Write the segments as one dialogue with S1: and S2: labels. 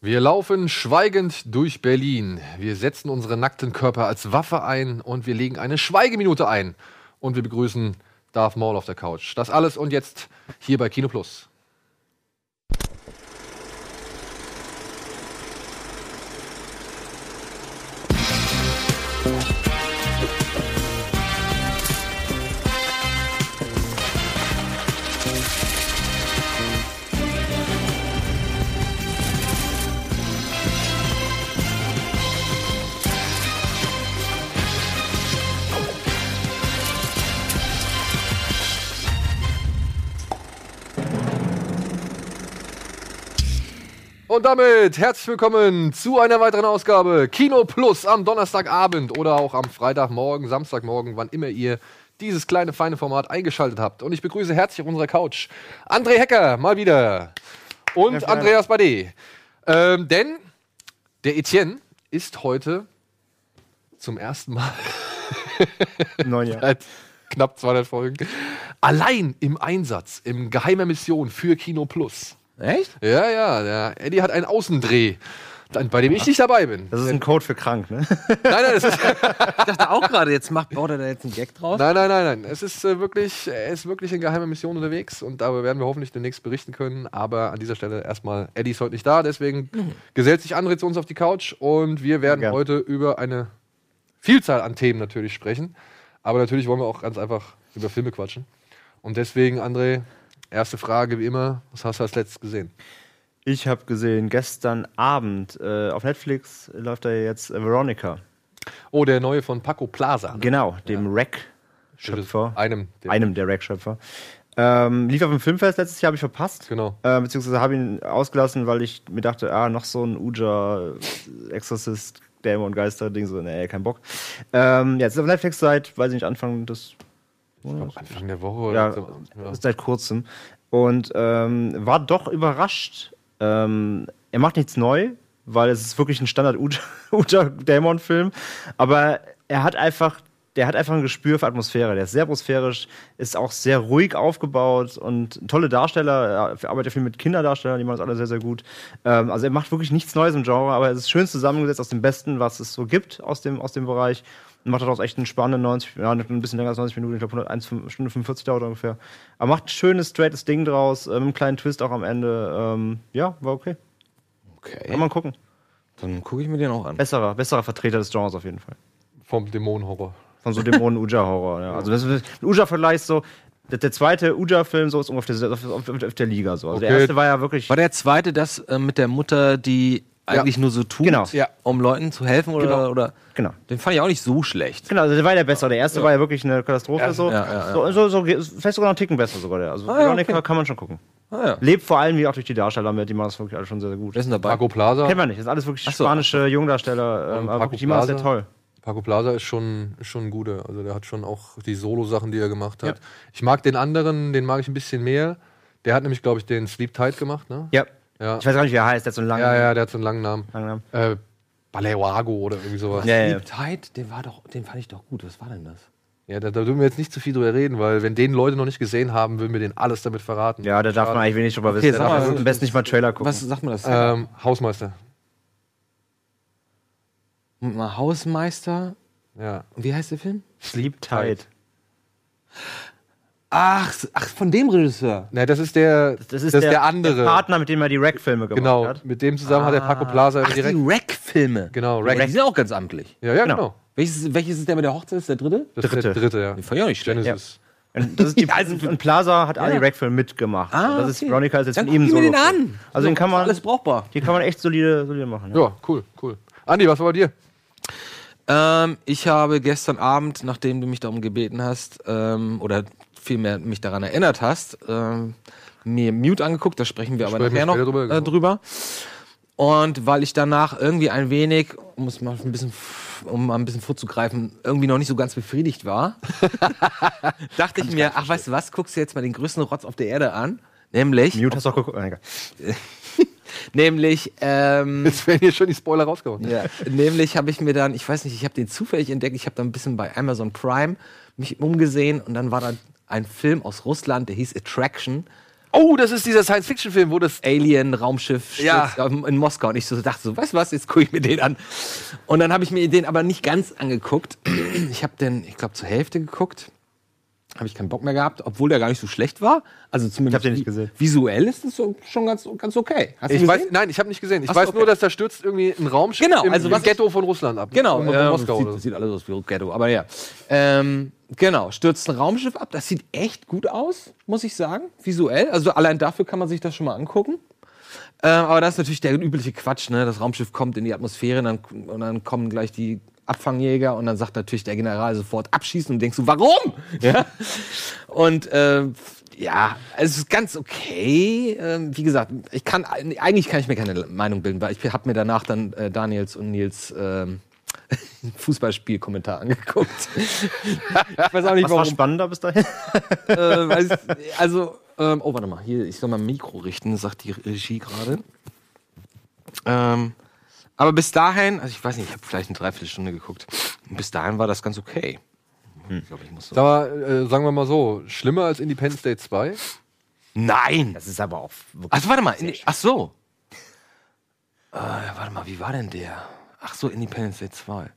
S1: Wir laufen schweigend durch Berlin. Wir setzen unsere nackten Körper als Waffe ein und wir legen eine Schweigeminute ein. Und wir begrüßen Darth Maul auf der Couch. Das alles und jetzt hier bei Kino Plus. Und damit herzlich willkommen zu einer weiteren Ausgabe Kino Plus am Donnerstagabend oder auch am Freitagmorgen, Samstagmorgen, wann immer ihr dieses kleine feine Format eingeschaltet habt. Und ich begrüße herzlich auf unserer Couch André Hecker mal wieder und
S2: vielen Dank.
S1: Andreas Bade. Ähm, denn der Etienne ist heute zum ersten Mal
S2: Neun Jahre.
S1: seit knapp 200 Folgen allein im Einsatz in geheimer Mission für Kino Plus.
S2: Echt?
S1: Ja, ja, der Eddie hat einen Außendreh, dann- bei dem ich nicht dabei bin.
S2: Das ist ein Code für krank, ne?
S1: Nein, nein, es ist,
S3: Ich dachte auch gerade, jetzt macht, baut er da jetzt einen Gag draus.
S1: nein, nein, nein, nein. Es ist äh, wirklich, er ist wirklich in geheimer Mission unterwegs und darüber werden wir hoffentlich demnächst berichten können. Aber an dieser Stelle erstmal, Eddie ist heute nicht da, deswegen gesellt sich André zu uns auf die Couch und wir werden
S2: Mhm. Gern.
S1: heute über eine Vielzahl an Themen natürlich sprechen. Aber natürlich wollen wir auch ganz einfach über Filme quatschen. Und deswegen, André, erste Frage wie immer, was hast du als letztes gesehen?
S2: Ich habe gesehen, gestern Abend äh, auf Netflix läuft da jetzt äh, Veronica.
S1: Oh, der neue von Paco Plaza.
S2: Genau, dem Rack-Schöpfer.
S1: Einem. dem-
S2: Einem der Rack-Schöpfer. Ähm, lief auf dem Filmfest letztes Jahr, habe ich verpasst.
S1: Genau.
S2: Äh, beziehungsweise habe ihn ausgelassen, weil ich mir dachte, ah, noch so ein Uja äh, Exorcist, Dämon und Geister-Ding, so, nee, kein Bock. Ähm, ja, jetzt ist auf Netflix seit, weiß ich nicht, Anfang des
S1: Am Anfang der Woche oder
S2: ja,
S1: so. Ja.
S2: seit kurzem. Und ähm, war doch überrascht. Ähm, er macht nichts neu, weil es ist wirklich ein standard uta dämon film Aber er hat einfach, der hat einfach ein Gespür für Atmosphäre. Der ist sehr atmosphärisch, ist auch sehr ruhig aufgebaut und tolle Darsteller. Er arbeitet viel mit Kinderdarstellern, die machen das alle sehr, sehr gut. Ähm, also er macht wirklich nichts Neues im Genre, aber es ist schön zusammengesetzt aus dem Besten, was es so gibt aus dem, aus dem Bereich. Und macht daraus echt einen spannenden 90, ja, ein bisschen länger als 90 Minuten, ich glaube 101 Fünf- Stunde 45 dauert er ungefähr. Aber macht ein schönes, straightes Ding draus, ähm, einen kleinen Twist auch am Ende. Ähm, ja, war okay. Kann
S3: Okay,
S2: man gucken.
S3: dann gucke ich mir den auch an.
S2: Besserer, besserer Vertreter des Genres auf jeden Fall.
S1: Vom Dämonenhorror.
S2: Von so Dämonen-Uja-Horror. Ja. Also das ist ein Uja-Vergleich so. Der, der zweite Uja-Film so ist ungefähr auf der, auf, auf, auf der Liga so. Also der
S1: Okay.
S2: erste war ja wirklich.
S3: War der zweite das äh, mit der Mutter, die eigentlich nur so tut,
S2: Genau.
S1: Ja.
S3: um Leuten zu helfen oder,
S1: Genau.
S3: oder?
S2: Genau.
S3: Den fand ich auch nicht so schlecht.
S2: Genau, also der war der besser. Der erste war ja wirklich eine Katastrophe.
S1: Ja,
S2: so.
S3: ja, ja, ja.
S2: So, so, so, vielleicht sogar noch einen Ticken besser sogar. Der. Also
S3: Ah, ja,
S2: Veronica
S3: okay.
S2: kann man schon gucken.
S3: Ah, ja.
S2: Lebt vor allem wie auch durch die Darsteller mit, die machen das wirklich alle schon sehr, sehr gut.
S3: Wer ist denn dabei?
S1: Paco Plaza.
S2: Kennt man nicht, das sind alles wirklich
S3: Ach so.
S2: spanische Jungdarsteller, ähm,
S1: Und
S2: aber
S1: Paco
S2: wirklich, die machen das sehr
S1: Plaza.
S2: toll.
S1: Paco Plaza ist schon, ist schon ein guter. Also der hat schon auch die Solo-Sachen, die er gemacht hat. Ich mag den anderen, den mag ich ein bisschen mehr. Der hat nämlich, glaube ich, den Sleep Tight gemacht, ne?
S2: Ja.
S1: Ja.
S2: Ich weiß gar nicht, wie er heißt, der hat so einen langen.
S1: ja, ja, der hat so einen langen Namen.
S2: Langen Namen.
S1: Äh, Baleago oder irgendwie sowas.
S2: Ja, ja.
S3: Liebtheit, den war doch, den fand ich doch gut. Was war denn das?
S1: Ja, da, da dürfen wir jetzt nicht zu viel drüber reden, weil wenn den Leute noch nicht gesehen haben, würden wir denen alles damit verraten.
S2: ja, da darf man eigentlich wenig drüber wissen.
S3: sag
S2: Da darf
S3: mal,
S2: man am besten nicht mal Trailer gucken.
S3: Was sagt man das?
S1: Ähm, Hausmeister.
S3: Mal Hausmeister.
S1: Ja.
S3: Und wie heißt der Film?
S2: Sleep
S1: Tight.
S2: Tight.
S3: Ach, ach von dem Regisseur.
S1: Na, das ist der,
S2: Das ist, der,
S1: andere.
S2: der Partner, mit dem er die Rack-Filme gemacht
S1: genau.
S2: hat. Ah.
S1: Mit dem zusammen hat der Paco Plaza
S3: Ach,
S1: direkt.
S3: die Rack-Filme.
S1: Genau,
S3: Rack.
S1: Rack.
S3: Die sind auch ganz amtlich.
S1: Ja, ja,
S2: Genau.
S1: genau.
S3: Welches, welches ist der mit der Hochzeit? Ist der dritte?
S1: Das ist der
S2: Dritte.
S1: dritte, ja.
S3: Den fand ich auch nicht schlecht.
S1: Genesis.
S2: Und, das ist die,
S3: Ja, also-
S2: und Plaza hat alle
S3: Ja.
S2: die Rack-Filme mitgemacht.
S3: Ah,
S2: Und das ist
S3: okay.
S2: Veronica ist jetzt
S3: Dann
S2: von ihm
S3: guck
S2: so.
S3: ich mir den an.
S2: Also den kann man,
S3: Alles brauchbar.
S2: die kann man echt solide, solide machen.
S1: Ja. cool, cool. Andi, was war bei dir?
S3: Ähm, ich habe gestern Abend, nachdem du mich darum gebeten hast, ähm, oder vielmehr mich daran erinnert hast, ähm, mir Mute angeguckt, da sprechen wir aber
S1: Sprechen wir
S3: nachher noch
S1: später drüber, genau.
S3: drüber, äh, drüber. Und weil ich danach irgendwie ein wenig, um es mal ein bisschen, um mal ein bisschen vorzugreifen, irgendwie noch nicht so ganz befriedigt war, dachte ich mir, ach weißt du was, guckst du jetzt mal den größten Rotz auf der Erde an, nämlich,
S2: Mute hast du auch geguckt. Nein, egal.
S3: nämlich, ähm,
S1: Jetzt werden hier schon die Spoiler rausgehauen.
S3: Ja. Nämlich habe ich mir dann, ich weiß nicht, ich habe den zufällig entdeckt, ich habe dann ein bisschen bei Amazon Prime mich umgesehen und dann war da ein Film aus Russland, der hieß Attraction.
S1: Oh, das ist dieser Science-Fiction-Film, wo das.
S3: Alien-Raumschiff
S1: Ja.
S3: stürzt auf- ähm, in Moskau. Und ich so dachte so, weißt du was, jetzt gucke ich mir den an. Und dann habe ich mir den aber nicht ganz angeguckt. Ich habe den, ich glaube, zur Hälfte geguckt. Habe ich keinen Bock mehr gehabt, obwohl der gar nicht so schlecht war. Also zumindest
S2: Ich hab den nicht
S3: vi-
S2: gesehen.
S3: visuell ist es so, schon ganz, ganz okay. Hast du
S1: Ich
S3: gesehen?
S1: weiß, nein, ich habe nicht gesehen. Ich
S3: Ach so,
S1: weiß nur,
S3: okay.
S1: dass da stürzt irgendwie ein Raumschiff
S3: Genau,
S1: im,
S3: also
S1: im
S3: was ich-
S1: Ghetto von Russland ab.
S3: Genau,
S1: in, in
S3: ähm,
S1: Moskau
S3: sieht,
S1: oder so.
S3: sieht alles aus wie Ghetto, aber ja. Ähm, genau, stürzt ein Raumschiff ab. Das sieht echt gut aus, muss ich sagen, visuell. Also allein dafür kann man sich das schon mal angucken. Ähm, aber das ist natürlich der übliche Quatsch, ne? Das Raumschiff kommt in die Atmosphäre und dann, und dann kommen gleich die Abfangjäger und dann sagt natürlich der General sofort abschießen und denkst du, warum? Ja? Und äh, ja, es ist ganz okay. Ähm, wie gesagt, ich kann eigentlich kann ich mir keine Meinung bilden, weil ich habe mir danach dann äh, Daniels und Nils ähm, Fußballspielkommentar angeguckt. ich weiß auch nicht,
S2: Was war
S3: warum
S2: spannender bis dahin?
S3: äh, weiß, also, ähm, oh, warte mal, hier, ich soll mal ein Mikro richten, sagt die Regie gerade. Ähm, aber bis dahin, also ich weiß nicht, ich habe vielleicht eine Dreiviertelstunde geguckt. Und bis dahin war das ganz okay. Ich glaube, ich muss so.
S1: Sag mal, äh, sagen wir mal so, schlimmer als Independence Day 2?
S3: Nein!
S2: Das ist aber auch wirklich.
S3: Also, warte mal, in, ach so. Äh, warte mal, wie war denn der? Ach so, Independence Day 2.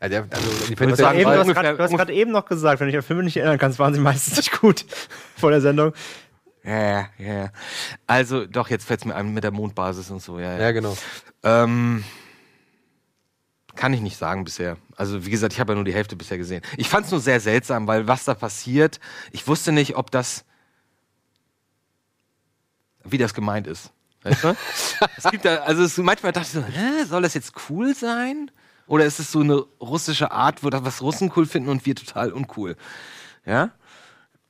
S1: Ja, der, also
S3: das
S1: Independence
S3: war
S1: Day
S2: Eben,
S1: 2
S2: du hast
S3: ungefähr-
S2: grad- du hast gerade eben noch gesagt, wenn ich an Filme nicht erinnern kannst, waren sie meistens nicht gut vor der Sendung.
S3: Ja, ja, ja, ja. Also, doch, jetzt fällt es mir ein mit der Mondbasis und so, ja, ja.
S1: Ja, genau.
S3: Ähm, kann ich nicht sagen bisher. Also wie gesagt, ich habe ja nur die Hälfte bisher gesehen. Ich fand es nur sehr seltsam, weil was da passiert, ich wusste nicht, ob das, wie das gemeint ist. Weißt du? es gibt da, also es, manchmal dachte ich so, hä, soll das jetzt cool sein? Oder ist es so eine russische Art, wo das, was Russen cool finden und wir total uncool? Ja?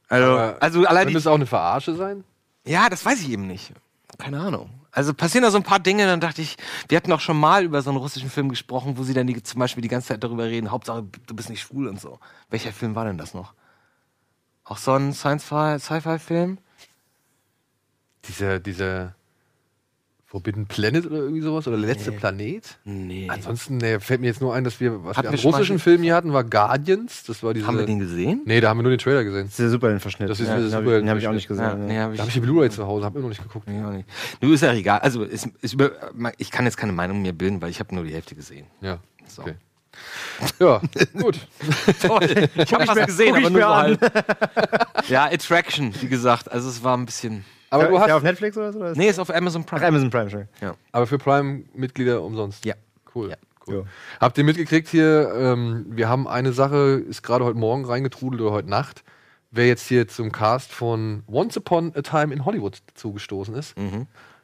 S3: Also,
S1: Aber
S3: also allein
S1: Äh, Könnte
S3: die
S1: es auch eine Verarsche sein?
S3: ja, das weiß ich eben nicht. Keine Ahnung. Also passieren da so ein paar Dinge, dann dachte ich, wir hatten auch schon mal über so einen russischen Film gesprochen, wo sie dann die, zum Beispiel die ganze Zeit darüber reden, Hauptsache du bist nicht schwul und so. Welcher Film war denn das noch? Auch so ein Science-Fi- Sci-Fi-Film?
S1: Dieser, dieser Forbidden Planet oder irgendwie sowas? Oder der letzte Planet?
S3: Nee.
S1: Ansonsten nee, fällt mir jetzt nur ein, dass wir, was
S3: Hatten
S1: wir
S3: wir
S1: an
S3: schon mal
S1: russischen
S3: den-
S1: Film hier hatten, war Guardians. Das war diese,
S3: Haben wir den gesehen?
S1: Nee, da haben wir nur den Trailer gesehen.
S2: Das ist ja super, den Verschnitt.
S1: Das ist
S2: ja,
S1: mir
S2: den
S1: super,
S2: habe ich, den hab ich auch
S1: Verschnitt.
S2: nicht gesehen.
S3: Ja,
S2: ne.
S3: nee, hab ich,
S1: Da habe ich die Blu-ray zu Hause, habe immer noch nicht geguckt.
S3: nee, auch nicht. Du ist ja egal. Also ist, ist über, ich kann jetzt keine Meinung mehr bilden, weil ich habe nur die Hälfte gesehen.
S1: Ja. Okay. Ja, gut.
S3: Toll. Ich habe
S2: mir-
S3: was gesehen,
S2: guck ich
S3: aber nur
S2: mir
S3: so
S2: an.
S3: halb. Ja, Attraction, wie gesagt. Also es war ein bisschen.
S1: Aber
S2: Ist
S1: du
S2: der auf
S1: hast,
S2: Netflix oder so? Oder ist-
S3: Nee, ist auf Amazon Prime.
S2: Ach, Amazon Prime, Entschuldigung.
S1: aber für Prime-Mitglieder umsonst.
S3: Ja.
S1: Cool.
S3: Ja.
S1: cool.
S2: Ja.
S1: Habt ihr mitgekriegt hier, ähm, wir haben eine Sache, ist gerade heute Morgen reingetrudelt oder heute Nacht, wer jetzt hier zum Cast von Once Upon a Time in Hollywood zugestoßen ist.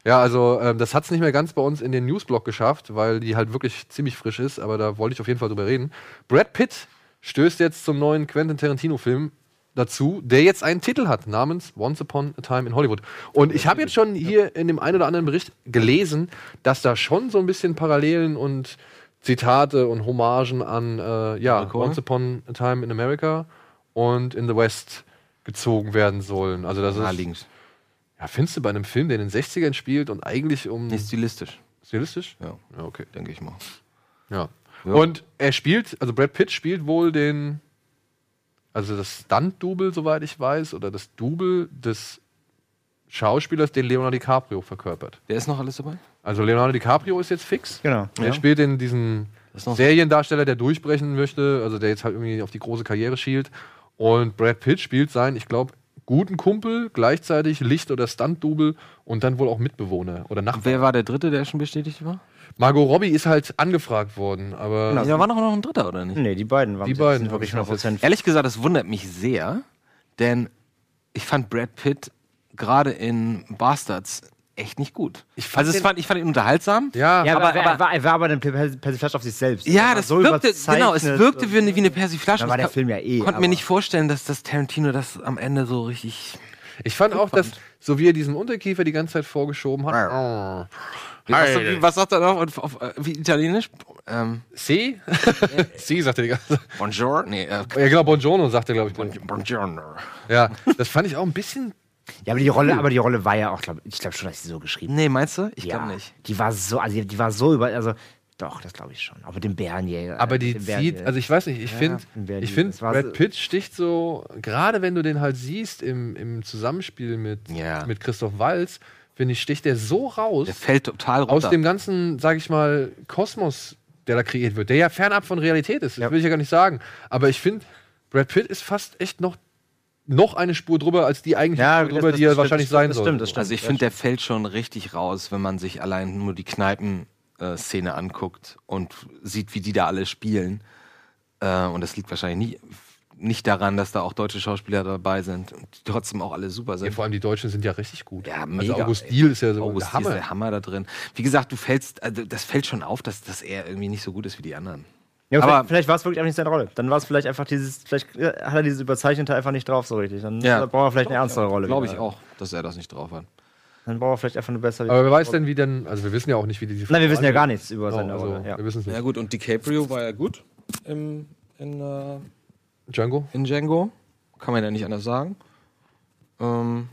S1: Ja, also ähm, das hat es nicht mehr ganz bei uns in den Newsblock geschafft, weil die halt wirklich ziemlich frisch ist, aber da wollte ich auf jeden Fall drüber reden. Brad Pitt stößt jetzt zum neuen Quentin Tarantino-Film dazu, der jetzt einen Titel hat namens Once Upon a Time in Hollywood. Und ich habe jetzt schon hier in dem einen oder anderen Bericht gelesen, dass da schon so ein bisschen Parallelen und Zitate und Hommagen an äh, ja,
S3: Amerika?
S1: Once Upon a Time in America und in the West gezogen werden sollen. Also das ist
S3: Naheliegend.
S1: ja, findest du bei einem Film, der in den 60ern spielt und eigentlich um
S3: Nee, stilistisch.
S1: stilistisch?
S3: Ja.
S1: Ja, okay.
S3: denke ich mal.
S1: Ja.
S3: Ja.
S1: Und er spielt, also Brad Pitt spielt wohl den, also das Stunt-Double, soweit ich weiß, oder das Double des Schauspielers, den Leonardo DiCaprio verkörpert.
S3: Wer ist noch alles dabei?
S1: Also Leonardo DiCaprio ist jetzt fix.
S2: Genau.
S1: Er spielt den, diesen
S3: Das ist noch-
S1: Seriendarsteller, der durchbrechen möchte, also der jetzt halt irgendwie auf die große Karriere schielt. Und Brad Pitt spielt seinen, ich glaube, guten Kumpel, gleichzeitig Licht- oder Stunt-Double und dann wohl auch Mitbewohner oder Nachbar.
S3: Wer war der dritte, der schon bestätigt war?
S1: Margot Robbie ist halt angefragt worden, aber
S2: Genau.
S3: Da war noch, noch ein dritter, oder nicht?
S2: Nee, die beiden waren
S1: Die beiden
S2: sind wirklich
S1: haben sich
S2: 100%
S3: Hm. Ehrlich gesagt, das wundert mich sehr, denn ich fand Brad Pitt gerade in Bastards echt nicht gut.
S1: Ich fand
S3: also, es
S1: den-
S3: fand, ich fand ihn unterhaltsam.
S1: ja,
S2: Ja, aber,
S3: Aber-
S2: er,
S3: aber-
S2: war, er war aber eine Pe- Persiflage auf sich selbst. Er
S3: Ja,
S2: war
S3: das
S2: so
S3: wirkte,
S2: überzeichnet
S3: genau, es wirkte
S2: und-
S3: wie eine, wie eine Persiflage.
S2: Da war
S3: Ich
S2: der
S3: kon-
S2: Film ja eh,
S3: konnte
S2: aber-
S3: mir nicht vorstellen, dass das Tarantino das am Ende so richtig.
S1: ich fand auch, dass so wie er diesen Unterkiefer die ganze Zeit vorgeschoben hat.
S3: Was, was sagt er noch auf, auf, äh, wie Italienisch? Ähm,
S1: Sie? Sie sagt er die ganze Zeit.
S3: Bonjour? Nee, äh,
S1: Ja, genau, Buongiorno sagt er, glaube ich.
S3: Bonjour.
S1: Ja, das fand ich auch ein bisschen.
S2: Ja, aber die Rolle, aber die Rolle war ja auch, glaub, ich glaube schon, dass sie so geschrieben
S3: Nee, meinst du? Hm, Ich
S2: Ja,
S3: glaube nicht.
S2: Die war so, also die war so über, also Doch, das glaube ich schon. Aber den Bärenjäger.
S1: Aber
S2: äh,
S1: die
S2: den
S1: zieht,
S2: Bärenjäger.
S1: also ich weiß nicht, ich
S2: Ja,
S1: finde,
S2: den werden
S1: ich
S2: die-
S1: finde,
S2: das war
S1: Brad
S2: so-
S1: Pitt sticht so, gerade wenn du den halt siehst im, im Zusammenspiel mit,
S3: Ja.
S1: mit Christoph Walz, finde ich, sticht der so raus
S3: Der fällt total runter.
S1: aus dem ganzen, sag ich mal, Kosmos, der da kreiert wird, der ja fernab von Realität ist. Das
S2: Ja.
S1: will ich ja gar nicht sagen. Aber ich finde, Brad Pitt ist fast echt noch, noch eine Spur drüber, als die eigentliche
S2: Ja,
S1: Spur
S2: das-
S1: drüber,
S2: das-
S1: die er
S2: das
S1: wahrscheinlich
S2: stimmt,
S1: sein
S2: das
S1: soll.
S2: stimmt, das stimmt.
S3: also ich finde, der fällt schon richtig raus, wenn man sich allein nur die Kneipen-Szene anguckt und sieht, wie die da alle spielen. Äh, und das liegt wahrscheinlich nie, nicht daran, dass da auch deutsche Schauspieler dabei sind und die trotzdem auch alle super
S1: Ja,
S3: sind.
S1: vor allem die Deutschen sind ja richtig gut.
S3: Ja,
S1: also
S3: mega,
S1: August
S3: ey.
S1: Diel ist ja so
S3: August
S1: der
S3: Hammer.
S1: Hammer.
S3: ist der Hammer da drin. Wie gesagt, du fällst, also das fällt schon auf, dass, dass er irgendwie nicht so gut ist wie die anderen.
S2: Ja, aber
S3: aber-
S2: vielleicht war es wirklich einfach nicht seine Rolle. Dann war es vielleicht einfach dieses, vielleicht äh, hat er dieses Überzeichnete einfach nicht drauf so richtig. Dann
S3: Ja.
S2: braucht er vielleicht eine ernstere Rolle.
S3: Glaube ich
S2: wieder.
S3: auch, dass er das nicht drauf hat.
S2: Dann braucht er vielleicht einfach eine bessere.
S1: Aber wer weiß denn, wie denn, also wir wissen ja auch nicht, wie die.
S2: Nein, wir wissen ja gar nichts
S3: Oh,
S2: über seine
S1: also,
S2: Rolle. Ja.
S1: Wir wissen es nicht.
S3: Ja gut, und DiCaprio war ja gut im, in, äh,
S1: Django?
S3: in Django. Kann man ja nicht anders sagen. Ähm,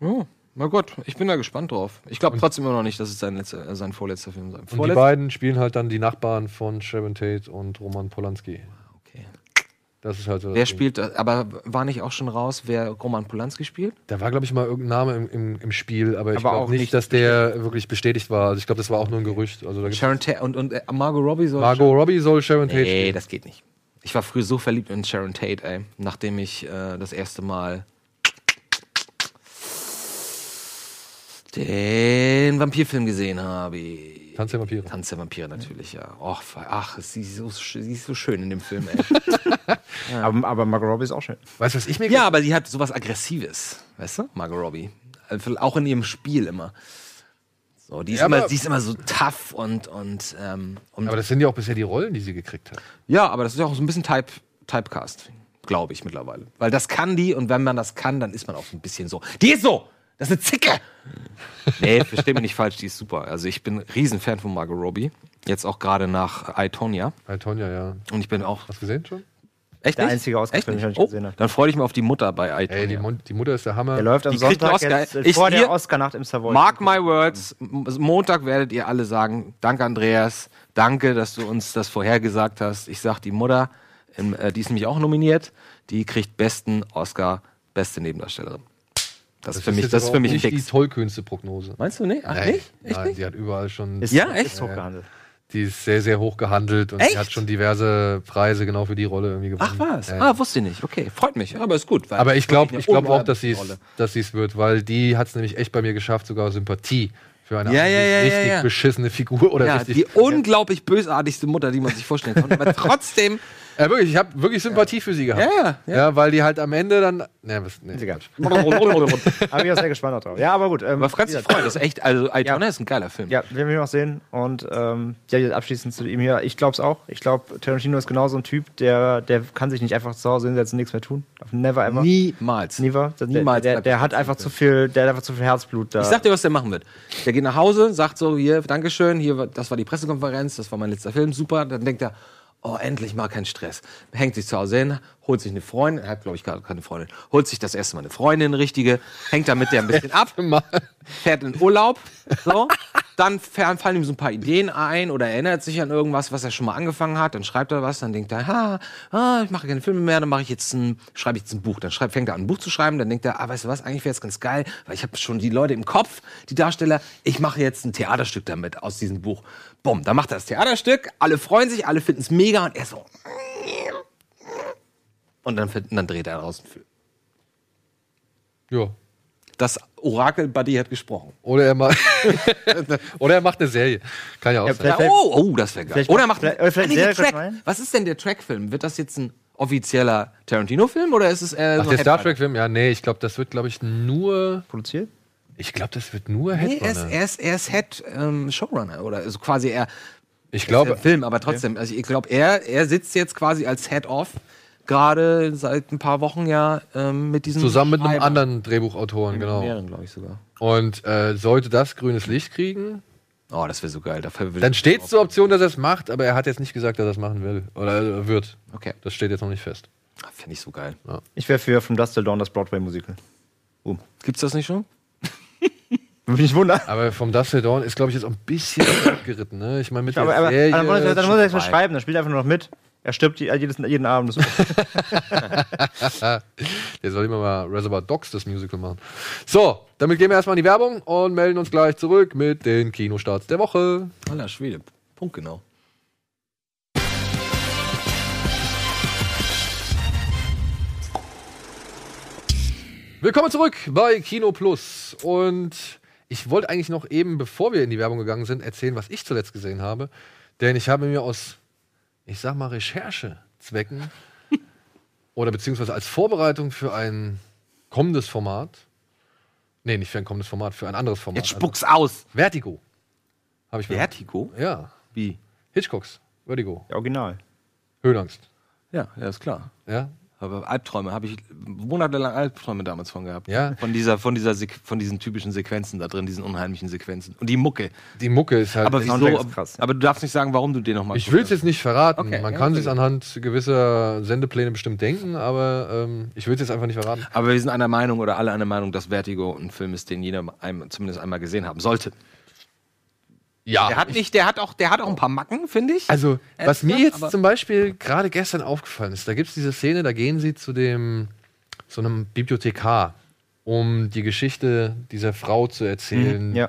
S3: ja, na gut, ich bin da gespannt drauf. Ich glaube trotzdem immer noch nicht, dass es sein, letzter, äh, sein vorletzter Film sein
S1: Und die beiden spielen halt dann die Nachbarn von Sharon Tate und Roman Polanski.
S3: Okay.
S1: Das ist halt so. das
S3: Wer
S1: Ding.
S3: spielt, äh, aber war nicht auch schon raus, wer Roman Polanski spielt?
S1: Da war, glaube ich, mal irgendein Name im, im, im Spiel, aber ich
S2: Aber
S1: glaube
S2: auch
S1: nicht,
S2: nicht
S1: dass der wirklich bestätigt war. Also ich glaube, das war auch nur ein Gerücht. Also da gibt's-
S3: Sharon Tate und, und äh, Margot Robbie soll
S1: Margot Robbie soll Sharon Tate
S3: Nee,
S1: spielen.
S3: das geht nicht. Ich war früher so verliebt in Sharon Tate, ey, nachdem ich äh, das erste Mal den Vampirfilm gesehen habe.
S1: Tanz der Vampire.
S3: Tanz der Vampire natürlich, ja. Och, ach, sie ist, so, sch- sie ist so schön in dem Film, ey.
S2: Aber, aber Margot Robbie ist auch schön.
S1: Weißt du, was ich mir
S3: ja, aber sie hat sowas Aggressives, weißt du, Margot Robbie. Also Auch in ihrem Spiel immer. So, die, ist
S1: Ja,
S3: immer,
S1: aber-
S3: die ist immer so tough und, und, ähm, und
S1: Aber das sind ja auch bisher die Rollen, die sie gekriegt hat.
S3: Ja, aber das ist ja auch so ein bisschen Type, Typecast, glaube ich mittlerweile. Weil das kann die und wenn man das kann, dann ist man auch so ein bisschen so. Die ist so! Das ist eine Zicke! Nee, versteh mich nicht falsch, die ist super. Also ich bin Riesenfan von Margot Robbie. Jetzt auch gerade nach I, Tonya.
S1: Bei Tonja, ja.
S3: Und ich bin auch.
S1: Hast du gesehen schon?
S3: Echt
S2: Der
S3: nicht?
S2: einzige Oscar,
S3: Echt
S2: den ich
S3: nicht?
S2: noch nicht
S3: Oh,
S2: gesehen habe.
S3: Dann freue ich mich auf die Mutter bei I,
S1: Ey, die,
S3: Tonya.
S1: Mon die Mutter ist der Hammer.
S2: Der läuft am
S3: Die kriegt einen
S2: Sonntag
S3: Oscar.
S2: jetzt, äh,
S3: Ich-
S2: vor der
S3: ihr-
S2: Oscar-Nacht im Savoy.
S3: Mark my words, M- Montag werdet ihr alle sagen, danke Andreas, danke, dass du uns das vorhergesagt hast. Ich sag die Mutter, ähm, äh, die ist nämlich auch nominiert, die kriegt besten Oscar, beste Nebendarstellerin. Das, ist für mich,
S1: jetzt
S3: das ist
S1: aber
S3: für
S1: auch
S3: mich ein
S1: nicht die
S3: Fix.
S1: tollkühnste Prognose.
S3: Meinst du nicht? Ach nicht? Echt
S1: Nein,
S3: nicht?
S1: die hat überall schon.
S2: ist,
S3: Ja, echt?
S2: ist hochgehandelt.
S1: Die ist sehr, sehr hoch gehandelt und
S3: Echt?
S1: die hat schon diverse Preise genau für die Rolle irgendwie gewonnen.
S3: Ach was?
S1: Ja.
S3: Ah, wusste ich nicht. Okay, freut mich. Ja, Aber ist gut. weil
S1: Aber ich
S3: das ist wirklich
S1: glaube
S3: eine
S1: ich glaub auch, dass sie
S3: Rolle.
S1: es wird, weil die hat es nämlich echt bei mir geschafft, sogar Sympathie für eine
S3: Ja, ja, ja,
S1: richtig
S3: ja, ja.
S1: beschissene Figur oder
S3: Ja,
S1: richtig.
S3: die unglaublich bösartigste Mutter, die man sich vorstellen kann. Aber trotzdem.
S1: ja, Äh, wirklich, ich habe wirklich Sympathie für sie gehabt.
S3: Ja, ja, ja.
S1: weil die halt am Ende dann. Ne, was, nee.
S2: Ist egal.
S3: Aber
S2: Aber ich bin sehr gespannt auch drauf. Ja, aber gut. Ähm,
S3: Franz,
S2: wie
S3: ich
S2: gesagt,
S3: freue mich. Das ist echt, also, Aitona ist ein geiler Film.
S2: ja, werden wir noch sehen. Und ähm, ja, abschließend zu ihm hier. Ich glaube es auch. Ich glaube, Tarantino ist genau so ein Typ, der, der kann sich nicht einfach zu Hause hinsetzen und nichts mehr tun. Never ever.
S3: Niemals.
S2: Never. Der,
S3: Niemals
S2: Der, der,
S3: bleibt
S2: der hat einfach zu viel, der hat einfach zu viel Herzblut da.
S3: Ich sag dir, was der machen wird. Der geht nach Hause, sagt so, hier, Dankeschön, hier, war- das war die Pressekonferenz, das war mein letzter Film, super. Dann denkt er, oh, endlich mal kein Stress. Hängt sich zu Hause hin, holt sich eine Freundin, er hat, glaube ich, gerade keine Freundin, holt sich das erste Mal eine Freundin, eine richtige, hängt damit der ein bisschen ab,
S1: Mal.
S3: fährt in Urlaub, so. Dann fern- fallen ihm so ein paar Ideen ein oder erinnert sich an irgendwas, was er schon mal angefangen hat. Dann schreibt er was, dann denkt er, ha, ah, ich mache keine Filme mehr, dann mache ich jetzt ein, schreibe ich jetzt ein Buch. Dann schreibt, fängt er an, ein Buch zu schreiben. Dann denkt er, ah, weißt du was, eigentlich wäre es ganz geil, weil ich habe schon die Leute im Kopf, die Darsteller. Ich mache jetzt ein Theaterstück damit aus diesem Buch. Bumm, dann macht er das Theaterstück. Alle freuen sich, alle finden es mega und er so. Und dann, find- dann dreht er raus einen Film.
S1: Ja.
S3: Das Orakel Buddy hat gesprochen.
S1: Oder er macht. oder er macht eine Serie. Kann ja auch
S2: Ja,
S1: sein.
S2: vielleicht-
S3: Ja, oh, oh, das wäre geil.
S2: vielleicht-
S3: Oder er macht
S2: vielleicht- oder vielleicht
S3: nee,
S2: Serie,
S3: der Track.
S2: könnte man-
S3: Was ist denn der Track-Film? Wird das jetzt ein offizieller Tarantino-Film oder ist es eher
S1: Ach,
S3: so
S1: der
S3: ein
S1: Star
S3: Headliner?
S1: Trek-Film, ja, nee, ich glaube, das wird, glaube ich, nur.
S2: produziert.
S1: Ich glaube, das wird nur
S3: Nee, er ist,
S1: Headrunner.
S3: er ist, er ist Head ähm, Showrunner oder also quasi er
S1: ich
S3: der
S1: glaube,
S3: Film, aber trotzdem. Also ich glaube, er, er sitzt jetzt quasi als Head Off gerade seit ein paar Wochen ja ähm, mit diesem
S1: zusammen mit einem
S3: Schreiber.
S1: anderen Drehbuchautoren, genau.
S3: mehreren, glaube ich sogar.
S1: Und äh, sollte das grünes Licht kriegen,
S3: Oh, das wäre so geil. Dafür will
S1: Dann
S3: ich-
S2: Genau.
S1: steht zur Option, dass er es macht, aber er hat jetzt nicht gesagt, dass er es machen will oder äh, wird.
S3: Okay,
S1: Das steht jetzt noch nicht fest.
S3: finde ich so geil.
S2: Ich wäre für From Dust Till Dawn das Broadway-Musical.
S3: Gibt's das nicht schon?
S2: Würde mich wundern.
S1: Aber vom Dusk Till Dawn ist, glaube ich, jetzt auch ein bisschen abgeritten. Ne? Ich meine, mit
S2: Aber, aber
S1: Serie
S2: dann muss er- dann
S1: schon
S2: muss er jetzt mal
S1: vorbei.
S2: schreiben, dann spielt er einfach nur noch mit. Er stirbt die- jedes, jeden Abend. Das
S1: Der soll immer mal Reservoir Dogs das Musical machen. So, damit gehen wir erstmal in die Werbung und melden uns gleich zurück mit den Kinostarts der Woche.
S3: Aller Schwede. Punkt genau.
S1: Willkommen zurück bei Kino Plus. Und ich wollte eigentlich noch eben, bevor wir in die Werbung gegangen sind, erzählen, was ich zuletzt gesehen habe. Denn ich habe mir aus, ich sag mal, Recherchezwecken oder beziehungsweise als Vorbereitung für ein kommendes Format, nee, nicht für ein kommendes Format, für ein anderes Format.
S3: Jetzt spuck's aus.
S1: Also Vertigo. Habe ich mir.
S3: Vertigo?
S1: Ja.
S3: Wie?
S1: Hitchcocks. Vertigo.
S2: ja, original.
S1: Höhenangst.
S3: Ja, ja, ist klar.
S1: Ja.
S3: Aber Albträume, habe ich monatelang Albträume damals von gehabt.
S1: Ja.
S3: Von, dieser, von, dieser, Sequ- von diesen typischen Sequenzen da drin, diesen unheimlichen Sequenzen. Und die Mucke.
S1: Die Mucke ist halt.
S3: Aber
S1: echt-
S3: wieso?
S2: Soundtrack ist krass, ja.
S3: Aber du darfst nicht sagen, warum du den nochmal
S1: Ich will es jetzt nicht verraten.
S3: Okay,
S1: Man
S3: ja,
S1: kann
S3: sehr
S1: sich
S3: gut.
S1: anhand gewisser Sendepläne bestimmt denken, aber ähm, ich will es jetzt einfach nicht verraten.
S3: Aber wir sind einer Meinung oder alle einer Meinung, dass Vertigo ein Film ist, den jeder einmal- zumindest einmal gesehen haben sollte.
S1: Ja.
S3: Der hat nicht, der hat auch, der hat auch ein paar Macken, finde ich.
S1: Also,
S3: Äh,
S1: was mir
S3: ja,
S1: jetzt
S3: aber-
S1: zum Beispiel gerade gestern aufgefallen ist, da gibt es diese Szene, da gehen sie zu dem, so einem Bibliothekar, um die Geschichte dieser Frau zu erzählen,
S2: Mhm, ja.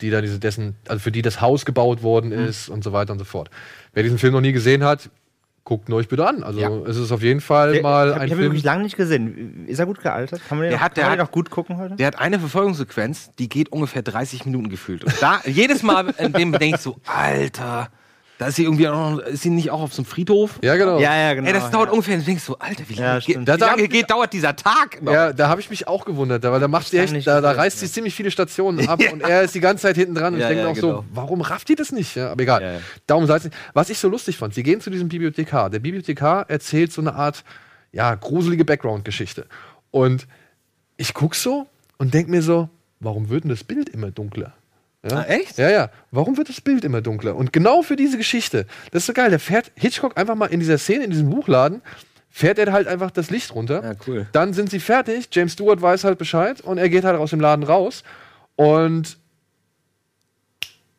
S1: die da diese, dessen, also für die das Haus gebaut worden
S3: Mhm.
S1: ist und so weiter und so fort. Wer diesen Film noch nie gesehen hat, guckt ihn euch bitte an. Also,
S3: Ja.
S1: es ist auf jeden Fall mal
S2: ich habe
S1: ein
S2: ihn
S1: Film.
S2: wirklich lange nicht gesehen. Ist er gut gealtert? Kann man den,
S3: Der
S2: noch,
S3: hat- der
S2: kann man den
S3: hat-
S2: noch gut gucken heute?
S3: Der hat eine Verfolgungssequenz, die geht ungefähr 30 Minuten gefühlt. Und da, jedes Mal, in dem denke ich so, Alter, da ist sie irgendwie auch noch, ist sie nicht auch auf so einem Friedhof?
S1: Ja, genau.
S2: ja, genau.
S3: Ey, das dauert ungefähr, dann denkst du so, Alter, wie lange,
S2: Ja,
S3: geht,
S2: stimmt.
S3: wie
S1: Da- da-
S3: lange geht, dauert dieser Tag? noch?
S1: Ja, da habe ich mich auch gewundert, weil da macht sie
S2: lang
S1: echt,
S2: nicht
S1: da, da
S2: gesehen,
S1: reißt sie ziemlich viele Stationen ab und er ist die ganze Zeit hinten dran und
S3: Ja,
S1: ich denke
S3: ja,
S1: auch so,
S3: genau.
S1: warum rafft die das nicht? Ja, aber egal.
S2: Ja, ja.
S1: Darum sei es nicht. Was ich so lustig fand, sie gehen zu diesem Bibliothekar. Der Bibliothekar erzählt so eine Art, ja, gruselige Background-Geschichte. Und ich guck so und denk mir so, warum wird denn das Bild immer dunkler? Ja?
S3: Ah, echt?
S1: Ja, ja. Warum wird das Bild immer dunkler? Und genau für diese Geschichte, das ist so geil, da fährt Hitchcock einfach mal in dieser Szene, in diesem Buchladen, fährt er halt einfach das Licht runter.
S3: Ja, cool.
S1: Dann sind sie fertig, James Stewart weiß halt Bescheid und er geht halt aus dem Laden raus und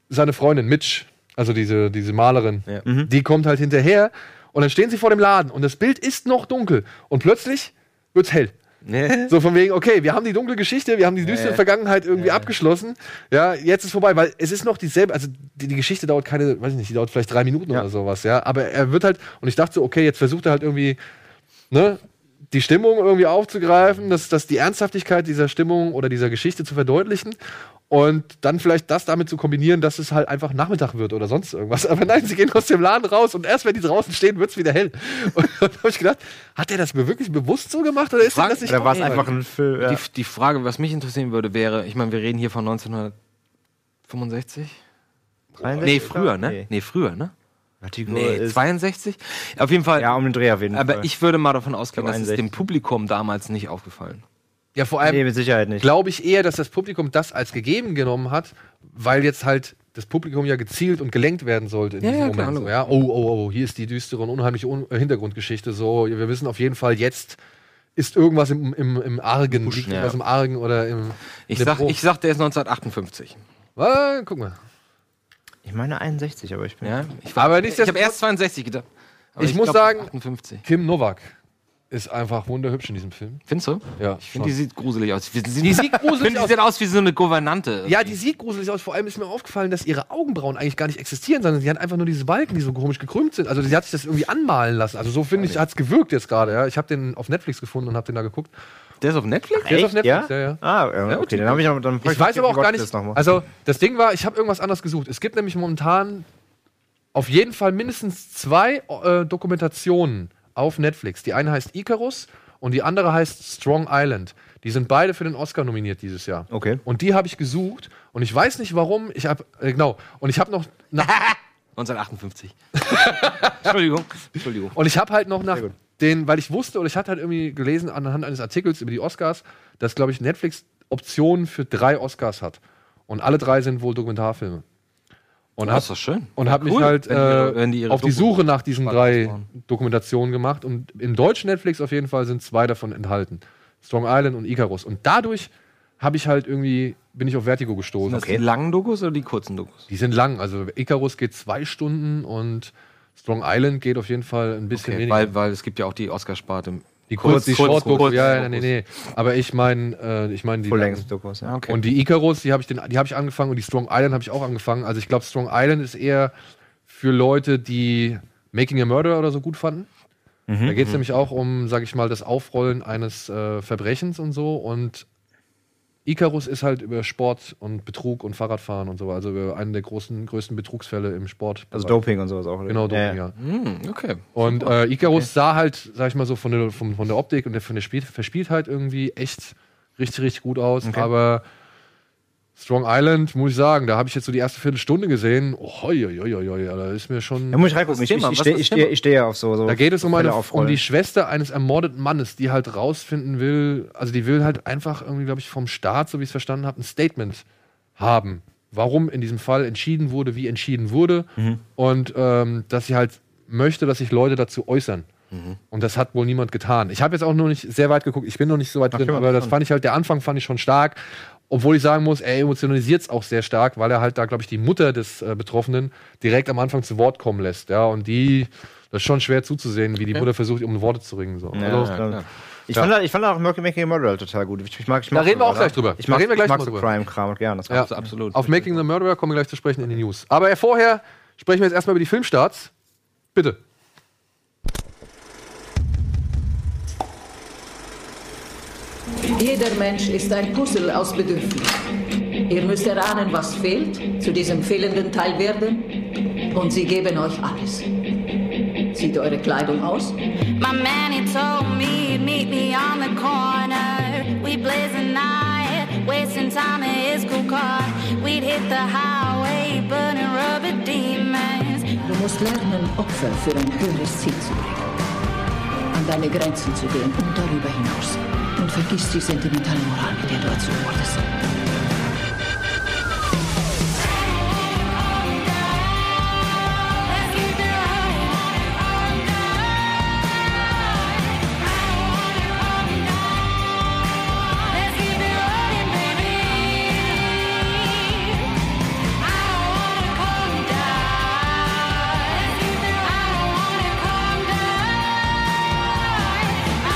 S1: seine Freundin Mitch, also diese, diese Malerin,
S3: Ja. Mhm.
S1: die kommt halt hinterher und dann stehen sie vor dem Laden und das Bild ist noch dunkel und plötzlich wird's hell.
S3: Nee.
S1: So von wegen, okay, wir haben die dunkle Geschichte, wir haben die düstere
S3: ja.
S1: Vergangenheit irgendwie abgeschlossen. Ja, jetzt ist vorbei, weil es ist noch dieselbe, also die, die Geschichte dauert keine, weiß ich nicht, die dauert vielleicht drei Minuten
S2: Ja.
S1: oder sowas, ja. Aber er wird halt, und ich dachte so, okay, jetzt versucht er halt irgendwie, ne, die Stimmung irgendwie aufzugreifen, dass, dass die Ernsthaftigkeit dieser Stimmung oder dieser Geschichte zu verdeutlichen und dann vielleicht das damit zu kombinieren, dass es halt einfach Nachmittag wird oder sonst irgendwas. Aber nein, sie gehen aus dem Laden raus und erst wenn die draußen stehen, wird es wieder hell. Und dann habe ich gedacht, hat er das mir wirklich bewusst so gemacht oder ist ihm
S3: Frank,
S1: das nicht
S2: Oder war es
S1: aufgefallen?
S2: einfach ein äh, Film?
S3: Die, die Frage, was mich interessieren würde, wäre, ich meine, wir reden hier von 1965? Nee, früher, ne? Nee, früher, ne?
S2: Vertigo
S3: Nee,
S2: ist,
S3: 62? Auf jeden Fall.
S2: ja, um den Dreh auf jeden Fall.
S3: aber ich würde mal davon ausgehen,
S2: Ich glaub,
S3: dass es dem
S2: 61.
S3: Publikum damals nicht aufgefallen.
S1: Ja, vor allem
S2: Nee, mit Sicherheit nicht.
S1: glaube ich eher, dass das Publikum das als gegeben genommen hat, weil jetzt halt das Publikum ja gezielt und gelenkt werden sollte in
S3: Ja,
S1: diesem
S3: ja, klar,
S1: Moment. So, ja,
S3: logisch.
S1: oh, oh, oh, hier ist die düstere und unheimliche Un äh, Hintergrundgeschichte. So, wir wissen auf jeden Fall, jetzt ist irgendwas im, im, im Argen, liegt
S3: ja.
S1: irgendwas im Argen oder im.
S3: Ich
S1: im
S3: sag,
S1: Pro.
S3: ich sag, der ist 1958.
S1: Ah, guck mal.
S2: Ich meine 61, aber ich bin.
S3: Ja? Ich,
S1: Aber
S3: ich habe
S1: nichtsdestotrotz,
S3: erst 62 gedacht. Aber
S1: Ich muss sagen-
S3: 58.
S1: Kim Novak ist einfach wunderhübsch in diesem Film.
S3: Findest du?
S1: Ja,
S3: Ich
S1: schon.
S3: finde, die sieht gruselig aus. Die, die sieht
S1: gruselig aus.
S3: Die sieht aus wie so eine Gouvernante.
S1: Ja, die sieht gruselig aus. Vor allem ist mir aufgefallen, dass ihre Augenbrauen eigentlich gar nicht existieren, sondern sie hat einfach nur diese Balken, die so komisch gekrümmt sind. Also sie hat sich das irgendwie anmalen lassen. Also so finde ich, hat es gewirkt jetzt gerade. Ja. Ich habe den auf Netflix gefunden und habe den da geguckt.
S3: Der ist auf Netflix?
S1: Der ist auf Netflix,
S2: ja?
S1: ja, ja.
S2: Ah, ja, okay, dann habe ich noch. Dann
S1: Ich weiß aber auch gar nicht.
S2: Nochmal.
S1: Also das Ding war, ich habe irgendwas anderes gesucht. Es gibt nämlich momentan auf jeden Fall mindestens zwei äh, Dokumentationen auf Netflix. Die eine heißt Icarus und die andere heißt Strong Island. Die sind beide für den Oscar nominiert dieses Jahr.
S2: Okay.
S1: Und die habe ich gesucht und ich weiß nicht warum. Ich habe äh, genau und ich habe noch nach,
S3: 1958. Entschuldigung. Entschuldigung.
S1: und ich habe halt noch nach
S2: Sehr gut.
S1: den, weil ich wusste oder ich hatte halt irgendwie gelesen anhand eines Artikels über die Oscars, dass glaube ich Netflix Optionen für drei Oscars hat und alle drei sind wohl Dokumentarfilme. Und
S3: Das
S1: hab,
S3: Ah, ist doch schön.
S1: und habe mich
S3: Cool,
S1: halt
S3: wenn die ihre-
S1: äh,
S3: wenn die ihre
S1: auf die
S3: Doku-
S1: Suche nach diesen
S3: Spannend
S1: drei
S3: machen.
S1: Dokumentationen gemacht und im deutschen Netflix auf jeden Fall sind zwei davon enthalten. Strong Island und Icarus. Und dadurch habe ich halt irgendwie, bin ich auf Vertigo gestoßen.
S3: Das die langen Dokus oder die kurzen Dokus?
S1: Die sind lang. Also Icarus geht zwei Stunden und Strong Island geht auf jeden Fall ein bisschen weniger.
S3: weil, weil es gibt ja auch die Oscar-Sparte.
S1: die kurz, die Short
S3: kurz, kurz,
S1: ja, ja,
S3: kurz.
S1: nee, nee. Aber ich meine, äh, ich meine die langen.
S2: Full-Length-Dokus, ja.
S3: Okay.
S1: Und die Icarus, die habe ich, den- die hab ich angefangen und die Strong Island habe ich auch angefangen. Also ich glaube, Strong Island ist eher für Leute, die Making a Murderer oder so gut fanden. Da geht es nämlich auch um, sage ich mal, das Aufrollen eines äh, Verbrechens und so. Und Icarus ist halt über Sport und Betrug und Fahrradfahren und so, also über einen der großen, größten Betrugsfälle im Sport.
S2: Also Doping und sowas auch. oder?
S1: Genau, Doping,
S2: Ja,
S1: ja.
S3: Hm, okay.
S1: Und äh, Icarus sah halt, sag ich mal so, von der, von, von der Optik und der, von der Spiel Verspieltheit irgendwie echt richtig, richtig gut aus. Aber Strong Island, muss ich sagen, da habe ich jetzt so die erste Viertelstunde gesehen. Oh, hoi, hoi, hoi, hoi, da ist mir schon.
S2: Da muss ich reingucken.
S3: Was
S2: Ich,
S3: ist
S2: ich,
S3: Thema?
S2: ich,
S3: Was
S2: stehe-
S3: ist
S2: ich,
S3: Thema?
S2: stehe- ich stehe ja auf so. so
S1: Da geht es um, eine,
S2: Also Fälle aufrollen.
S1: um die Schwester eines ermordeten Mannes, die halt rausfinden will, also die will halt einfach irgendwie, glaube ich, vom Staat, so wie ich es verstanden habe, ein Statement haben, warum in diesem Fall entschieden wurde, wie entschieden wurde
S2: Mhm.
S1: und ähm, dass sie halt möchte, dass sich Leute dazu äußern.
S2: Mhm.
S1: Und das hat wohl niemand getan. Ich habe jetzt auch noch nicht sehr weit geguckt, ich bin noch nicht so weit drin,
S2: okay,
S1: aber das
S2: interessant.
S1: fand ich halt, der Anfang fand ich schon stark. Obwohl ich sagen muss, er emotionalisiert es auch sehr stark, weil er halt da, glaube ich, die Mutter des äh, Betroffenen direkt am Anfang zu Wort kommen lässt. Ja, und die, das ist schon schwer zuzusehen, wie die Mutter versucht, um Worte zu ringen. So.
S2: Ja,
S1: also,
S2: ja,
S3: klar.
S2: klar. ich, fand, da- ich fand auch Making Making a Murderer total gut. Ich, ich mag, ich mag
S1: Da reden wir auch
S2: sowas,
S1: gleich drüber.
S2: Ich
S1: Da
S2: mag,
S1: reden wir gleich
S2: ich mag
S1: mal
S2: so
S1: drüber.
S2: Crime-Kram und gerne. Das
S1: ja.
S2: war's.
S3: absolut.
S1: Auf Making the Murderer kommen wir gleich zu sprechen in den News. Aber äh, vorher sprechen wir jetzt erstmal über die Filmstarts. Bitte.
S4: Jeder Mensch ist ein Puzzle aus Bedürfnissen. Ihr müsst erahnen, was fehlt, zu diesem fehlenden Teil werden, und sie geben euch alles. Sieht eure Kleidung aus?
S5: My man, he told me he'd meet me on the corner. We blaze a night, wasting time in his cool car. We'd hit the highway, burning rubber demons.
S4: Du musst lernen, Opfer für ein höheres Ziel zu bringen. An deine Grenzen zu gehen und darüber hinaus. Und vergiss die sentimentale Moral, mit der du erzogen wurdest.
S5: Let's keep it high. Let's keep it running, baby. I don't wanna come down. Let's keep it high. I don't wanna come down. I don't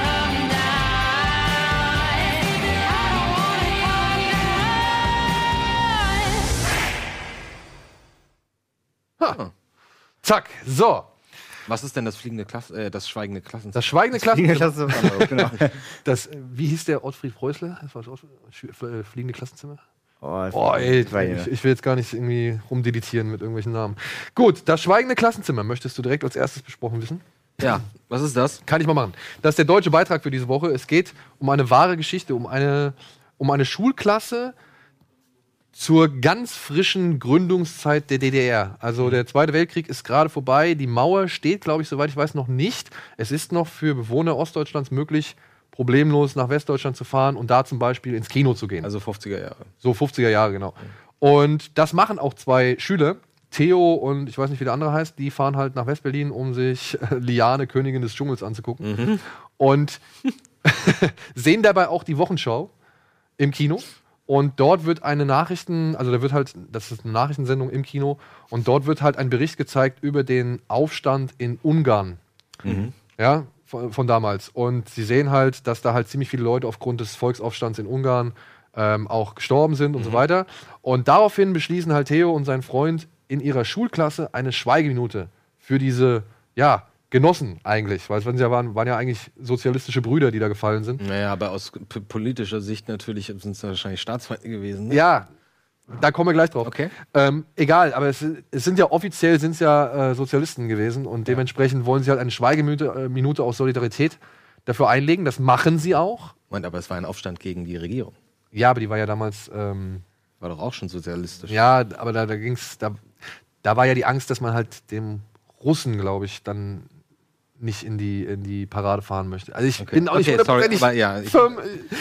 S5: wanna come down. Let's keep it high. I don't wanna come down.
S1: Zack. So.
S3: Was ist denn das fliegende Klass äh, das schweigende Klassen?
S1: Das schweigende Klassenzimmer.
S2: Das ist was anderes, genau.
S1: Das, äh, wie hieß der Ottfried Preußler? Das war das Ottfried- Schü- äh, Fliegende Klassenzimmer?
S2: Oh,
S1: Oh, ey,
S2: das war ja-
S1: ich, ich will jetzt gar nicht irgendwie rumdeletieren mit irgendwelchen Namen. Gut, das Schweigende Klassenzimmer möchtest du direkt als erstes besprochen wissen?
S3: ja, was ist das?
S1: Kann ich mal machen. Das ist der deutsche Beitrag für diese Woche. Es geht um eine wahre Geschichte, um eine, um eine Schulklasse zur ganz frischen Gründungszeit der DDR.
S2: Mhm.
S1: Also der Zweite Weltkrieg ist gerade vorbei. Die Mauer steht, glaube ich, soweit ich weiß, noch nicht. Es ist noch für Bewohner Ostdeutschlands möglich, problemlos nach Westdeutschland zu fahren und da zum Beispiel ins Kino zu gehen.
S3: Also 50er Jahre.
S1: So 50er Jahre, genau. Und das machen auch zwei Schüler. Theo und ich weiß nicht, wie der andere heißt, die fahren halt nach Westberlin, um sich Liane, Königin des Dschungels, anzugucken. Und sehen dabei auch die Wochenschau im Kino. Und dort wird eine Nachrichten, also da wird halt, das ist eine Nachrichtensendung im Kino, und dort wird halt ein Bericht gezeigt über den Aufstand in Ungarn. Ja, von, von damals. Und sie sehen halt, dass da halt ziemlich viele Leute aufgrund des Volksaufstands in Ungarn ähm, auch gestorben sind und so weiter. Und daraufhin beschließen halt Theo und sein Freund in ihrer Schulklasse eine Schweigeminute für diese, ja, Genossen eigentlich, weil es waren ja, waren, waren ja eigentlich sozialistische Brüder, die da gefallen sind.
S3: Naja, aber aus p- politischer Sicht natürlich sind es wahrscheinlich Staatsfeinde gewesen. Ne?
S1: Ja, da kommen wir gleich drauf.
S3: Okay.
S1: Ähm, egal, aber es, es sind ja offiziell sind's ja äh, Sozialisten gewesen und dementsprechend wollen sie halt eine Schweigeminute äh, Minute aus Solidarität dafür einlegen. Das machen sie auch.
S3: Moment, aber es war ein Aufstand gegen die Regierung.
S1: Ja, aber die war ja damals, ähm,
S3: War doch auch schon sozialistisch.
S1: ja, aber da, da ging's, da, da war ja die Angst, dass man halt dem Russen, glaube ich, dann nicht in die, in die Parade fahren möchte. Also ich
S3: Okay.
S1: bin auch nicht
S3: Okay, sorry,
S1: hundertprozentig
S3: aber ja, ich-
S1: firm.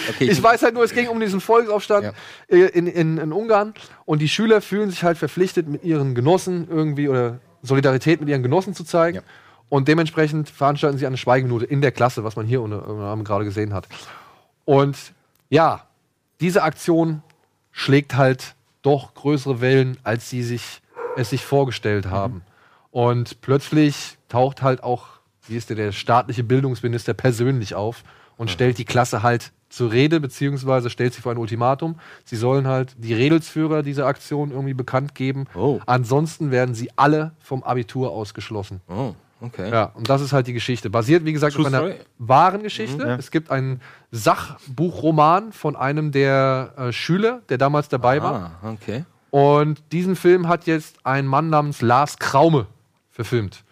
S3: Okay,
S1: ich,
S3: ich-
S1: weiß halt nur, es ging um diesen Volksaufstand äh, in, in, in Ungarn und die Schüler fühlen sich halt verpflichtet, mit ihren Genossen irgendwie oder Solidarität mit ihren Genossen zu zeigen.
S3: Ja.
S1: Und dementsprechend veranstalten sie eine Schweigeminute in der Klasse, was man hier unter, unter anderem gerade gesehen hat. Und ja, diese Aktion schlägt halt doch größere Wellen, als sie sich, es sich vorgestellt haben. Und plötzlich taucht halt auch, wie ist der, der staatliche Bildungsminister persönlich auf und stellt die Klasse halt zur Rede, beziehungsweise stellt sie vor ein Ultimatum. Sie sollen halt die Redelsführer dieser Aktion irgendwie bekannt geben.
S3: Oh.
S1: Ansonsten werden sie alle vom Abitur ausgeschlossen.
S3: Oh, okay.
S1: Ja, und das ist halt die Geschichte. Basiert, wie gesagt,
S3: True
S1: auf einer
S3: story.
S1: wahren Geschichte. Es gibt einen Sachbuchroman von einem der äh, Schüler, der damals dabei war.
S3: Ah, okay.
S1: Und diesen Film hat jetzt ein Mann namens Lars Kraume verfilmt.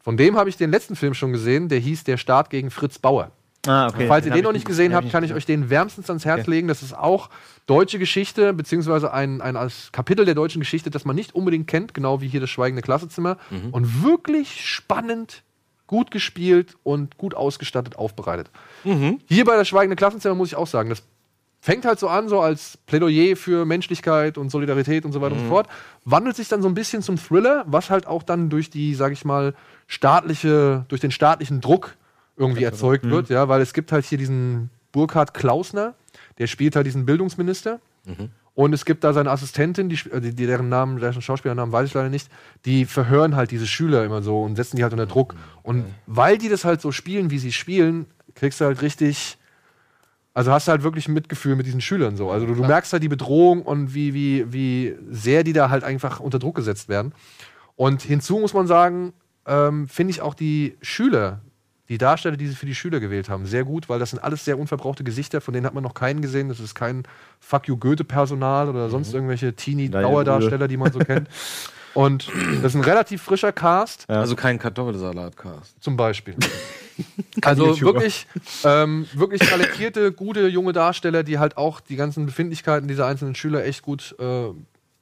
S1: Von dem habe ich den letzten Film schon gesehen, der hieß Der Staat gegen Fritz Bauer.
S2: Ah, okay.
S1: Falls ihr
S2: hab
S1: den
S2: ich
S1: noch nicht gesehen
S2: hab
S1: habt, kann ich euch den wärmstens ans Herz legen. Das ist auch deutsche Geschichte, beziehungsweise ein, ein als Kapitel der deutschen Geschichte, das man nicht unbedingt kennt, genau wie hier das Schweigende Klassenzimmer. Und wirklich spannend, gut gespielt und gut ausgestattet aufbereitet. Hier bei das Schweigende Klassenzimmer muss ich auch sagen, das fängt halt so an, so als Plädoyer für Menschlichkeit und Solidarität und so weiter und so fort, wandelt sich dann so ein bisschen zum Thriller, was halt auch dann durch die, sag ich mal, staatliche, durch den staatlichen Druck irgendwie erzeugt wird, ja, weil es gibt halt hier diesen Burkhard Klausner, der spielt halt diesen Bildungsminister. Und es gibt da seine Assistentin, die, sp- äh, die, deren Namen, deren Schauspielernamen weiß ich leider nicht, die verhören halt diese Schüler immer so und setzen die halt unter Druck. Und weil die das halt so spielen, wie sie spielen, kriegst du halt richtig, also hast du halt wirklich Mitgefühl mit diesen Schülern so. Also du, du merkst halt die Bedrohung und wie, wie, wie sehr die da halt einfach unter Druck gesetzt werden. Und hinzu muss man sagen, ähm, finde ich auch die Schüler, die Darsteller, die sie für die Schüler gewählt haben, sehr gut, weil das sind alles sehr unverbrauchte Gesichter, von denen hat man noch keinen gesehen. Das ist kein Fuck you Goethe-Personal oder sonst irgendwelche Teenie-Dauerdarsteller, die man so kennt. Und das ist ein relativ frischer Cast
S3: Also kein Kartoffelsalat-Cast.
S1: zum Beispiel. also
S2: YouTuber.
S1: wirklich, ähm, wirklich talentierte, gute junge Darsteller, die halt auch die ganzen Befindlichkeiten dieser einzelnen Schüler echt gut äh,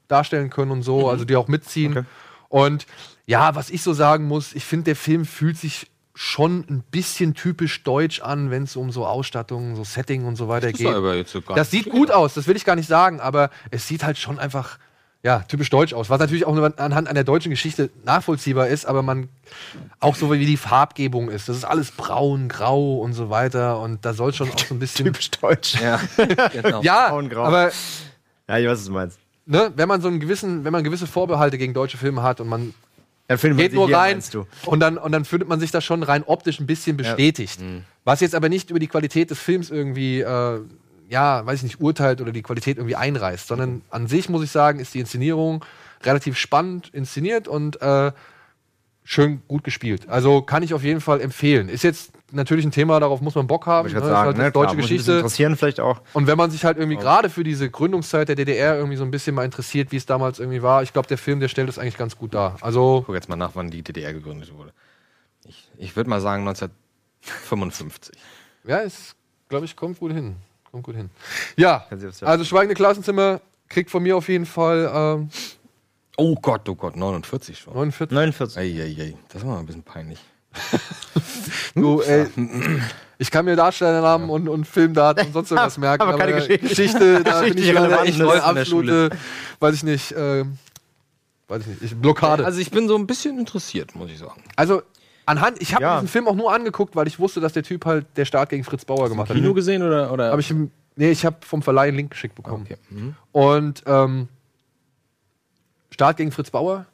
S1: darstellen können und so, also die auch mitziehen. Und ja, was ich so sagen muss, ich finde, der Film fühlt sich schon ein bisschen typisch deutsch an, wenn es um so Ausstattung, so Setting und so weiter
S3: ist
S1: geht.
S3: aber jetzt so gar
S1: das
S3: nicht
S1: sieht gut aus, das will ich gar nicht sagen, aber es sieht halt schon einfach ja, typisch deutsch aus, was natürlich auch nur anhand einer deutschen Geschichte nachvollziehbar ist, aber man auch so wie die Farbgebung ist, das ist alles braun, grau und so weiter und da soll schon auch so ein bisschen
S2: Typisch deutsch. Ja.
S3: Ja, genau.
S1: ja,
S2: Braun, grau.
S1: aber
S2: ich weiß, was du meinst.
S1: ne, wenn man so einen gewissen, wenn man gewisse Vorbehalte gegen deutsche Filme hat und man
S2: Dann findet man
S1: geht
S2: sie
S1: nur
S2: hier,
S1: rein
S2: meinst du.
S1: und dann und dann fühlt man sich da schon rein optisch ein bisschen bestätigt.
S2: Mhm.
S1: Was jetzt aber nicht über die Qualität des Films irgendwie äh, ja, weiß ich nicht, urteilt oder die Qualität irgendwie einreißt, sondern an sich muss ich sagen, ist die Inszenierung relativ spannend inszeniert und äh, schön gut gespielt. Also kann ich auf jeden Fall empfehlen. Ist jetzt natürlich ein Thema, darauf muss man Bock haben.
S2: Wollte ich
S1: ne?
S2: gerade
S1: Ist
S2: sagen,
S1: halt
S2: ne?
S1: eine deutsche
S2: Klar, muss ein bisschen
S1: Geschichte.
S2: interessieren vielleicht auch.
S1: Und wenn man sich halt irgendwie gerade für diese Gründungszeit der DDR irgendwie so ein bisschen mal interessiert, wie es damals irgendwie war, ich glaube, der Film, der stellt das eigentlich ganz gut dar. Also
S3: guck jetzt mal nach, wann die DDR gegründet wurde. Ich, ich würde mal sagen 1955.
S1: Ja, es, glaube ich, kommt gut hin. Kommt gut hin. Ja,
S2: Kann sie aufs Jahr
S1: also Schweigende Klassenzimmer kriegt von mir auf jeden Fall ähm,
S3: Oh Gott, oh Gott, 49 schon.
S1: 49.
S2: 49.
S3: Eieiei, das war mal ein bisschen peinlich.
S1: Du, ey, ich kann mir Darstellernamen und, und Filmdaten und sonst irgendwas merken,
S2: Aber keine Geschichte.
S1: Geschichte, da bin ich
S2: Geschichtlich
S1: leider
S2: relevant
S1: echt
S2: ist in
S1: voll
S2: der
S1: absolute, weiß ich nicht, ähm, weiß ich nicht, ich, Blockade.
S3: Also ich bin so ein bisschen interessiert, muss ich sagen.
S1: Also anhand, ich habe
S2: Ja.
S1: diesen Film auch nur angeguckt, weil ich wusste, dass der Typ halt der Start gegen Fritz Bauer gemacht hat.
S3: Kino gesehen oder? oder?
S1: Hab ich, im- nee, ich habe vom Verleih einen Link geschickt bekommen.
S3: Okay. mhm.
S1: Und ähm, Start gegen Fritz Bauer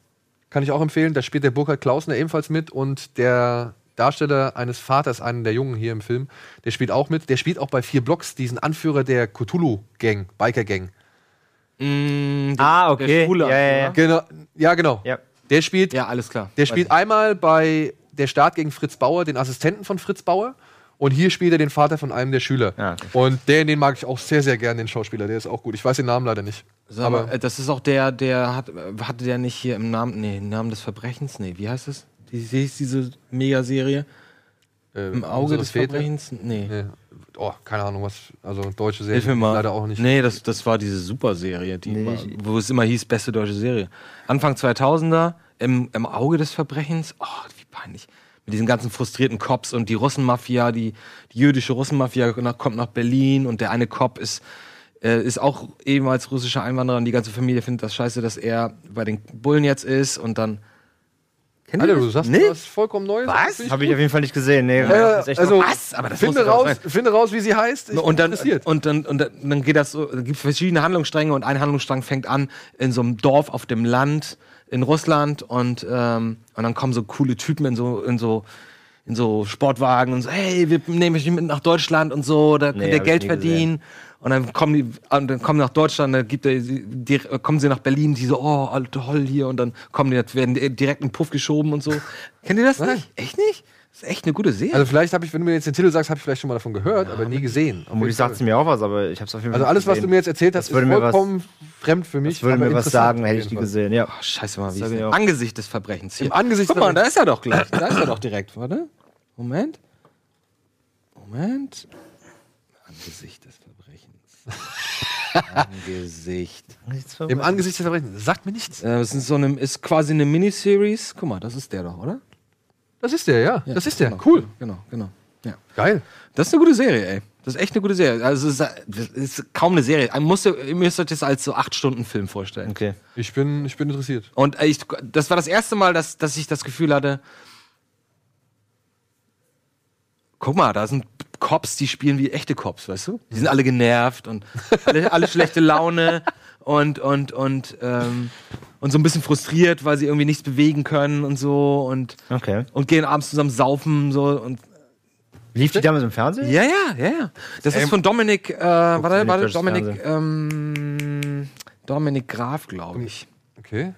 S1: kann ich auch empfehlen. Da spielt der Burkhard Klausner ebenfalls mit und der Darsteller eines Vaters, einen der Jungen hier im Film, der spielt auch mit. Der spielt auch bei vier Blocks diesen Anführer der Cthulhu-Gang, Biker-Gang.
S3: Mm, der-
S2: Ah,
S3: Der
S2: okay.
S3: Schwule, ne?
S2: Ja, ja, ja.
S1: Genau, ja, genau.
S2: Ja.
S1: Der spielt
S3: ja, alles klar.
S1: der spielt einmal bei Der Staat gegen Fritz Bauer, den Assistenten von Fritz Bauer. Und hier spielt er den Vater von einem der Schüler.
S2: Ja.
S1: Und den, den mag ich auch sehr, sehr gern, den Schauspieler. Der ist auch gut. Ich weiß den Namen leider nicht.
S3: So, aber äh, das ist auch der, der hat, äh, hatte der nicht hier im Namen, nee, im Namen des Verbrechens, nee, wie heißt es? Die, die, hieß diese Megaserie
S1: Äh,
S3: im Auge
S1: unsere
S3: des
S1: Väter-
S3: Verbrechens, nee.
S1: Nee. Oh, keine Ahnung, was. Also, deutsche Serie.
S3: Hilf mir mal.
S1: Leider auch nicht.
S3: Nee, das, das war diese Superserie, die
S2: Nee,
S3: immer-
S2: ich-
S3: wo es immer hieß, beste deutsche Serie. Anfang 2000er, im, im Auge des Verbrechens, oh, wie peinlich. Mit diesen ganzen frustrierten Cops und die Russenmafia, die, die jüdische Russenmafia nach, kommt nach Berlin und der eine Cop ist, äh, ist auch ehemals russischer Einwanderer und die ganze Familie findet das scheiße, dass er bei den Bullen jetzt ist und dann. Kennt
S1: Alter,
S3: ihr
S1: du
S3: das?
S1: sagst
S3: Nee.
S1: was vollkommen Neues.
S3: Was?
S1: Das finde
S2: Habe ich auf jeden Fall nicht gesehen. Nee,
S1: Äh,
S2: das ist echt
S1: also,
S3: Was? Aber das muss
S1: finde
S3: doch
S1: raus,
S3: sein.
S1: finde raus, wie sie heißt. Ich
S3: und
S1: bin
S3: dann,
S1: interessiert.
S3: und, dann, und, dann, dann geht das so, da gibt es verschiedene Handlungsstränge und ein Handlungsstrang fängt an in so einem Dorf auf dem Land in Russland und, ähm, und dann kommen so coole Typen in so, in so, in so Sportwagen und so, hey, wir nehmen euch mit nach Deutschland und so, da könnt
S2: Nee,
S3: ihr
S2: hab ich
S3: Geld
S2: nie
S3: verdienen. Und dann kommen die, und dann kommen nach Deutschland, dann gibt er, die, die, kommen sie nach Berlin, die so, oh, alle toll hier und dann kommen die, jetzt werden die direkt in den Puff geschoben und so. Kennt ihr das
S1: Nein.
S3: nicht? Echt nicht? Das ist echt eine gute Serie.
S1: also vielleicht habe ich, wenn du mir jetzt den Titel sagst, habe ich vielleicht schon mal davon gehört, aber nie gesehen. Auf
S2: Vermutlich
S1: jeden Fall.
S2: sagt sie mir auch was, aber ich habe es auf jeden Fall
S1: Also alles, was du mir jetzt erzählt hast,
S2: Hm, Das würde
S1: ist
S2: mir was-
S1: vollkommen fremd für mich.
S2: Ich würde
S1: aber
S2: mir was
S1: interessant
S2: sagen,
S1: auf
S2: hätte
S1: jeden
S2: ich nie
S1: Fall.
S2: gesehen, ja.
S3: Scheiße mal,
S2: Das
S3: wie ich
S2: hab ich
S3: Im
S2: auch.
S3: Angesicht des Verbrechens hier.
S1: Im Angesicht
S3: Guck mal,
S1: des
S3: da ist er doch gleich. Da ist er doch direkt, warte. Moment. Moment. Angesicht des Verbrechens. Angesicht.
S1: Im Angesicht des Verbrechens. Sagt mir nichts.
S3: Äh, das ist, so eine, ist quasi eine Miniseries. Guck mal, das ist der doch, oder?
S1: Das ist der, ja. das ist der.
S3: genau.
S1: Cool.
S3: Genau, genau. Ja.
S1: Geil.
S3: Das ist eine gute Serie, ey. Das ist echt eine gute Serie. Also, es ist, das ist kaum eine Serie. Ihr müsst, ihr müsst euch das als so 8-Stunden-Film vorstellen.
S2: Okay.
S1: Ich bin, ich bin interessiert.
S3: Und ich, das war das erste Mal, dass, dass ich das Gefühl hatte, guck mal, da sind Cops, die spielen wie echte Cops, weißt du? Die sind alle genervt und alle, alle schlechte Laune und, und, und, ähm, und so ein bisschen frustriert, weil sie irgendwie nichts bewegen können und so und,
S2: Okay.
S3: und gehen abends zusammen saufen so und
S2: Lief die damals im Fernsehen?
S3: ja, ja, ja, ja. Das ist von Dominik, äh, warte,
S2: nicht
S3: warte,
S2: deutsches
S3: Dominik, ähm, Dominik Graf, glaube ich.
S1: Okay.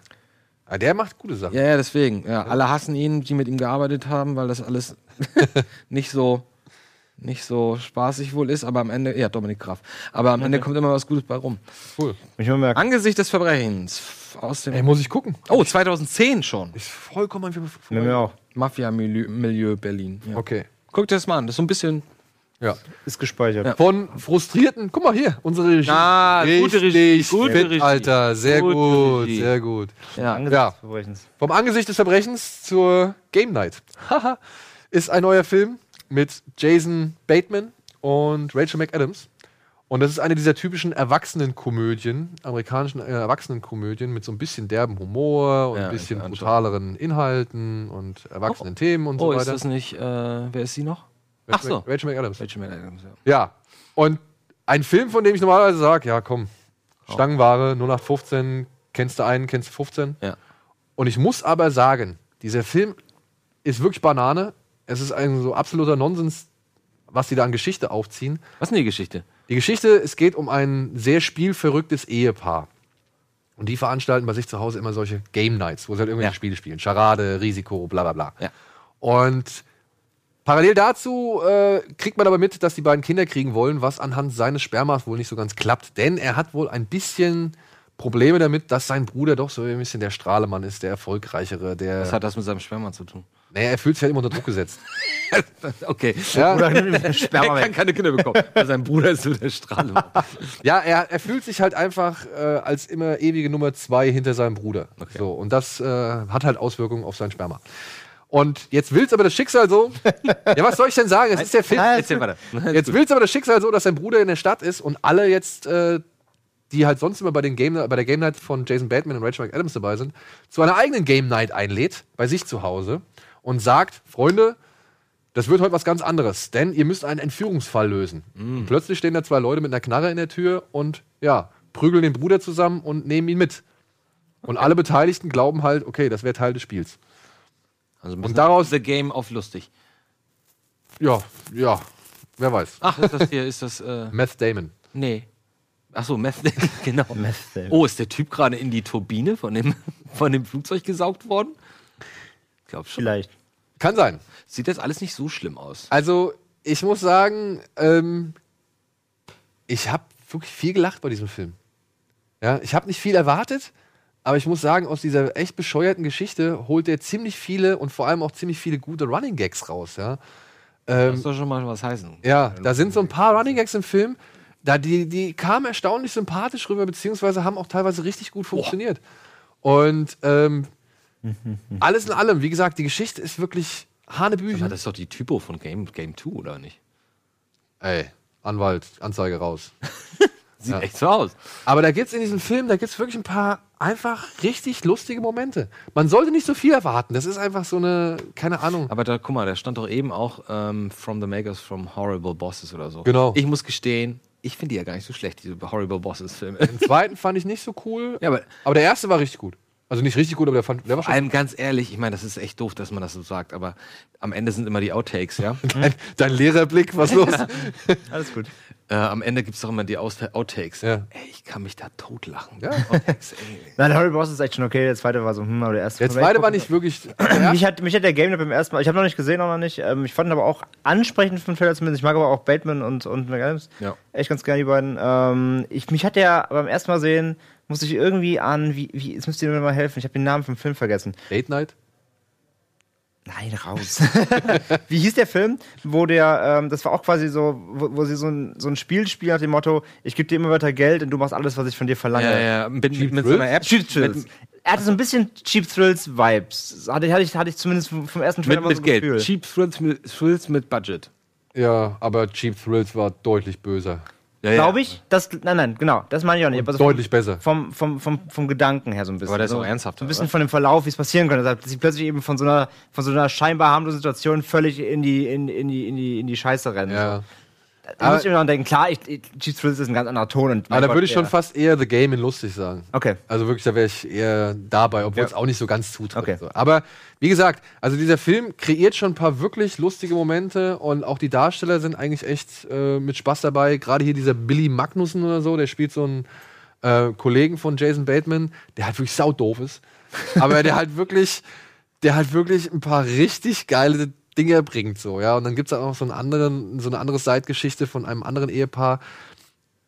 S1: Ah, der macht gute Sachen.
S3: Ja, ja, deswegen. Ja, alle hassen ihn, die mit ihm gearbeitet haben, weil das alles nicht so nicht so spaßig wohl ist, aber am Ende, ja, Dominik Graf. Aber am Ende kommt immer was Gutes bei rum.
S1: Cool.
S2: Muss Ich mal merken.
S3: Angesicht des Verbrechens f- aus
S1: Ey,
S3: dem
S1: muss ich gucken.
S3: Oh, 2010 schon.
S1: Ist vollkommen
S2: Mir mir auch.
S3: Mafia Milieu, Milieu Berlin. Ja.
S1: Okay.
S3: Guckt das mal an, das ist so ein bisschen
S1: Ja.
S2: Ist gespeichert.
S1: Von frustrierten. Guck mal hier, unsere Regie.
S3: Ah, gute Regie, gute
S1: fit,
S3: Regie.
S1: Alter, sehr
S3: Gute
S1: gut,
S3: Regie.
S1: sehr gut.
S3: ja.
S2: Angesicht
S1: Ja.
S2: des Verbrechens.
S1: Vom Angesicht des Verbrechens zur Game Night. Haha. ist ein neuer Film mit Jason Bateman und Rachel McAdams. Und das ist eine dieser typischen Erwachsenenkomödien, amerikanischen äh, Erwachsenenkomödien mit so ein bisschen derben Humor und
S3: Ja,
S1: ein
S3: ich
S1: bisschen
S3: will anschauen.
S1: brutaleren Inhalten und erwachsenen Themen und
S3: Oh,
S1: so
S3: ist
S1: weiter.
S3: das nicht äh, wer ist sie noch? Ach
S1: Rachel,
S3: so.
S1: Mc- Rachel McAdams.
S3: Rachel McAdams, ja.
S1: Ja. Und ein Film, von dem ich normalerweise sage, ja komm,
S3: Oh.
S1: Stangenware, 0815, kennst du einen, kennst du 15.
S3: Ja.
S1: Und ich muss aber sagen, dieser Film ist wirklich Banane. Es ist ein so absoluter Nonsens, was die da an Geschichte aufziehen.
S3: Was ist denn die Geschichte?
S1: Die Geschichte, es geht um ein sehr spielverrücktes Ehepaar. Und die veranstalten bei sich zu Hause immer solche Game Nights, wo sie halt irgendwelche
S3: Ja.
S1: Spiele spielen. Charade, Risiko, bla bla bla.
S3: Ja.
S1: Und parallel dazu äh, kriegt man aber mit, dass die beiden Kinder kriegen wollen, was anhand seines Spermas wohl nicht so ganz klappt. Denn er hat wohl ein bisschen Probleme damit, dass sein Bruder doch so ein bisschen der Strahlemann ist, der Erfolgreichere, der.
S3: Was hat das mit seinem Sperma zu tun?
S1: naja, er fühlt sich halt immer unter Druck gesetzt.
S3: Okay.
S1: ja?
S2: Oder nimm den Sperma
S3: Er kann
S2: weg.
S3: keine Kinder bekommen. weil Sein Bruder ist so der Strahlmann.
S1: Ja, er, er fühlt sich halt einfach äh, als immer ewige Nummer zwei hinter seinem Bruder. So, und das äh, hat halt Auswirkungen auf sein Sperma. Und jetzt will's aber das Schicksal so. ja, was soll ich denn sagen? Es ist der Film.
S3: Erzähl weiter.
S1: Jetzt will's aber das Schicksal so, dass sein Bruder in der Stadt ist und alle jetzt, äh, die halt sonst immer bei, den Game, bei der Game Night von Jason Bateman und Rachel McAdams dabei sind, zu einer eigenen Game Night einlädt, bei sich zu Hause und sagt: Freunde, das wird heute was ganz anderes, denn ihr müsst einen Entführungsfall lösen. Und Plötzlich stehen da zwei Leute mit einer Knarre in der Tür und ja, prügeln den Bruder zusammen und nehmen ihn mit. Und alle Beteiligten glauben halt, okay, das wäre Teil des Spiels.
S3: Also
S1: Und
S3: und
S1: daraus-
S3: daraus The Game auf lustig.
S1: Ja, ja, wer weiß.
S3: Ach, ist das hier, ist das, äh,
S1: Meth Damon.
S3: nee. Achso, Meth, genau.
S2: Meth, ey.
S3: Oh, ist der Typ gerade in die Turbine von dem, von dem Flugzeug gesaugt worden? Ich glaube schon.
S2: Vielleicht.
S1: Kann sein.
S3: Sieht jetzt alles nicht so schlimm aus.
S1: Also, ich muss sagen, ähm, ich habe wirklich viel gelacht bei diesem Film. Ja, ich habe nicht viel erwartet, aber ich muss sagen, aus dieser echt bescheuerten Geschichte holt er ziemlich viele und vor allem auch ziemlich viele gute Running Gags raus. Ja,
S3: Das soll schon mal was heißen.
S1: ja da sind so ein paar Running Gags im Film, da die, die kamen erstaunlich sympathisch rüber, beziehungsweise haben auch teilweise richtig gut funktioniert. Und ähm, alles in allem, wie gesagt, die Geschichte ist wirklich
S3: Aber
S1: Hanebüchen.
S3: das ist doch die Typo von Game, Game 2, oder nicht?
S1: Ey, Anwalt, Anzeige raus.
S3: Sieht echt so aus.
S1: Aber da gibt's in diesem Film, da gibt's wirklich ein paar einfach richtig lustige Momente. Man sollte nicht so viel erwarten. Das ist einfach so eine, keine Ahnung.
S3: Aber da, guck mal, da stand doch eben auch ähm, From the Makers from Horrible Bosses oder so.
S1: Genau.
S3: Ich muss gestehen, ich finde die ja gar nicht so schlecht, diese Horrible Bosses-Filme.
S1: Den zweiten fand ich nicht so cool.
S3: Ja, aber-
S1: der erste war richtig gut. Also nicht richtig gut, aber der, fand, der war schon.
S3: Vor allem ganz ehrlich, ich meine, das ist echt doof, dass man das so sagt, aber am Ende sind immer die Outtakes, ja?
S1: Dein, dein leerer Blick, was los?
S2: Alles gut.
S3: äh, am Ende gibt es doch immer die Aus Outtakes.
S1: Ja.
S3: Ey, ich kann mich da totlachen.
S1: Ja.
S3: Outtakes, ey.
S2: Nein, Harry Boss ist echt schon okay. Der zweite war so, hm, aber der erste
S1: Der
S2: Mal-
S1: zweite war nicht wirklich.
S2: Mich hat, mich hat der Game Lab beim ersten Mal, ich habe noch nicht gesehen, auch noch nicht. Ähm, ich fand ihn aber auch ansprechend von Trailer zumindest. Ich mag aber auch Bateman und, und McAdams.
S3: Ja.
S2: Echt ganz gerne, die beiden. Ähm, ich, mich hat der beim ersten Mal sehen, musste ich irgendwie an, wie, wie, jetzt müsst ihr mir mal helfen. Ich habe den Namen vom Film vergessen.
S1: Date Night?
S2: Nein, raus. Wie hieß der Film, wo der, ähm, das war auch quasi so, wo, wo sie so ein, so ein Spiel spielen nach dem Motto, ich gebe dir immer weiter Geld und du machst alles, was ich von dir verlange.
S3: Ja, ja, mit, mit, mit so
S1: Thrills?
S3: einer App.
S2: Cheap Thrills.
S3: Mit,
S2: Er hatte so ein bisschen Cheap Thrills Vibes. Hatte, hatte, ich, hatte ich zumindest vom vom ersten Trailer
S3: mit,
S2: mal
S3: mit
S2: so ein
S3: Geld.
S2: Gefühl.
S3: Cheap Thrills mit, Thrills mit Budget.
S1: Ja, aber Cheap Thrills war deutlich böser.
S3: Ja, ja.
S2: Glaube ich, das, nein, nein, genau, das meine ich auch nicht. Also vom-
S1: Deutlich besser.
S2: Vom, vom, vom, vom Gedanken her so ein bisschen.
S3: Aber der ist
S2: so,
S3: auch ernsthafter,
S2: So ein bisschen
S3: oder?
S2: von dem Verlauf, wie es passieren könnte. Also, Dass sie plötzlich eben von so einer, von so einer scheinbar harmlosen Situation völlig in die, in, in die, in die, in die Scheiße rennen.
S1: Ja.
S2: Da muss ich mir noch denken, klar, ich, ich, Cheap Thrills ist ein ganz anderer Ton. Und mein
S1: Aber da
S2: Gott,
S1: würde ich schon
S2: der-
S1: fast eher The Game in lustig sagen.
S2: Okay.
S1: Also wirklich, da wäre ich eher dabei, obwohl es auch nicht so ganz zutrifft.
S2: Okay.
S1: So. Aber wie gesagt, also dieser Film kreiert schon ein paar wirklich lustige Momente und auch die Darsteller sind eigentlich echt äh, mit Spaß dabei. Gerade hier dieser Billy Magnussen oder so, der spielt so einen äh, Kollegen von Jason Bateman, der halt wirklich saudoof ist. aber der halt wirklich, der halt wirklich ein paar richtig geile Dinge bringt, so, ja. Und dann gibt es auch noch so, einen anderen, so eine andere Seitgeschichte von einem anderen Ehepaar,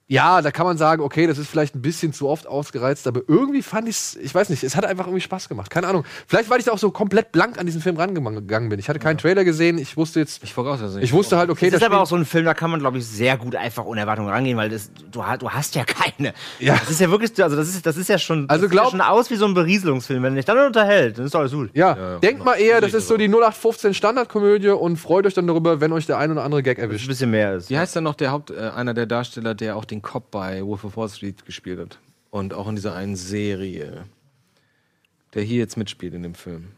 S1: ja, da kann man sagen, okay, das ist vielleicht ein bisschen zu oft ausgereizt, aber irgendwie fand ich's, ich weiß nicht, es hat einfach irgendwie Spaß gemacht. Keine Ahnung. Vielleicht, weil ich da auch so komplett blank an diesen Film rangegangen bin. Ich hatte keinen Trailer gesehen, ich wusste jetzt,
S3: Ich voraussehe
S1: ich wusste halt, okay,
S2: Das ist
S1: das
S2: aber auch so ein Film, da kann man, glaube ich, sehr gut einfach ohne Erwartung rangehen, weil das, du, ha- du hast ja keine.
S1: Ja.
S2: Das ist ja wirklich, also das ist, das ist ja schon,
S1: Also
S2: das sieht ja
S1: glaub-
S2: schon aus wie so ein Berieselungsfilm. Wenn dich dann unterhält, dann ist doch alles gut.
S1: ja,
S3: ja, genau.
S1: denkt mal
S3: sehe
S1: eher,
S3: ich
S1: das
S3: das
S1: ist so
S3: auch.
S1: die 0815 Standardkomödie und freut euch dann darüber, wenn euch der ein oder andere Gag
S2: Ein
S1: erwischt.
S2: bisschen mehr ist.
S3: Wie heißt denn noch der Haupt, äh, einer der Darsteller, der auch den Cop bei Wolf of Wall Street gespielt hat? Und auch in dieser einen Serie. Der hier jetzt mitspielt in dem Film.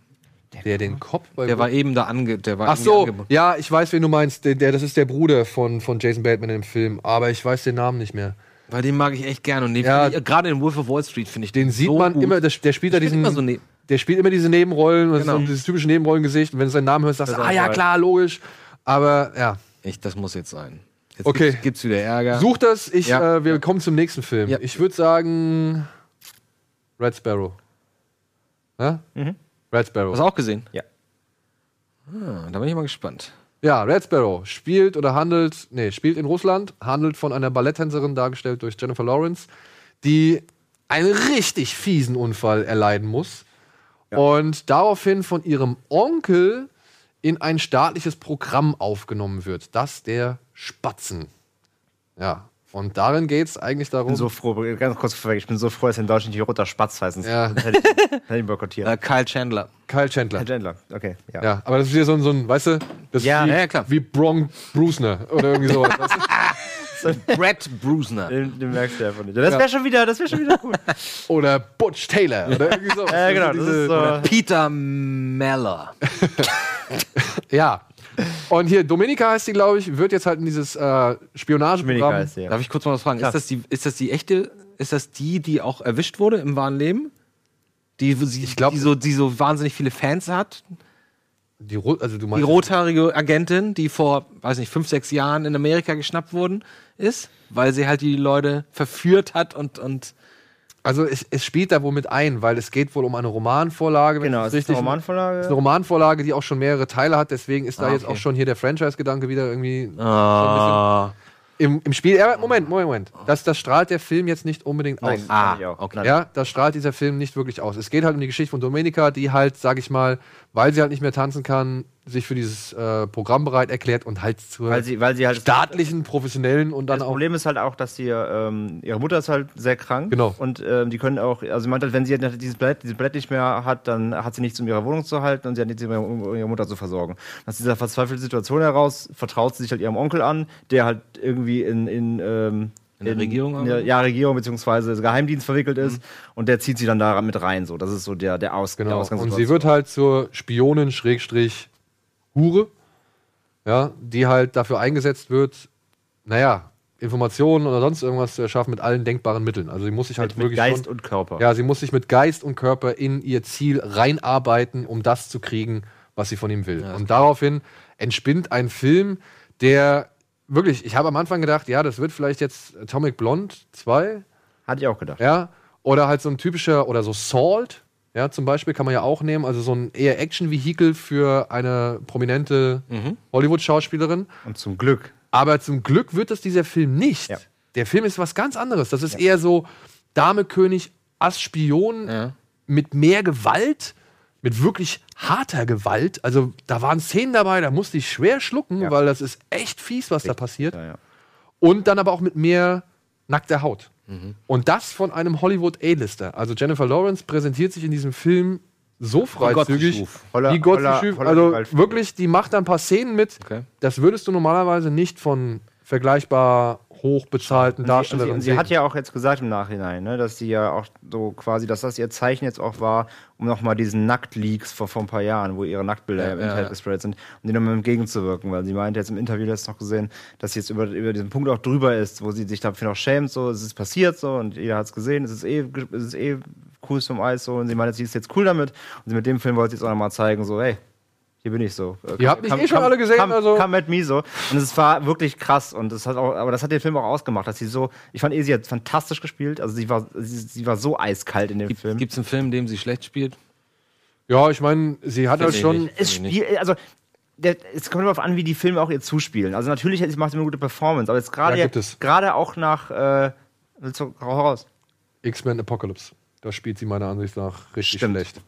S1: Der den Kopf bei
S3: ne? Der war eben da ange... Der war
S1: Ach
S3: irgendwie
S1: so,
S3: ange-
S1: ja, ich weiß, wen du meinst. Der, der, das ist der Bruder von, von Jason Bateman im Film, aber ich weiß den Namen nicht mehr.
S3: Weil den mag ich echt gerne. Und den
S1: Ja.
S3: find ich- gerade in Wolf of Wall Street finde ich
S1: Den sieht
S3: so
S1: man
S3: gut.
S1: immer, der, der spielt da
S3: Ich
S1: diesen.
S3: find immer so ne-
S1: der spielt immer diese Nebenrollen, und das ist
S3: Genau.
S1: so dieses typische Nebenrollengesicht. Und wenn du seinen Namen hörst, sagst du,
S2: Das ist
S1: ah ja,
S2: geil.
S1: klar, logisch. Aber ja,
S3: Ich, das muss jetzt sein. Jetzt
S1: Okay.
S3: gibt's, gibt's wieder Ärger.
S1: such das. Ich,
S3: Ja.
S1: äh, wir kommen zum nächsten Film.
S3: Ja.
S1: Ich würde sagen Red Sparrow. Ja?
S3: Mhm.
S1: Red Sparrow.
S3: Hast du auch gesehen?
S2: Ja.
S3: Ah, da bin ich mal gespannt.
S1: Ja, Red Sparrow spielt oder handelt, nee, spielt in Russland, handelt von einer Balletttänzerin, dargestellt durch Jennifer Lawrence, die einen richtig fiesen Unfall erleiden muss und daraufhin von ihrem Onkel in ein staatliches Programm aufgenommen wird, das der Spatzen. Ja, und darin geht es eigentlich darum.
S2: Ich bin so froh, ganz kurz vorweg, ich bin so froh, dass in Deutschland nicht roter Spatz heißen.
S1: Ja.
S2: Das hätte ich, das hätte ich boykottiert.
S3: Äh, Kyle Chandler.
S1: Kyle Chandler.
S2: Herr Chandler, okay. Ja.
S1: Ja, aber das ist hier so ein, so ein weißt du, das
S2: Ja,
S1: ist wie,
S3: ja, klar.
S1: wie Bron Brusner oder irgendwie sowas. ne? weißt du?
S3: Brad Brusner.
S2: Den, den merkst du ja von nicht. Das
S1: Ja.
S2: wäre schon wieder, das wäre schon wieder cool.
S1: Oder Butch Taylor oder irgendwie sowas.
S2: Ja, genau,
S1: Also
S2: das
S1: diese-
S2: ist so.
S3: Peter Meller.
S1: Ja. Und hier, Dominika heißt die, glaube ich, wird jetzt halt in dieses äh,
S2: Dominika
S1: Spionageprogramm.
S2: heißt sie, ja.
S3: Darf ich kurz mal was fragen?
S2: Klar.
S3: Ist das, die, ist das die echte, ist das die, die auch erwischt wurde im wahren Leben? Die, die,
S1: glaub-
S3: die, so, die so wahnsinnig viele Fans hat?
S1: Die, Ro also du
S3: Die
S1: meinst,
S3: rothaarige Agentin, die vor, weiß nicht, fünf, sechs Jahren in Amerika geschnappt worden ist, weil sie halt die Leute verführt hat und, und
S1: also es, es spielt da wohl mit ein, weil es geht wohl um eine Romanvorlage. wenn
S2: Genau,
S1: ich
S2: es
S1: das
S2: ist eine
S1: Es
S2: Romanvorlage.
S1: ist eine Romanvorlage, die auch schon mehrere Teile hat, deswegen ist da
S3: Ah,
S1: jetzt
S3: okay.
S1: auch schon hier der Franchise-Gedanke wieder irgendwie
S3: Ah.
S1: im, im Spiel. Ja, Moment, Moment, Moment. Das, das strahlt der Film jetzt nicht unbedingt aus.
S2: Nein, ah, ich auch.
S3: okay.
S2: Nein.
S1: Ja, da strahlt dieser Film nicht wirklich aus. Es geht halt um die Geschichte von Domenica, die halt, sag ich mal, weil sie halt nicht mehr tanzen kann, sich für dieses äh, Programm bereit erklärt und halt zur
S2: Weil sie, weil sie halt.
S1: staatlichen, professionellen und dann
S2: Das
S1: auch
S2: Problem ist halt auch, dass sie, ähm, ihre Mutter ist halt sehr krank.
S1: Genau.
S2: Und ähm, die können auch, also sie meint halt, wenn sie halt dieses Blatt, dieses Blatt nicht mehr hat, dann hat sie nichts, um ihre Wohnung zu halten und sie hat nichts, um ihre, um ihre Mutter zu versorgen. Und aus dieser verzweifelten Situation heraus vertraut sie sich halt ihrem Onkel an, der halt irgendwie in, in ähm,
S3: In der Regierung
S2: ja,
S3: arbeitet? Mhm.
S2: ja, Regierung beziehungsweise Geheimdienst verwickelt ist und der zieht sie dann da mit rein. So, das ist so der, der, Aus, der
S1: Genau. Und
S2: Ausgangssituation.
S1: sie wird halt zur Spionin, Schrägstrich, Hure, ja, die halt dafür eingesetzt wird, naja, Informationen oder sonst irgendwas zu erschaffen mit allen denkbaren Mitteln. Also sie muss sich halt
S2: mit
S1: wirklich
S2: Geist
S1: schon,
S2: und Körper.
S1: ja, sie muss sich mit Geist und Körper in ihr Ziel reinarbeiten, um das zu kriegen, was sie von ihm will. und daraufhin entspinnt ein Film, der wirklich, ich habe am Anfang gedacht, ja, das wird vielleicht jetzt Atomic Blonde 2,
S2: Hatte ich auch gedacht.
S1: ja, oder halt so ein typischer, oder so Salt, ja, zum Beispiel kann man ja auch nehmen, also so ein eher Action-Vehikel für eine prominente Hollywood-Schauspielerin.
S2: Und zum Glück.
S1: Aber zum Glück wird das dieser Film nicht.
S2: Ja.
S1: Der Film ist was ganz anderes. Das ist eher so Dame, König, Ass, Spion
S3: Ja.
S1: mit mehr Gewalt, mit wirklich harter Gewalt. Also da waren Szenen dabei, da musste ich schwer schlucken,
S2: Ja.
S1: weil das ist echt fies, was da passiert
S2: ja.
S1: und dann aber auch mit mehr nackter Haut.
S2: Mhm.
S1: Und das von einem Hollywood A-Lister. Also Jennifer Lawrence präsentiert sich in diesem Film so freizügig,
S3: Gottesschuf.
S2: Holla-
S1: wie Gott sich
S2: holla-
S1: schuf.
S2: holla
S1: Also
S2: Gewalt.
S1: wirklich, die macht da ein paar Szenen mit.
S3: Okay.
S1: Das würdest du normalerweise nicht von vergleichbar hochbezahlten
S2: Und Also sie, und sie,
S1: Darstellern
S2: und
S1: sehen.
S2: sie hat ja auch jetzt gesagt im Nachhinein, ne, dass sie ja auch so quasi, dass das ihr Zeichen jetzt auch war, um nochmal diesen Nacktleaks vor, vor ein paar Jahren, wo ihre Nacktbilder
S3: Ja,
S2: im
S3: ja,
S2: Internet
S3: ja.
S2: gespreadet sind, um denen nochmal entgegenzuwirken, weil sie meinte jetzt im Interview, das noch gesehen, dass sie jetzt über, über diesen Punkt auch drüber ist, wo sie sich dafür noch schämt, so, es ist passiert so und jeder hat es gesehen, es ist eh, ge- es ist eh cool vom Eis so und sie meinte, sie ist jetzt cool damit und sie mit dem Film wollte sie jetzt auch nochmal zeigen, so, hey, hier bin ich so. Äh,
S1: habt mich eh schon alle gesehen,
S2: Come,
S1: also-
S2: come at me so. Und es war wirklich krass. Und das hat auch, aber das hat den Film auch ausgemacht, dass sie so. Ich fand eh, sie hat fantastisch gespielt. Also sie war, sie, sie war so eiskalt in dem Film.
S3: Gibt es einen Film, in dem sie schlecht spielt?
S1: ja, ich meine, sie hat halt
S3: ich
S1: schon.
S3: nicht.
S2: es
S3: Nee,
S2: spielt, also der, es kommt darauf an, wie die Filme auch ihr zuspielen. Also natürlich es macht sie eine gute Performance, aber jetzt gerade
S1: Ja, gibt es.
S2: gerade auch nach äh, willst du hau raus?
S1: X-Men Apocalypse. Da spielt sie meiner Ansicht nach richtig
S2: Stimmt.
S1: schlecht.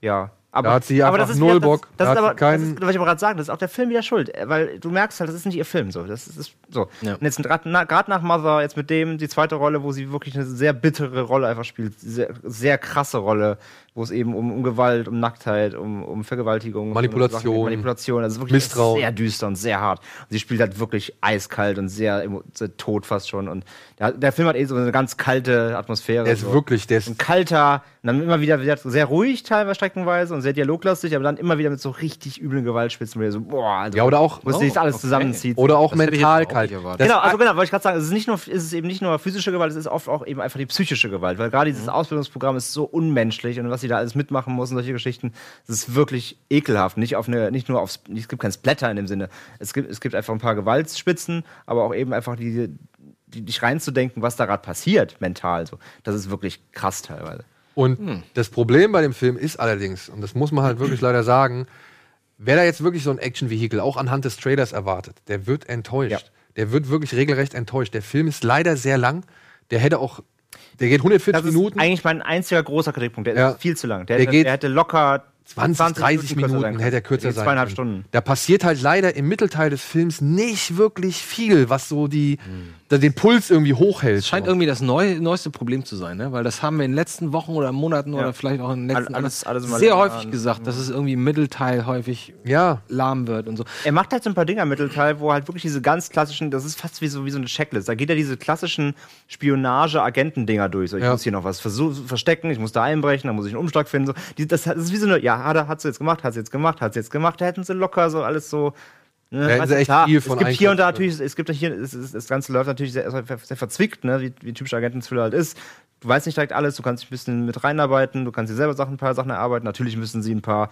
S2: Ja. Aber,
S1: Da hat sie einfach
S2: ist
S1: null
S2: wieder- das-
S1: Bock.
S2: Das,
S1: Da
S2: ist
S1: hat sie
S2: aber, das
S1: keinen-
S2: ist, was ich aber gerade sagen, das ist auch der Film wieder schuld. äh, Weil du merkst halt, das ist nicht ihr Film so. Das ist, ist so.
S3: Ja.
S2: Und jetzt gerade na, grad nach Mother, jetzt mit dem, die zweite Rolle, wo sie wirklich eine sehr bittere Rolle einfach spielt. Sehr, sehr krasse Rolle, wo es eben um, um Gewalt, um Nacktheit, um, um Vergewaltigung, um
S1: Manipulation.
S2: Sachen geht, Manipulation. Also es ist wirklich
S1: Misstrauen.
S2: sehr düster und sehr hart. Und sie spielt halt wirklich eiskalt und sehr, emo- sehr tot fast schon. Und der, der Film hat eh so eine ganz kalte Atmosphäre.
S1: Der ist
S3: Also,
S2: so
S1: wirklich, der ist
S2: ein kalter, und dann immer wieder, wieder sehr ruhig teilweise streckenweise und sehr dialoglastig, aber dann immer wieder mit so richtig üblen Gewaltspitzen, wo ihr so, boah, also,
S1: Ja, oder auch-
S2: wo es sich
S3: Oh,
S2: alles
S3: okay.
S2: zusammenzieht.
S1: oder auch
S3: Das hätte ich jetzt
S1: mental
S3: auch
S1: kalt.
S3: nicht erwartet.
S1: Das-
S2: genau, also genau, wollte ich gerade sagen, es ist nicht nur, es ist eben nicht nur physische Gewalt, es ist oft auch eben einfach die psychische Gewalt, weil gerade
S1: Mhm.
S2: dieses Ausbildungsprogramm ist so unmenschlich und was sie da alles mitmachen muss und solche Geschichten, es ist wirklich ekelhaft. Nicht auf eine, nicht nur aufs, es gibt kein Splatter in dem Sinne. Es gibt, es gibt einfach ein paar Gewaltspitzen, aber auch eben einfach die, die dich reinzudenken, was da gerade passiert, mental so. Das ist wirklich krass teilweise.
S1: Und
S3: Hm.
S1: das Problem bei dem Film ist allerdings, und das muss man halt wirklich leider sagen, wer da jetzt wirklich so ein Action-Vehikel auch anhand des Trailers erwartet, der wird enttäuscht.
S2: Ja.
S1: Der wird wirklich regelrecht enttäuscht. Der Film ist leider sehr lang. Der hätte auch, der geht 140
S2: Das
S1: Minuten,
S2: ist eigentlich mein einziger großer Kritikpunkt. Der
S1: Ja.
S2: ist viel zu lang.
S1: Der
S2: Der, hätte-
S1: geht
S2: der hätte locker
S1: 20, 30
S2: kürzer
S1: Minuten,
S2: sein können.
S1: hätte er kürzer
S2: Der geht
S1: sein
S2: Zweieinhalb
S1: können.
S2: Stunden.
S1: Da passiert halt leider im Mittelteil des Films nicht wirklich viel, was so die, da den Puls irgendwie hochhält.
S3: Das
S2: Oh.
S3: scheint irgendwie das neu, neueste Problem zu sein, ne? weil das haben wir in den letzten Wochen oder Monaten oder vielleicht auch in den letzten
S2: Alles-
S3: Jahren
S2: alles mal
S3: sehr
S2: länger
S3: häufig
S2: an-
S3: gesagt, dass es irgendwie im Mittelteil häufig
S1: ja.
S3: lahm wird und so.
S2: Er macht halt so ein paar Dinger im Mittelteil, wo halt wirklich diese ganz klassischen, das ist fast wie so, wie so eine Checklist. Da geht er diese klassischen Spionage-Agenten-Dinger durch. So, ich
S1: Ja.
S2: muss hier noch was versuch, verstecken, ich muss da einbrechen, da muss ich einen Umschlag finden. So. Die, das, das ist wie so eine, ja, hat er, hat's jetzt gemacht, hat's jetzt gemacht, hat's jetzt gemacht. Da hätten sie locker so alles so. Ne,
S1: hätten
S2: weiß
S1: sie
S2: ich,
S1: echt
S2: klar,
S1: viel von
S2: es gibt hier und da
S1: einkaufen,
S2: natürlich, es gibt ja hier, es, es, das Ganze läuft natürlich sehr, sehr, sehr verzwickt, ne, wie, wie typischer Agenten-Thriller halt ist. Du weißt nicht direkt alles, du kannst dich ein bisschen mit reinarbeiten, du kannst dir selber Sachen, ein paar Sachen erarbeiten. Natürlich müssen sie ein paar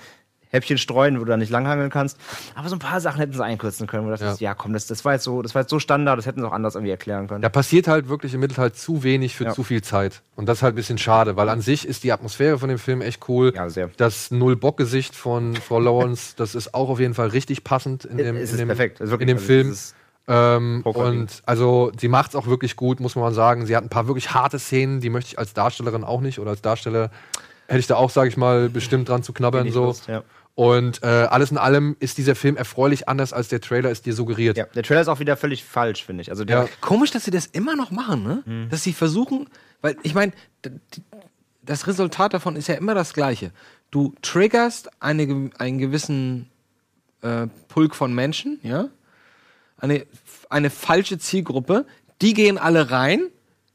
S2: Häppchen streuen, wo du da nicht langhangeln kannst. Aber so ein paar Sachen hätten sie einkürzen können, wo du dachtest, ja, komm, das, das, war jetzt so, das war jetzt so Standard, das hätten sie auch anders irgendwie erklären können.
S1: Da passiert halt wirklich im Mittelteil zu wenig für
S2: Ja.
S1: zu viel Zeit. Und das ist halt ein bisschen schade, weil an sich ist die Atmosphäre von dem Film echt cool.
S2: Ja, sehr.
S1: Das Null-Bock-Gesicht von Frau Lawrence, das ist auch auf jeden Fall richtig passend in dem,
S2: Äh, Es ist
S1: in dem,
S2: perfekt. Es ist
S1: in
S2: wirklich-
S1: dem
S2: also
S1: Film.
S2: es ist
S1: Ähm,
S2: hochverdient.
S1: und also sie macht es auch wirklich gut, muss man sagen. Sie hat ein paar wirklich harte Szenen, die möchte ich als Darstellerin auch nicht oder als Darsteller hätte ich da auch, sage ich mal, bestimmt dran zu knabbern.
S2: Wenig
S1: So.
S2: Lust, ja.
S1: Und äh, alles in allem ist dieser Film erfreulich anders, als der Trailer es dir suggeriert.
S2: ja, der Trailer ist auch wieder völlig falsch, finde ich. Also der,
S1: Ja.
S3: Komisch, dass sie das immer noch machen, ne? Dass sie versuchen, weil ich meine, d- die- das Resultat davon ist ja immer das gleiche. Du triggerst eine, ge- einen gewissen äh, Pulk von Menschen, ja? Eine, eine falsche Zielgruppe, Die gehen alle rein.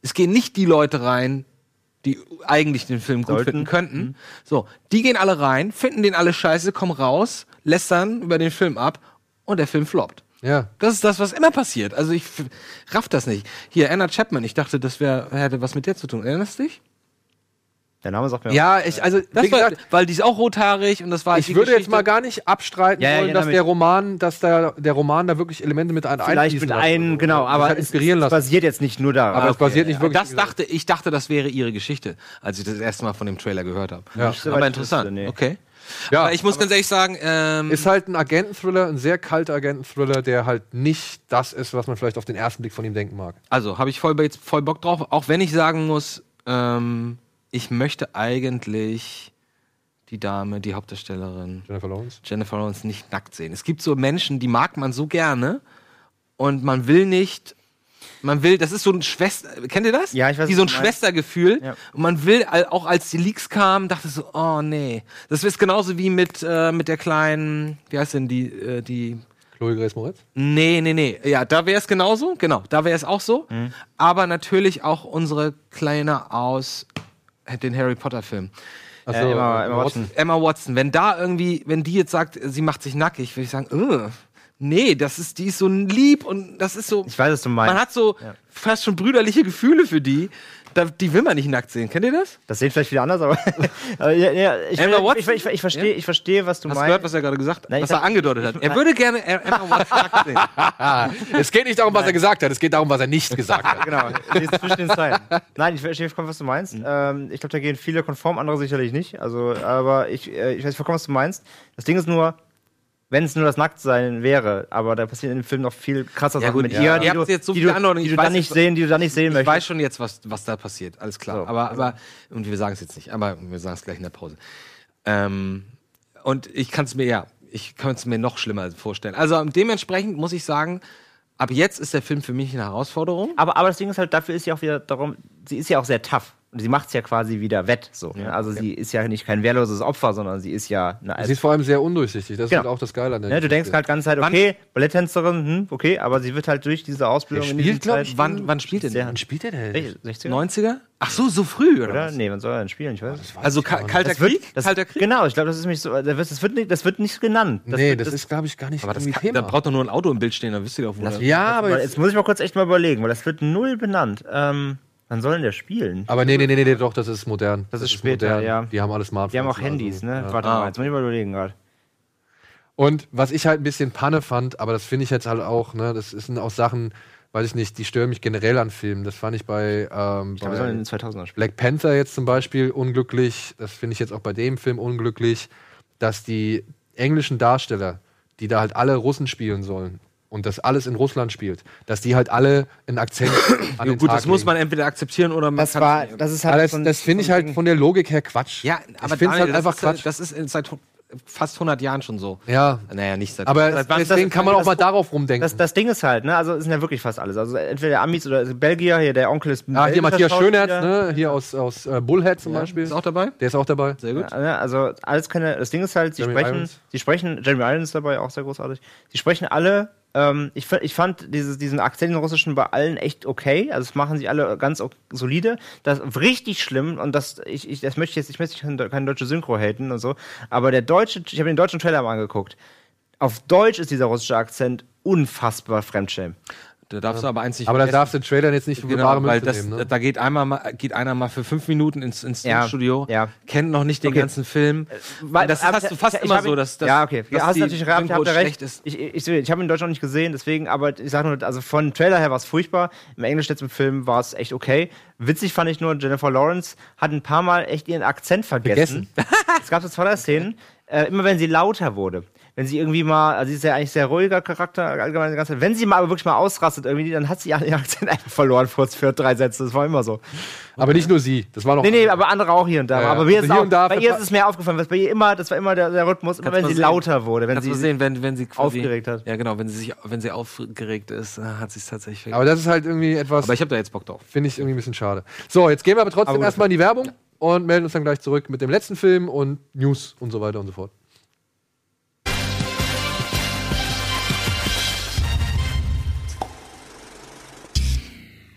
S3: Es gehen nicht die Leute rein, die eigentlich den Film gut
S2: Sollten.
S3: finden könnten. So, die gehen alle rein, finden den alle scheiße, kommen raus, lästern über den Film ab und der Film floppt.
S1: Ja.
S3: Das ist das, was immer passiert. Also ich f- raff das nicht. Hier, Anna Chapman, ich dachte, das wär, hätte was mit der zu tun. Erinnerst du dich?
S2: Der Name sagt mir
S1: Ja, ich, also,
S3: Das
S1: wie
S3: war,
S1: gesagt,
S3: weil die ist auch rothaarig und das war
S1: ich
S3: die
S1: würde jetzt
S3: Geschichte-
S1: mal gar nicht abstreiten
S2: Ja, ja,
S1: wollen,
S2: ich
S1: dass
S2: erinnere
S1: der
S2: mich.
S1: Roman, dass der, der Roman da wirklich Elemente mit ein
S2: vielleicht
S1: einfließen
S2: mit
S1: lässt.
S2: einem, genau,
S1: Das
S2: aber
S1: hat halt inspirieren
S2: es
S1: lassen.
S2: basiert jetzt nicht nur darauf.
S1: Aber es basiert nicht wirklich.
S3: das dachte, ich dachte, das wäre ihre Geschichte, als ich das erste Mal von dem Trailer gehört habe.
S1: Ja.
S2: so
S3: Aber
S2: weit
S3: interessant.
S2: wusste, nee.
S3: Okay.
S1: ja,
S3: Ah, aber ich muss ganz ehrlich sagen, ähm,
S1: ist halt ein Agenten-Thriller, ein sehr kalter Agenten-Thriller, der halt nicht das ist, was man vielleicht auf den ersten Blick von ihm denken mag.
S3: also habe ich voll, jetzt voll Bock drauf, auch wenn ich sagen muss, ähm, ich möchte eigentlich die Dame, die Hauptdarstellerin,
S1: Jennifer Lawrence.
S3: Jennifer Lawrence nicht nackt sehen. Es gibt so Menschen, die mag man so gerne und man will nicht. Man will, das ist so ein Schwester, kennt ihr das?
S2: Ja, ich weiß,
S3: Wie so ein
S2: was du meinst.
S3: Schwestergefühl.
S2: Ja.
S3: Und man will, all- auch als die Leaks kamen, dachte ich so, oh nee. Das ist genauso wie mit, äh, mit der kleinen, wie heißt denn die, äh, die
S1: Chloe Grace Moritz.
S2: Äh,
S3: Nee, nee, nee. Ja, da wäre es genauso. Genau, da wäre es auch so.
S2: Mhm.
S3: Aber natürlich auch unsere Kleine aus den Harry Potter-Film.
S1: Also,
S2: Äh, Emma- Emma Watson.
S3: Emma Watson. Wenn da irgendwie, wenn die jetzt sagt, sie macht sich nackig, würde ich sagen, "Ugh, nee, das ist, die ist so lieb und das ist so.
S2: Ich weiß, was du meinst.
S3: Man hat so
S2: Ja.
S3: fast schon brüderliche Gefühle für die. Da, die will man nicht nackt sehen. Kennt ihr das?
S2: das sehen vielleicht wieder anders, aber. aber ja, ja, ich,
S3: Emma
S2: ich, ich,
S3: Watson?
S2: ich, ich verstehe, ich verstehe, was du
S3: Hast du
S2: meinst.
S3: gehört, was er gerade gesagt hat?
S2: Nein, ich
S3: was er
S2: hab-
S3: angedeutet hat. Er würde gerne E-, Emma Watson nackt sehen.
S1: Es geht nicht darum, was er gesagt hat, es geht darum, was er nicht gesagt hat.
S2: genau, jetzt zwischen den Zeilen. Nein, ich verstehe vollkommen, was du meinst.
S3: Mhm.
S2: Ähm, ich glaube, da gehen viele konform, andere sicherlich nicht. Also, aber ich, äh, ich weiß vollkommen, was du meinst. Das Ding ist nur, wenn es nur das Nacktsein wäre, aber da passiert in dem Film noch viel krasser
S3: Ja,
S2: Sachen
S3: gut,
S2: mit
S3: ja.
S2: ihr,
S3: Ihr
S2: die
S3: habt
S2: du,
S3: jetzt so
S2: die
S3: viele
S2: du,
S3: Anordnungen,
S2: die
S3: ich
S2: du
S3: weiß
S2: dann nicht
S3: jetzt-
S2: sehen, die du dann nicht sehen
S3: Ich weiß
S2: möchtest.
S3: schon jetzt, was, was da passiert, alles klar.
S2: So.
S1: also-
S3: aber, aber, und wir sagen es jetzt nicht, aber wir sagen es gleich in der Pause. Ähm, und ich kann es mir, ja, ich kann es mir noch schlimmer vorstellen. Also dementsprechend muss ich sagen, ab jetzt ist der Film für mich eine Herausforderung.
S2: Aber, aber das Ding ist halt, dafür ist ja auch wieder darum, sie ist ja auch sehr tough. Und sie macht es ja quasi wieder wett. So, ne? Also sie ist ja nicht kein wehrloses Opfer, sondern sie ist ja eine
S1: Sie ist vor allem sehr undurchsichtig, das
S2: Genau.
S1: ist halt auch das Geile an der
S2: Ne, du denkst
S1: Geschichte.
S2: halt ganz halt, okay, Balletttänzerin, hm, okay, aber sie wird halt durch diese Ausbildung
S1: Der
S2: in diesen
S1: spielt, glaub
S2: Zeit-
S1: ich,
S3: Wann, wann spielt er
S2: Sehr-
S3: denn?
S1: Wann spielt er denn?
S2: Welche? 60er?
S3: 90er? Ach so, so früh, oder?
S2: oder?
S3: was?
S2: Nee, wann soll er denn spielen? Ich
S1: Oh,
S2: weiß nicht.
S3: Also ka kalter,
S2: Das wird-
S3: Krieg?
S2: das-
S1: Halt
S3: kalter Krieg?
S2: Genau, ich glaube, das ist mich so. Das wird, das wird, nicht, das wird nicht genannt. Das
S1: Nee,
S2: wird,
S1: das ist, glaube ich, gar nicht
S3: Aber das
S1: irgendwie
S3: kann, da braucht doch nur ein Auto im Bild stehen, dann wisst ihr doch, wo er-
S1: ja, aber
S2: aber
S1: jetzt,
S2: jetzt muss ich mal kurz echt mal überlegen, weil das wird null benannt. Ähm, wann soll denn der spielen?
S1: Aber nee, nee, nee, nee, nee, doch, das ist modern.
S2: Das ist später, ja.
S1: Die haben alle Smartphones.
S2: Die haben auch Handys, ne?
S1: also, Ja.
S2: Warte
S3: Ah.
S2: mal, jetzt muss ich mal überlegen gerade.
S1: Und was ich halt ein bisschen Panne fand, aber das finde ich jetzt halt auch, ne, das sind auch Sachen, weiß ich nicht, die stören mich generell an Filmen. Das fand ich bei, ähm,
S2: Ja, wir sollen in
S1: bei
S2: den 2000ern spielen.
S1: Black Panther jetzt zum Beispiel unglücklich. Das finde ich jetzt auch bei dem Film unglücklich, dass die englischen Darsteller, die da halt alle Russen spielen sollen und das alles in Russland spielt, dass die halt alle einen Akzent an
S3: Ja,
S1: den
S3: gut,
S1: Tag
S3: das muss
S1: legen.
S3: man entweder akzeptieren oder man
S2: Das
S3: kann's
S2: war,
S3: nicht.
S2: das ist
S1: Aber
S2: halt.
S1: das,
S2: so ein-
S1: das finde ich
S2: so ein
S1: halt
S2: Ding.
S1: von der Logik her Quatsch.
S3: Ja,
S1: ich
S3: aber
S1: finde es halt
S3: Daniel,
S1: einfach
S3: das ist,
S1: Quatsch.
S3: Das ist seit fast 100 Jahren schon so.
S1: Ja.
S3: Naja, nicht seit.
S1: Aber
S2: Das- das-
S1: deswegen
S2: das-
S1: kann man auch
S2: das-
S1: mal darauf rumdenken.
S2: Das, das Ding ist halt, ne? Also es sind ja wirklich fast alles. Also entweder Amis oder Belgier, hier der Onkel ist. ein
S1: ah, hier
S2: belgischer
S1: Matthias Schönherz,
S2: Schauspieler.
S1: ne? hier aus, aus äh, Bullhead zum Beispiel.
S3: ist auch dabei.
S1: Der ist auch dabei.
S3: Sehr gut.
S2: Ja, ne, also alles keine. Das Ding ist halt, sie
S1: Jeremy
S2: sprechen,
S1: Irons.
S2: sie sprechen, Jeremy Irons ist dabei auch sehr großartig. Sie sprechen alle. Ähm, ich, fa- ich fand dieses, diesen Akzent in Russischen bei allen echt okay. Also das machen sie alle ganz o- solide. Das ist richtig schlimm und das ich, ich das möchte ich jetzt ich möchte kein, kein deutsche Synchro haten und so. Aber der deutsche, ich habe den deutschen Trailer mal angeguckt. Auf Deutsch ist dieser russische Akzent unfassbar fremdschämen.
S3: Da darfst du aber eins nicht
S1: Aber da
S3: vergessen.
S1: darfst du den Trailern jetzt nicht für
S3: genau,
S1: wahre
S3: weil
S1: Münze
S3: das,
S1: nehmen. Ne?
S3: da geht einmal mal, geht einer mal für fünf Minuten ins, ins
S2: Ja,
S3: Studio,
S2: ja.
S3: kennt noch nicht den
S2: Okay. Äh,
S3: ganzen Film.
S2: Weil-
S3: das
S2: aber
S3: hast du fast
S2: ich- ich
S3: immer
S2: hab ihn-
S3: so, dass, dass
S2: ja, okay.
S3: dass
S2: ja, hast
S3: die
S2: du natürlich recht,
S3: Synchro
S2: habt ihr recht.
S3: schlecht ist.
S2: Ich, ich, ich, ich habe ihn in Deutschland nicht gesehen, deswegen, aber ich sage nur, also von Trailer her war es furchtbar. Im Englisch jetzt im Film war es echt okay. Witzig fand ich nur, Jennifer Lawrence hat ein paar Mal echt ihren Akzent vergessen. es gab so zwei Szenen, äh, immer wenn sie lauter wurde. Wenn sie irgendwie mal, also sie ist ja eigentlich sehr ruhiger Charakter, allgemein die ganze Zeit. Wenn sie mal aber wirklich mal ausrastet irgendwie, dann hat sie ihren Akzent einfach verloren kurz für drei Sätze. Das war immer so.
S1: Aber nicht nur sie. Das war noch.
S2: Nee, nee, aber andere auch hier und da.
S1: Ja, ja.
S2: Aber mir
S1: Also
S2: ist
S1: hier
S2: auch,
S1: und da
S2: bei
S1: ver-
S2: ihr ist es mir aufgefallen, was bei ihr immer, das war immer der, der Rhythmus, immer
S3: Kannst
S2: wenn
S3: mal
S2: sie
S3: sehen.
S2: lauter wurde, wenn
S3: Kannst
S2: sie
S3: du sehen, wenn, wenn sie quasi,
S2: aufgeregt hat.
S3: Ja, genau, wenn sie sich, wenn sie aufgeregt ist, äh, hat sie es tatsächlich vergessen.
S1: aber das ist halt irgendwie etwas,
S3: Aber ich habe da jetzt Bock drauf.
S1: finde ich irgendwie ein bisschen schade. So, jetzt gehen wir aber trotzdem
S2: Aber gut.
S1: erstmal in die Werbung und melden uns dann gleich zurück mit dem letzten Film und News und so weiter und so fort.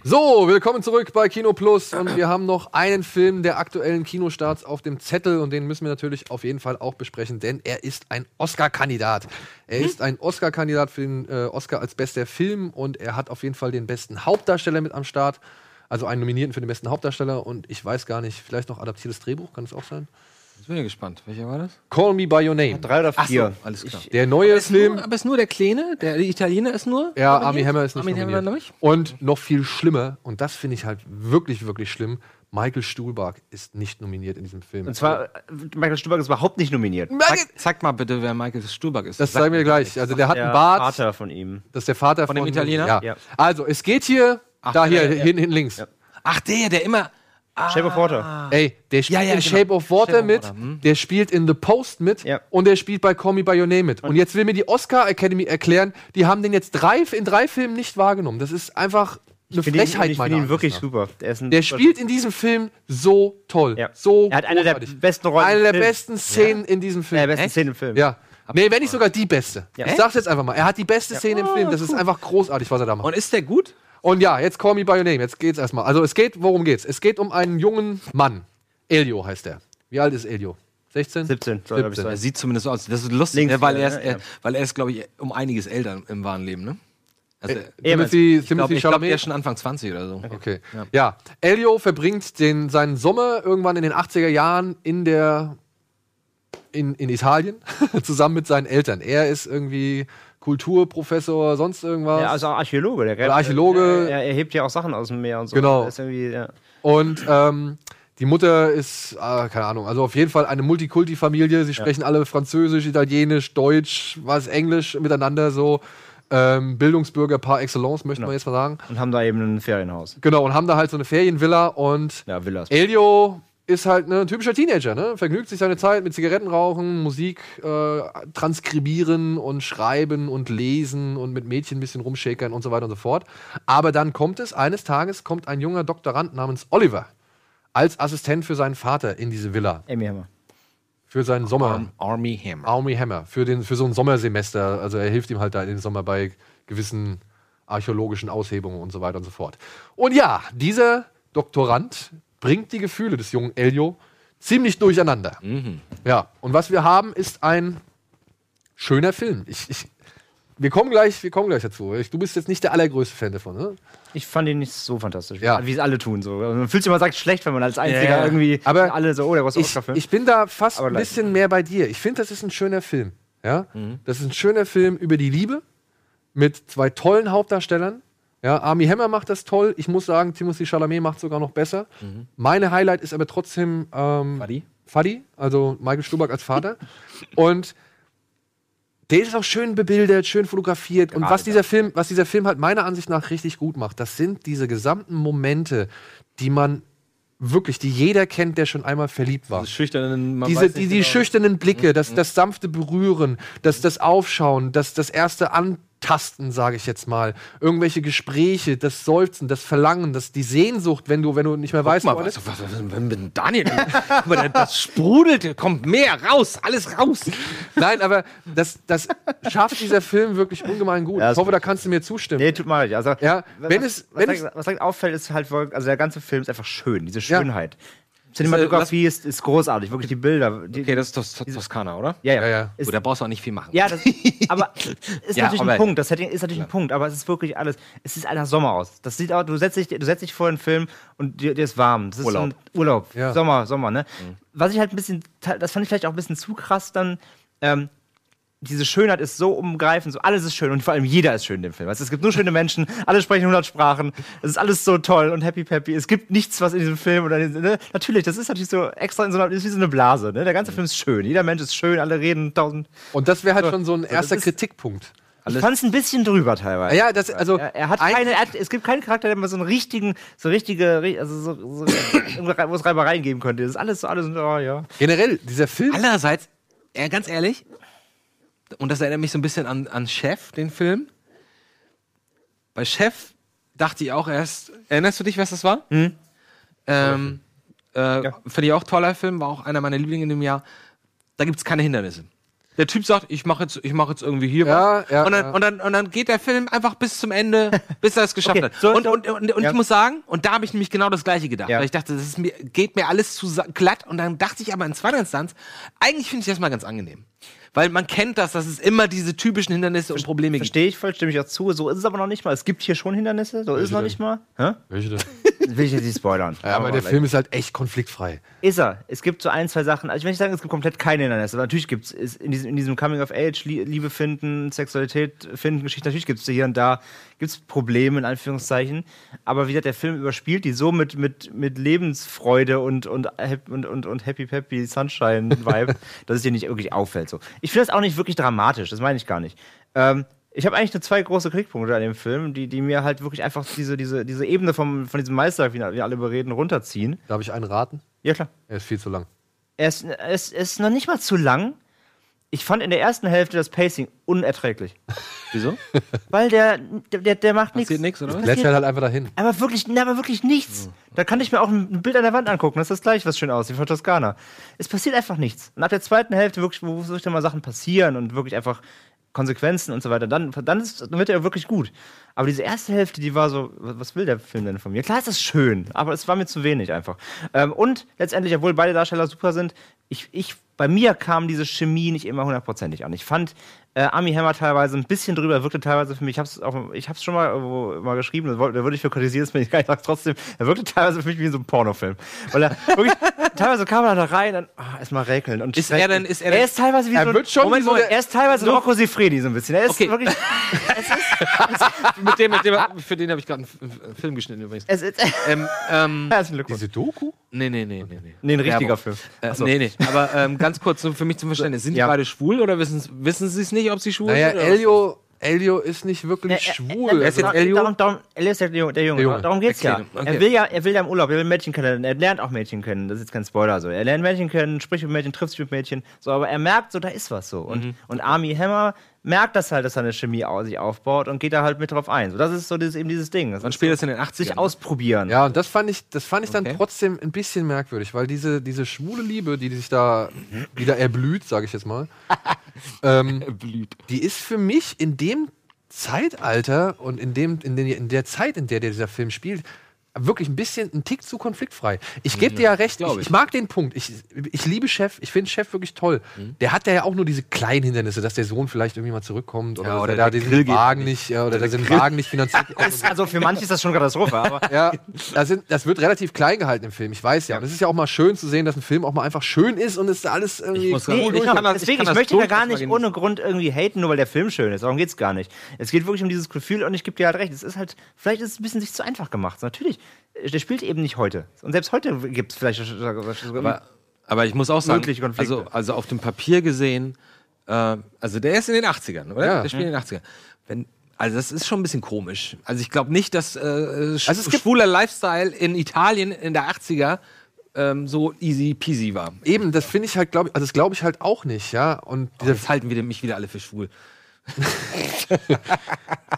S1: So, willkommen zurück bei Kino Plus und wir haben noch einen Film der aktuellen Kinostarts auf dem Zettel und den müssen wir natürlich auf jeden Fall auch besprechen, denn er ist ein Oscar-Kandidat. Er ist ein Oscar-Kandidat für den äh, Oscar als bester Film und er hat auf jeden Fall den besten Hauptdarsteller mit am Start, also einen Nominierten für den besten Hauptdarsteller und ich weiß gar nicht, vielleicht noch adaptiertes Drehbuch, kann es auch sein?
S3: Jetzt bin ich gespannt. Welcher war das?
S1: Call Me By Your Name.
S2: Drei oder vier.
S3: alles klar.
S1: Der neue
S3: Ist nur,
S1: Film
S3: aber ist nur der Kleine, der Italiener ist nur.
S1: Ja, Army
S3: nominiert?
S1: Hammer ist nicht
S3: Armie Hammer,
S1: nominiert.
S3: glaub
S1: Und noch viel schlimmer, und das finde ich halt wirklich, wirklich schlimm, Michael Stuhlbarg ist nicht nominiert in diesem Film.
S2: Und zwar, äh, Michael Stuhlberg ist überhaupt nicht nominiert.
S3: ich. Zeig, zeig mal bitte, wer Michael Stuhlback ist.
S1: das
S3: Sag
S1: sagen wir
S3: mir
S1: gleich. Also der hat einen
S2: Der
S1: Bart,
S2: Vater von ihm.
S1: das ist der Vater
S3: Von dem Italiener?
S1: Ja.
S2: Ja.
S1: Also, es geht hier,
S3: Ach,
S1: da hier,
S3: ja, ja.
S1: hin, hin links.
S3: Ach, der, der immer. Ah,
S2: Shape of Water.
S1: Ey, der spielt
S3: Ja, ja,
S1: in
S3: genau.
S1: Shape of Water
S3: Shape of
S1: mit,
S3: Water, hm.
S1: der spielt in The Post mit
S2: Ja.
S1: und der spielt bei Call Me By Your Name mit. Und jetzt will mir die Oscar Academy erklären, die haben den jetzt drei, in drei Filmen nicht wahrgenommen. Das ist einfach eine
S2: Ich finde ihn-
S1: Frechheit,
S2: ich
S1: meiner
S2: finde ihn
S1: Ansicht
S2: wirklich
S1: nach.
S2: super. Der, ist ein
S1: Der
S2: super-
S1: spielt in diesem Film so toll.
S2: Ja.
S1: So
S2: Er hat eine der
S1: großartig.
S2: besten Rollen
S1: Eine
S2: im
S1: der
S2: Film.
S1: besten Szenen in diesem
S2: Äh,
S1: Film.
S2: besten
S3: Echt?
S2: Szene im Film.
S1: ja. Nee, wenn nicht sogar die beste. Ich sag's jetzt einfach mal. Er hat die beste Szene im
S2: Oh,
S1: Film. Das ist einfach großartig, was er da macht.
S3: Und ist der gut?
S1: Und ja, jetzt call me by your name. Jetzt geht's erstmal. Also es geht, worum geht's? Es geht um einen jungen Mann. Elio heißt er. Wie alt ist Elio? 16?
S2: 17, soll, glaub ich,
S1: 17.
S3: Er sieht zumindest so aus. Das ist lustig,
S2: Links,
S3: ne? weil,
S2: ja,
S3: er ist,
S2: ja, ja.
S3: Er, weil er ist, glaube ich, um einiges älter im wahren Leben, ne? Also,
S1: Timothy,
S3: ich glaube,
S1: Äh, Timothy
S3: glaub,
S1: Chalamet.
S3: er ist schon Anfang 20 oder so.
S1: Okay. Ja. Elio verbringt den, seinen Sommer irgendwann in den 80er Jahren in der in, in Italien zusammen mit seinen Eltern. Er ist irgendwie Kulturprofessor, sonst irgendwas.
S2: Ja, also auch Archäologe. Der
S1: Oder Archäologe.
S2: Er, er hebt ja auch Sachen aus dem Meer und so.
S1: Genau.
S2: Das Ist irgendwie, ja.
S1: Und ähm, die Mutter ist, äh, keine Ahnung, also auf jeden Fall eine Multikulti-Familie. Sie sprechen alle Französisch, Italienisch, Deutsch, was Englisch miteinander so. Ähm, Bildungsbürger par excellence, möchte
S2: Genau.
S1: man jetzt mal sagen.
S2: Und haben da eben ein Ferienhaus.
S1: Genau, und haben da halt so eine Ferienvilla und
S2: Ja, Villas.
S1: Elio ist halt ne, ein typischer Teenager, ne? Vergnügt sich seine Zeit mit Zigarettenrauchen, Musik äh, transkribieren und schreiben und lesen und mit Mädchen ein bisschen rumschäkern und so weiter und so fort. Aber dann kommt es, eines Tages kommt ein junger Doktorand namens Oliver als Assistent für seinen Vater in diese Villa,
S2: Amy Hammer.
S1: für seinen Sommer.
S3: Arm- Army Hammer.
S1: Army Hammer für, den, für so ein Sommersemester. Also er hilft ihm halt da in den Sommer bei gewissen archäologischen Aushebungen und so weiter und so fort. Und ja, dieser Doktorand bringt die Gefühle des jungen Elio ziemlich durcheinander. Ja, und was wir haben, ist ein schöner Film. Ich, ich, wir, kommen gleich, wir kommen gleich dazu. Ich, du bist jetzt nicht der allergrößte Fan davon, ne?
S2: Ich fand ihn nicht so fantastisch,
S1: Ja.
S2: wie es alle tun. So. Also Man fühlt sich immer sagt schlecht, wenn man als Einziger
S3: ja.
S2: irgendwie
S1: Aber
S2: alle so, oh, der große
S1: ich,
S2: Oscar-Film.
S1: ich bin da fast
S2: Aber
S1: ein
S2: leicht.
S1: bisschen mehr bei dir. Ich finde, das ist ein schöner Film. Ja? Das ist ein schöner Film über die Liebe mit zwei tollen Hauptdarstellern. Ja, Army Hammer macht das toll. Ich muss sagen, Timothy Chalamet macht sogar noch besser. Meine Highlight ist aber trotzdem ähm,
S3: Fadi?
S1: Fadi, also Michael Stuback als Vater. Und der ist auch schön bebildert, schön fotografiert. Und was dieser, Film, was dieser Film halt meiner Ansicht nach richtig gut macht, das sind diese gesamten Momente, die man wirklich, die jeder kennt, der schon einmal verliebt war.
S3: Schüchternen, man genau.
S1: Diese, die, die schüchternen Blicke,
S3: Mhm,
S1: das, das sanfte Berühren, das, das Aufschauen, das, das erste Antasten, sage ich jetzt mal. Irgendwelche Gespräche, das Seufzen, das Verlangen, das, die Sehnsucht, wenn du, wenn du nicht mehr weißt,
S3: Guck mal,
S1: wo alles-
S3: was, was, was, was, was Daniel? Guck mal, das- das sprudelt, kommt mehr raus, alles raus.
S1: Nein, aber das, das schafft dieser Film wirklich ungemein gut.
S2: Ja,
S1: ich
S2: ist
S1: hoffe,
S2: gut.
S1: da kannst du mir zustimmen.
S2: Nee, tut mir leid. Also,
S1: Ja, wenn
S2: was,
S1: es-
S2: was,
S1: wenn
S2: was, was halt auffällt, ist halt, wohl- also der ganze Film ist einfach schön, diese
S1: Ja. äh,
S2: Schönheit. Cinematografie ist, ist großartig, wirklich die Bilder. Die,
S3: Okay, das ist Tos Tos Toskana, oder?
S2: ja,
S1: Ja,
S2: ja.
S1: ja.
S2: Ist,
S3: Gut, da brauchst du auch nicht viel machen.
S2: ja das, aber ist
S3: Ja,
S2: natürlich
S3: aber-
S2: ein Punkt. Das hätte- ist natürlich ein Punkt, aber es ist wirklich alles. Es sieht aller Sommer aus. Das sieht auch, du setzt dich, du setzt dich vor einen Film und dir, dir ist warm. Das ist
S3: Urlaub. Mhm.
S2: Ein Urlaub.
S1: Ja.
S2: Sommer, Sommer, ne? Was ich halt ein bisschen, das fand ich vielleicht auch ein bisschen zu krass dann. Ähm, diese Schönheit ist so umgreifend, so alles ist schön und vor allem jeder ist schön in dem Film. Also, es gibt nur schöne Menschen, alle sprechen 100 Sprachen, es ist alles so toll und happy peppy. Es gibt nichts, was in diesem Film oder in, ne? natürlich, das ist natürlich so extra in so einer, ist wie so eine Blase. Ne? Der
S3: Mhm.
S2: ganze Film ist schön, jeder Mensch ist schön, alle reden tausend.
S1: Und das wäre halt schon so ein erster
S2: also ist-
S1: Kritikpunkt.
S2: Ich fand es ein bisschen drüber teilweise.
S1: Ja, das, also,
S2: Er, er hat
S1: ein-
S2: keine, er hat, es gibt keinen Charakter, der mal so einen richtigen, so richtige, ri- also so, so wo es Reibereien geben könnte. Das ist alles so, alles, oh, ja.
S1: generell, dieser Film.
S3: Andererseits, ja, ganz ehrlich, und das erinnert mich so ein bisschen an, an Chef, den Film. Bei Chef dachte ich auch erst, erinnerst du dich, was das war? Ähm, äh, Finde ich auch toller Film, war auch einer meiner Lieblinge in dem Jahr. Da gibt es keine Hindernisse. Der Typ sagt, ich mache jetzt, ich mach jetzt irgendwie hier
S1: Ja,
S3: was.
S1: ja,
S3: und, dann,
S1: ja.
S3: und, dann, und dann geht der Film einfach bis zum Ende, bis er es geschafft
S2: Okay,
S3: hat.
S2: so-
S3: und
S2: so-
S3: und, und, und
S2: ja.
S3: ich muss sagen, und da habe ich nämlich genau das Gleiche gedacht.
S2: Ja.
S3: Weil ich dachte, das ist mir, geht mir alles zu sa- glatt. Und dann dachte ich aber in zweiter Instanz, eigentlich finde ich das mal ganz angenehm. Weil man kennt das, dass es immer diese typischen Hindernisse und Probleme gibt.
S2: Verstehe ich voll, stimme ich auch zu. So ist es aber noch nicht mal. Es gibt hier schon Hindernisse, so ist es noch
S1: denn?
S2: nicht mal. Hä?
S1: Welche denn?
S2: Will ich jetzt nicht spoilern.
S1: Ja, aber der Film ist halt echt konfliktfrei.
S2: Ist er. Es gibt so ein, zwei Sachen. Also ich will nicht sagen, es gibt komplett keine Hindernisse. Aber natürlich gibt es in diesem, in diesem Coming of Age, Lie- Liebe finden, Sexualität finden, Geschichte, natürlich gibt es hier und da, gibt es Probleme in Anführungszeichen. Aber wie gesagt, der Film überspielt die so mit, mit, mit Lebensfreude und, und, hap- und, und, und Happy Peppy Sunshine-Vibe, dass es dir nicht wirklich auffällt. So. Ich finde das auch nicht wirklich dramatisch, das meine ich gar nicht. Ähm, ich habe eigentlich nur zwei große Kritikpunkte an dem Film, die, die mir halt wirklich einfach diese, diese, diese Ebene vom, von diesem Meister, wie wir alle überreden, runterziehen.
S1: Darf ich einen raten?
S2: Ja, klar.
S1: Er ist viel zu lang.
S2: Er ist, er, ist, er ist noch nicht mal zu lang. Ich fand in der ersten Hälfte das Pacing unerträglich.
S3: Wieso?
S2: Weil der, der, der macht nichts.
S3: Passiert nichts, oder was?
S1: Letzter halt einfach dahin.
S2: Aber wirklich, na, aber wirklich nichts. Da kann ich mir auch ein Bild an der Wand angucken. Das ist das gleiche, was schön aussieht von Toskana. Es passiert einfach nichts. Und ab der zweiten Hälfte, wirklich, wo wirklich dann mal Sachen passieren und wirklich einfach Konsequenzen und so weiter, dann, dann, ist, dann wird er wirklich gut. Aber diese erste Hälfte, die war so, wa- was will der Film denn von mir? Klar ist das schön, aber es war mir zu wenig einfach. Ähm, und letztendlich, obwohl beide Darsteller super sind, ich, ich, bei mir kam diese Chemie nicht immer hundertprozentig an. Ich fand äh, Ami Hammer teilweise ein bisschen drüber, wirkte teilweise für mich, ich hab's, auch, ich hab's schon mal, irgendwo mal geschrieben, da woll- da würde ich für kritisieren, das bin ich gar nicht, sag's trotzdem, er wirkte teilweise für mich wie so ein Pornofilm. Weil er wirklich, teilweise kam er da rein und ah, erstmal räkeln. Und
S3: Ist er
S2: strecken.
S3: denn- ist er denn-
S2: er ist teilweise wie
S1: Er
S2: so ein,
S1: wird schon
S2: Moment,
S1: wie so
S2: Moment,
S1: der-
S2: er ist teilweise Rocco Sifredi so ein bisschen. Er ist
S3: Okay.
S2: wirklich,
S3: mit dem, mit dem, für den habe ich gerade einen F- Film geschnitten übrigens.
S2: es ist,
S3: Ähm, ähm,
S2: herzlichen Glückwunsch.
S1: Diese Doku?
S3: nee, nee, nee, nee, nee.
S2: Nee, ein richtiger
S3: Werbung.
S2: Film.
S3: Äh, Nee, nee. Aber ähm, ganz kurz so für mich zum Verständnis. Sind
S2: Ja.
S3: die beide schwul oder wissen's, wissen sie es nicht, ob sie schwul
S1: Naja,
S3: sind? oder
S1: Elio, Elio ist nicht wirklich
S2: Er- er-
S1: schwul.
S2: Er,
S1: Also,
S2: ist jetzt Elio? Äh, Darum, darum, Elio ist der Junge. Der Junge.
S1: Der Junge.
S2: Darum geht's
S3: Erklär
S2: ja.
S3: ihm.
S2: Er
S3: Okay.
S2: will ja. Er will ja im Urlaub, er will Mädchen kennenlernen. Er lernt auch Mädchen kennen. Das ist jetzt kein Spoiler. So. Er lernt Mädchen kennen, spricht mit Mädchen, trifft sich mit Mädchen. So, aber er merkt so, da ist was so. Und, und Army Hammer merkt das halt, dass seine Chemie au- sich aufbaut und geht da halt mit drauf ein. So, das ist so dieses, eben dieses Ding. Das
S3: Wann
S2: ist
S3: spielt das in den 80ern?
S2: sich ausprobieren.
S1: ja, und das fand ich, das fand ich dann
S3: Okay.
S1: trotzdem ein bisschen merkwürdig, weil diese, diese schwule Liebe, die sich da wieder erblüht, sage ich jetzt mal, ähm,
S3: Blüht.
S1: die ist für mich in dem Zeitalter und in, dem, in, den, in der Zeit, in der dieser Film spielt, wirklich ein bisschen ein Tick zu konfliktfrei. Ich gebe dir ja recht, ich,
S3: glaub ich.
S1: ich mag den Punkt. Ich, ich liebe Chef, ich finde Chef wirklich toll. Der hat ja auch nur diese kleinen Hindernisse, dass der Sohn vielleicht irgendwie mal zurückkommt oder,
S3: Ja,
S1: dass
S3: oder
S1: er da
S3: der
S1: diesen
S3: Grill geht
S1: Wagen nicht, ja, oder dass er den Wagen nicht finanziert bekommt.
S2: Das- Also für manche ist das schon Katastrophe, aber
S1: Ja, das, sind, das wird relativ klein gehalten im Film, ich weiß ja. Und es ist ja auch mal schön zu sehen, dass ein Film auch mal einfach schön ist und es da alles irgendwie
S3: muss
S1: cool
S3: sagen,
S2: Nee, ich,
S3: ich kann das- ich
S2: deswegen,
S3: kann
S2: ich,
S3: das
S2: möchte da
S3: durchaus
S2: gar
S3: mal
S2: nicht
S3: genießen.
S2: ohne Grund irgendwie haten, nur weil der Film schön ist. Darum geht's gar nicht. Es geht wirklich um dieses Gefühl und ich gebe dir halt recht. Es ist halt, vielleicht ist es ein bisschen sich zu einfach gemacht. Natürlich, äh, der spielt eben nicht heute. Und selbst heute gibt es vielleicht.
S3: Aber, aber ich muss auch sagen,
S2: Mögliche Konflikte.
S3: also, also auf dem Papier gesehen, äh, also der ist in den 80ern, oder?
S1: Ja.
S3: Der spielt in den 80ern. Wenn, also das ist schon ein bisschen komisch. Also ich glaube nicht, dass äh, sch
S1: Also es gibt-
S3: schwuler Lifestyle in Italien in der 80er ähm, so easy peasy war.
S1: Eben, das finde ich halt, glaube ich, also das glaube ich halt auch nicht, ja. Und dieser
S3: Jetzt halten wir mich wieder alle für schwul.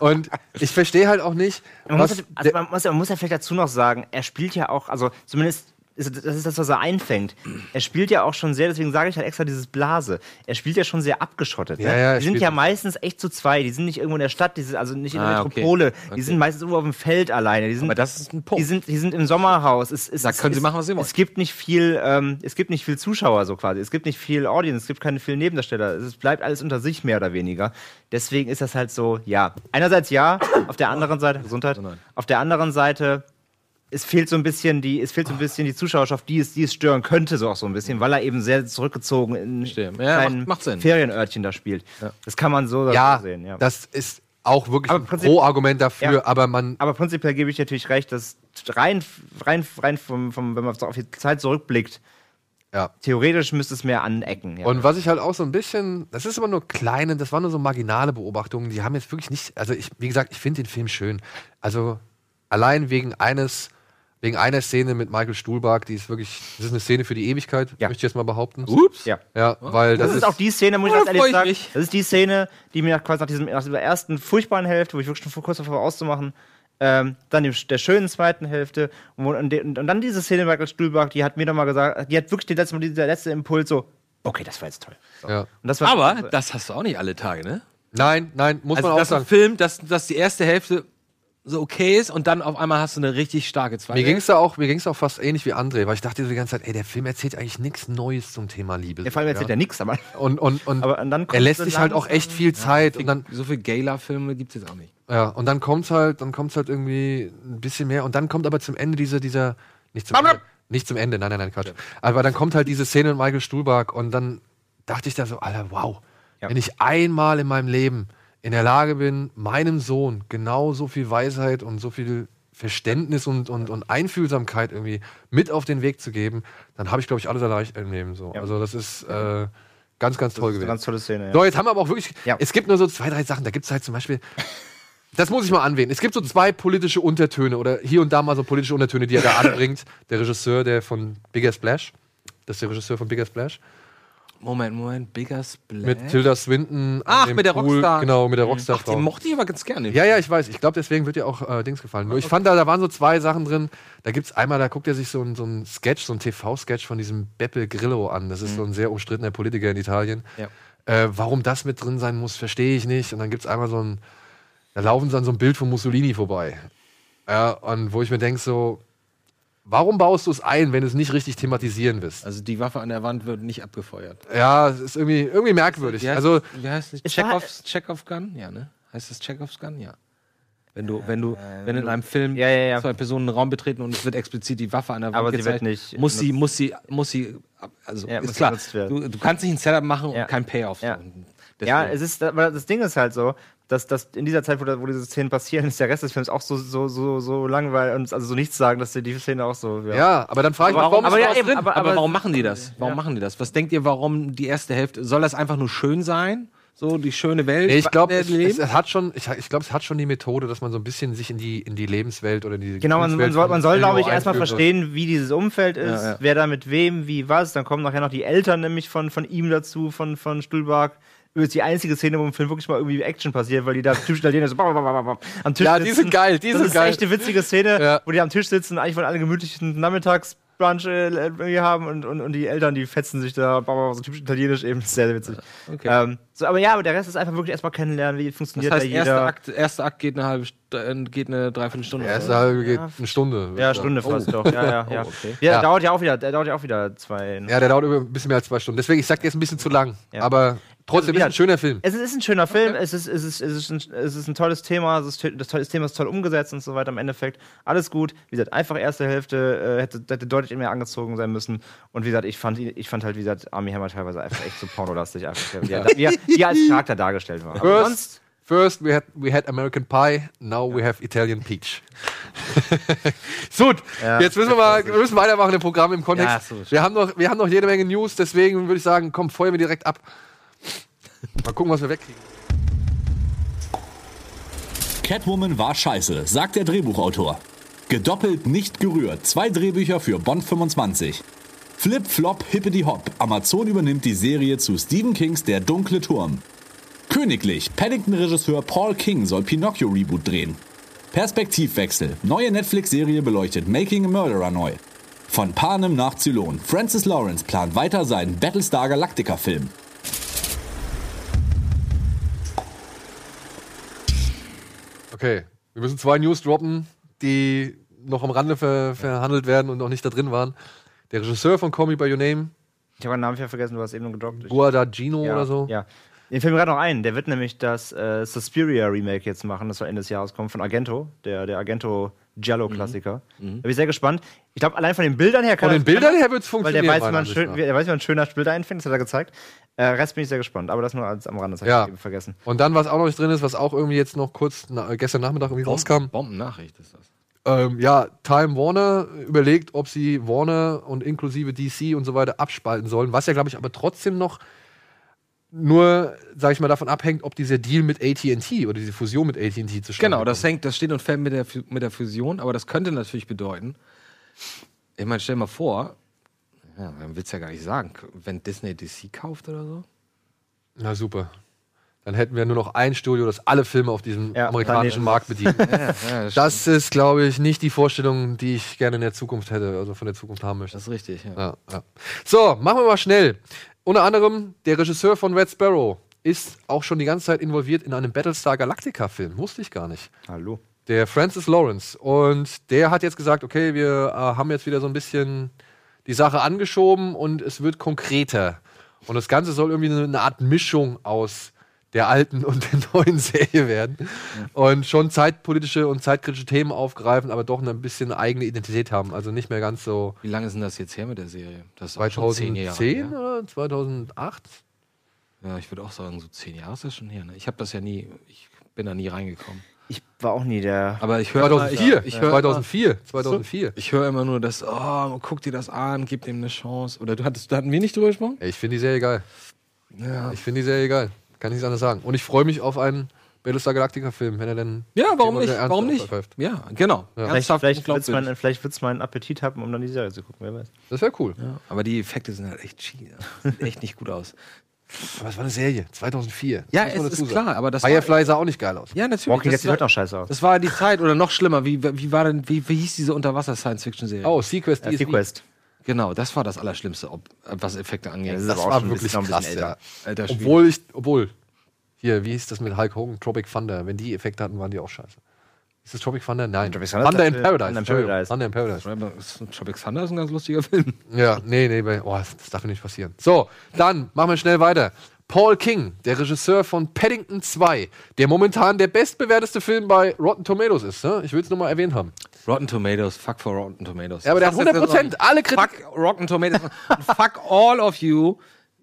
S1: Und ich verstehe halt auch nicht,
S2: Man
S1: was
S2: muss, also
S1: der-
S2: man, muss, man muss ja vielleicht dazu noch sagen, er spielt ja auch, also zumindest ist, das ist das, was er einfängt. Er spielt ja auch schon sehr, deswegen sage ich halt extra dieses Blase. Er spielt ja schon sehr abgeschottet.
S1: Ja,
S2: ne?
S1: ja, er
S2: die sind
S1: spielt-
S2: ja meistens echt zu zwei. Die sind nicht irgendwo in der Stadt, die sind also nicht in der
S3: Ah, okay.
S2: Metropole. Die
S3: Okay.
S2: sind meistens irgendwo auf dem Feld alleine. Die sind,
S3: Aber das ist ein Punkt.
S2: Die sind, die sind im Sommerhaus. Es, es,
S3: Da können
S2: es,
S3: sie machen, was sie wollen.
S2: Es gibt nicht viel, ähm, es gibt nicht viel Zuschauer so quasi. Es gibt nicht viel Audience, es gibt keine vielen Nebendarsteller. Es bleibt alles unter sich mehr oder weniger. Deswegen ist das halt so, ja. Einerseits ja, auf der anderen Seite Gesundheit.
S3: nein.
S2: Auf der anderen Seite es fehlt so ein bisschen die, es fehlt so ein bisschen die Zuschauerschaft, die es, die es stören könnte, so auch so ein bisschen, weil er eben sehr zurückgezogen in
S3: Verstehe. Ja,
S2: kleinen
S3: macht- macht Sinn.
S2: Ferienörtchen da spielt. Das kann man so
S1: ja,
S2: sehen. Ja.
S1: das ist auch wirklich
S2: Aber
S1: ein
S2: prinzip-
S1: Pro-Argument dafür,
S2: Ja.
S1: aber man
S2: Aber prinzipiell gebe ich natürlich recht, dass rein, rein, rein vom, vom, wenn man so auf die Zeit zurückblickt,
S1: Ja.
S2: theoretisch müsste es mehr anecken. Ja.
S1: Und was ich halt auch so ein bisschen, das ist aber nur kleine, das waren nur so marginale Beobachtungen, die haben jetzt wirklich nicht, also ich, wie gesagt, ich finde den Film schön. Also allein wegen eines, wegen einer Szene mit Michael Stuhlbarg, die ist wirklich, das ist eine Szene für die Ewigkeit,
S2: Ja.
S1: möchte ich jetzt mal behaupten.
S3: Ups.
S2: ja.
S1: Ja, weil
S2: Das,
S1: das,
S2: ist auch die Szene, muss ich
S3: Ja,
S2: ganz
S3: da
S2: ehrlich
S3: freu
S2: sagen.
S3: ich mich.
S2: Das ist die Szene, die mir quasi nach, diesem, nach dieser ersten furchtbaren Hälfte, wo ich wirklich schon vor- kurz davor war auszumachen, ähm, dann dem, der schönen zweiten Hälfte und, wo- und, de- und, und dann diese Szene mit Michael Stuhlbach, die hat mir nochmal gesagt, die hat wirklich den letzten, dieser letzte Impuls so, okay, das war jetzt toll. So.
S1: Ja.
S2: Und das war
S3: Aber das hast du auch nicht alle Tage, ne?
S1: Nein, nein, muss
S3: Also,
S1: man auch
S3: dass ein
S1: sagen.
S3: Film, dass, dass die erste Hälfte so okay ist und dann auf einmal hast du eine richtig starke zweite
S1: Mir ging es da auch, mir ging's auch fast ähnlich wie André, weil ich dachte so die ganze Zeit, ey, der Film erzählt eigentlich nichts Neues zum Thema Liebe.
S2: Ja, vor allem erzählt
S1: ja.
S2: er nichts, aber
S1: Und, und, und,
S2: Aber dann kommt
S1: er lässt
S2: so
S1: sich halt auch echt viel Zeit und dann,
S3: So viel Gala-Filme gibt es jetzt auch nicht.
S1: ja, und dann kommt's halt, dann kommt's halt irgendwie ein bisschen mehr und dann kommt aber zum Ende dieser, dieser, nicht zum Ende, nicht zum Ende, nein, nein, nein, Quatsch. Aber dann kommt halt diese Szene mit Michael Stuhlbarg und dann dachte ich da so, Alter, wow,
S2: Ja.
S1: wenn ich einmal in meinem Leben in der Lage bin, meinem Sohn genau so viel Weisheit und so viel Verständnis und, und, und Einfühlsamkeit irgendwie mit auf den Weg zu geben, dann habe ich, glaube ich, alles erreicht im Leben so. Also das ist äh, ganz, ganz toll
S2: das ist
S1: gewesen.
S2: eine ganz tolle Szene. Ja.
S1: So, jetzt haben wir aber auch wirklich.
S2: Ja.
S1: Es gibt nur so zwei, drei Sachen. Da gibt es halt zum Beispiel. Das muss ich mal anwählen. Es gibt so zwei politische Untertöne oder hier und da mal so politische Untertöne, die er da anbringt. Der Regisseur, der von Bigger Splash. Das ist der Regisseur von Bigger Splash.
S3: Moment, Moment, Bigger Splash.
S1: Mit Tilda Swinton. an
S3: Ach,
S1: dem
S3: mit der Rockstar. Mhm.
S1: Genau, mit der
S3: Ach, den
S1: Rockstar-Frau.
S3: mochte ich aber ganz gerne.
S1: Ja, ja, ich weiß. Ich glaube, deswegen wird dir auch äh, Dings gefallen. Nur ich
S2: Ah,
S1: fand da, da waren so zwei Sachen drin. Da gibt es einmal, da guckt er sich so ein, so ein Sketch, so ein TV-Sketch von diesem Beppe Grillo an. Das
S2: Mhm.
S1: ist so ein sehr umstrittener Politiker in Italien.
S3: Ja.
S1: Äh, warum das mit drin sein muss, verstehe ich nicht. Und dann gibt es einmal so ein, da laufen sie an so einem Bild von Mussolini vorbei. Ja, und wo ich mir denke, so, warum baust du es ein, wenn du es nicht richtig thematisieren willst?
S3: Also die Waffe an der Wand wird nicht abgefeuert.
S1: Ja, es ist irgendwie, irgendwie merkwürdig.
S3: Wie heißt-
S1: Also,
S3: wie heißt das?
S2: es war-
S3: Chekhovs, Chekhov Gun? Ja, ne? Heißt das Chekhov Gun? Ja. Wenn du, wenn du, wenn in einem Film
S2: Äh, Ja, ja, ja.
S3: zwei Personen einen Raum betreten und es wird explizit die Waffe an der Wand
S2: Aber sie wird
S3: gezeigt,
S2: nicht
S3: muss sie, muss sie, muss sie, ab- also
S2: Ja,
S3: ist
S2: muss
S3: klar.
S2: genutzt werden.
S3: Du, du kannst nicht ein Setup machen
S2: Ja.
S3: und kein Payoff.
S2: Ja.
S3: So.
S2: Ja,
S3: Deswegen-
S2: es ist, aber das Ding ist halt so, dass, dass in dieser Zeit, wo, da- wo diese Szenen passieren, ist der Rest des Films auch so, so, so, so langweilig und also so nichts sagen, dass dir die Szene auch so.
S1: ja, aber dann frage ich mich,
S2: Warum-
S1: warum,
S2: aber
S1: ist
S2: ja,
S1: sowas
S2: eben,
S1: drin?
S2: aber-
S3: Aber, warum machen die das? Warum machen die das? Was denkt ihr, warum die erste Hälfte? Soll das einfach nur schön sein? So die schöne Welt?
S1: Nee, ich glaube,
S3: äh,
S1: es, es,
S3: leben?
S1: es hat schon, ich, ich glaube, es hat schon die Methode, dass man so ein bisschen sich in die, in die Lebenswelt oder in die
S2: Genau, man, man
S1: Gefühlswelt
S2: soll, man soll
S1: von
S2: glaube ich,
S1: Lilo
S2: erstmal
S1: einführt wird.
S2: verstehen, wie dieses Umfeld ist,
S3: Ja, ja.
S2: wer da mit wem, wie was. Dann kommen nachher noch die Eltern nämlich von, von ihm dazu, von, von Stuhlbarg. Das ist die einzige Szene, wo im Film wirklich mal irgendwie Action passiert, weil die da typisch Italiener so bap, bap, bap, bap, am Tisch
S1: Ja, die sind geil, die
S2: das
S1: sind
S2: ist
S1: geil.
S2: echt eine witzige Szene,
S1: Ja.
S2: wo die am Tisch sitzen, eigentlich von alle gemütlichen Nachmittagsbrunch äh, irgendwie haben und, und, und die Eltern, die fetzen sich da bap, bap, so typisch italienisch eben. Sehr, sehr witzig.
S3: Okay.
S2: Ähm, so, aber ja, aber der Rest ist einfach wirklich erstmal kennenlernen, wie funktioniert
S3: Das heißt,
S2: da jeder.
S3: erster Akt, erster Akt geht eine halbe, St- äh, geht eine Dreiviertelstunde.
S1: Ja,
S3: oder
S1: es
S3: so.
S1: halt- geht eine Stunde.
S2: Ja, Stunde fast doch. Ja, ja, ja.
S3: okay.
S2: ja,
S1: Ja.
S2: Dauert ja auch wieder, der dauert ja auch wieder zwei. ne?
S1: Ja, der dauert über ein bisschen mehr als zwei Stunden. Deswegen, ich sag, der ist ein bisschen zu lang.
S2: Ja.
S1: Aber trotzdem
S2: Also, wie
S1: ist ein
S2: gesagt,
S1: schöner Film.
S2: Es ist ein schöner Film, es ist, es ist, es ist, ein, es ist ein tolles Thema, es ist, tö- das tolle Thema ist toll umgesetzt und so weiter im Endeffekt. Alles gut. Wie gesagt, einfach erste Hälfte äh, hätte, hätte deutlich mehr angezogen sein müssen. Und wie gesagt, ich fand, ihn- ich ffand halt, wie gesagt, Army Hammer teilweise einfach echt so pornolastig, einfach, wie, er, wie, er, wie er als Charakter dargestellt war. Aber sonst-
S1: First, first we, had, we had American Pie, now we have Italian Peach. Gut,
S2: Ja,
S1: jetzt müssen wir mal wir müssen weitermachen im Programm im Kontext.
S3: Ja, so.
S1: wir, haben noch, wir haben noch jede Menge News, deswegen würde ich sagen, komm, feuern wir direkt ab. Mal gucken, was wir wegkriegen.
S6: Catwoman war scheiße, sagt der Drehbuchautor. Gedoppelt nicht gerührt. Zwei Drehbücher für Bond 25. Flip Flop Hippity Hop. Amazon übernimmt die Serie zu Stephen Kings Der dunkle Turm. Königlich. Paddington-Regisseur Paul King soll Pinocchio-Reboot drehen. Perspektivwechsel. Neue Netflix-Serie beleuchtet Making a Murderer neu. Von Panem nach Zylon. Francis Lawrence plant weiter seinen Battlestar Galactica-Film.
S1: Okay, wir müssen zwei News droppen, die noch am Rande ver, verhandelt werden und noch nicht da drin waren. Der Regisseur von Call Me By Your Name,
S2: Ich habe den Namen wieder vergessen, du hast eben nur gedroppt. Ich-
S1: Guadagnino
S2: ja,
S1: oder so.
S2: Ja. Den Film gerade noch ein. Der wird nämlich das äh, Suspiria Remake jetzt machen, das soll Ende des Jahres kommen, von Argento, der, der Argento Giallo-Klassiker. Da bin ich sehr gespannt. Ich glaube, allein von den Bildern her kann
S1: Mhm. Von den
S2: das-
S1: Bildern her wird es
S2: Weil
S1: funktionieren.
S2: der weiß, wie
S1: meiner
S2: man
S1: Ansicht
S2: schön,
S1: nach.
S2: der weiß, wie man schön das Bild einfängt, das hat er gezeigt. Äh, Rest bin ich sehr gespannt, aber das nur als am Rande, das habe
S1: Ja.
S2: ich eben vergessen.
S1: Und dann, was auch noch nicht drin ist, was auch irgendwie jetzt noch kurz na, äh, gestern Nachmittag irgendwie rauskam.
S3: Bombennachricht ist das.
S1: Ähm, ja, Time Warner überlegt, ob sie Warner und inklusive DC und so weiter abspalten sollen, was ja, glaube ich, aber trotzdem noch nur, sage ich mal, davon abhängt, ob dieser Deal mit AT&T oder diese Fusion mit AT&T zu
S3: Genau, das hängt, das steht und fällt mit der, Fu- mit der Fusion, aber das könnte natürlich bedeuten, ich meine, stell dir mal vor, ja, man will es ja gar nicht sagen, wenn Disney DC kauft oder so.
S1: Na super. Dann hätten wir nur noch ein Studio, das alle Filme auf diesem
S2: Ja,
S1: amerikanischen
S2: Planeten.
S1: Markt bedient.
S3: Ja, das,
S1: Das ist, glaube ich, nicht die Vorstellung, die ich gerne in der Zukunft hätte, also von der Zukunft haben möchte.
S3: das ist richtig. Ja.
S1: Ja, ja. So, machen wir mal schnell. Unter anderem der Regisseur von Red Sparrow ist auch schon die ganze Zeit involviert in einem Battlestar Galactica-Film. Wusste ich gar nicht.
S2: Hallo.
S1: Der Francis Lawrence. Und der hat jetzt gesagt, okay, wir äh, haben jetzt wieder so ein bisschen die Sache angeschoben und es wird konkreter. Und das Ganze soll irgendwie eine, eine Art Mischung aus der alten und der neuen Serie werden. Und schon zeitpolitische und zeitkritische Themen aufgreifen, aber doch ein bisschen eigene Identität haben. Also nicht mehr ganz so
S3: Wie lange ist denn das jetzt her mit der Serie? Das ist auch schon zehn
S1: 2010
S3: Jahre. her.
S1: oder 2008.
S3: Ja, ich würde auch sagen, so zehn Jahre ist das schon her. Ne? Ich habe das ja nie, ich bin da nie reingekommen.
S2: Ich war auch nie der.
S3: Aber ich höre immer, ich,
S1: 2004,
S3: ich höre immer,
S1: 2004, 2004.
S3: ich höre immer nur, dass, oh, guck dir das an, gib dem eine Chance. Oder du hattest, da hatten wir nicht drüber gesprochen?
S1: Ey, Ich finde die Serie geil.
S3: Ja,
S1: Ich finde die Serie geil. Kann nichts anderes sagen. Und ich freue mich auf einen Battlestar Galactica-Film, wenn er denn.
S3: ja warum
S1: jemand
S3: nicht?
S1: der ernst
S3: Warum nicht?
S1: aufgreift.
S3: Ja, genau.
S2: vielleicht
S3: Ernsthaft
S2: vielleicht
S3: und
S2: wird es
S3: glaubwürdig.
S2: mein, vielleicht wird's meinen Appetit haben, um dann die Serie zu gucken, wer weiß.
S1: Das wäre cool.
S3: Ja, aber die Effekte sind halt echt cheesy. Sieht echt nicht gut aus.
S1: Aber es war eine Serie, 2004. Das
S3: Ja,
S1: muss
S3: es
S1: man
S3: ist
S1: dazu sagen.
S3: klar, aber das war,
S1: Firefly sah auch nicht geil aus.
S3: Ja, natürlich.
S2: Walking Dead
S3: das,
S2: sieht heute
S3: war,
S2: noch scheiße aus.
S3: das war die Zeit oder noch schlimmer. Wie, wie war denn, wie, wie hieß diese Unterwasser-Science-Fiction-Serie?
S1: Oh, Sequest
S2: Ja, Sequest.
S3: Genau, das war das Allerschlimmste, ob, was Effekte angeht.
S2: Das ist
S1: Das
S2: aber auch
S1: war
S2: schon ein
S1: wirklich
S2: bisschen- noch ein
S1: krass,
S2: bisschen
S1: ja.
S3: Alter Schwede.
S1: Obwohl ich, obwohl, hier, wie hieß das mit Hulk Hogan? Tropic Thunder. Wenn die Effekte hatten, waren die auch scheiße. Ist das Tropic Thunder? Nein.
S2: Tropic Thunder-
S1: Thunder in
S2: Thunder in
S1: Paradise. Entschuldigung.
S2: Paradise.
S1: Thunder in Paradise.
S3: Tropic Thunder ne, ist ein ganz lustiger Film.
S1: Ja, nee, nee, bei- oh, das darf mir nicht passieren. So, dann machen wir schnell weiter. Paul King, der Regisseur von Paddington 2, der momentan der bestbewerteste Film bei Rotten Tomatoes ist. Ne? Ich will es nur mal erwähnt haben.
S3: Rotten Tomatoes, fuck for Rotten Tomatoes.
S1: Ja, aber der hat
S3: Ich sag's jetzt
S1: 100%
S3: noch-
S1: alle Kritik-
S3: Fuck Rotten Tomatoes und fuck all of you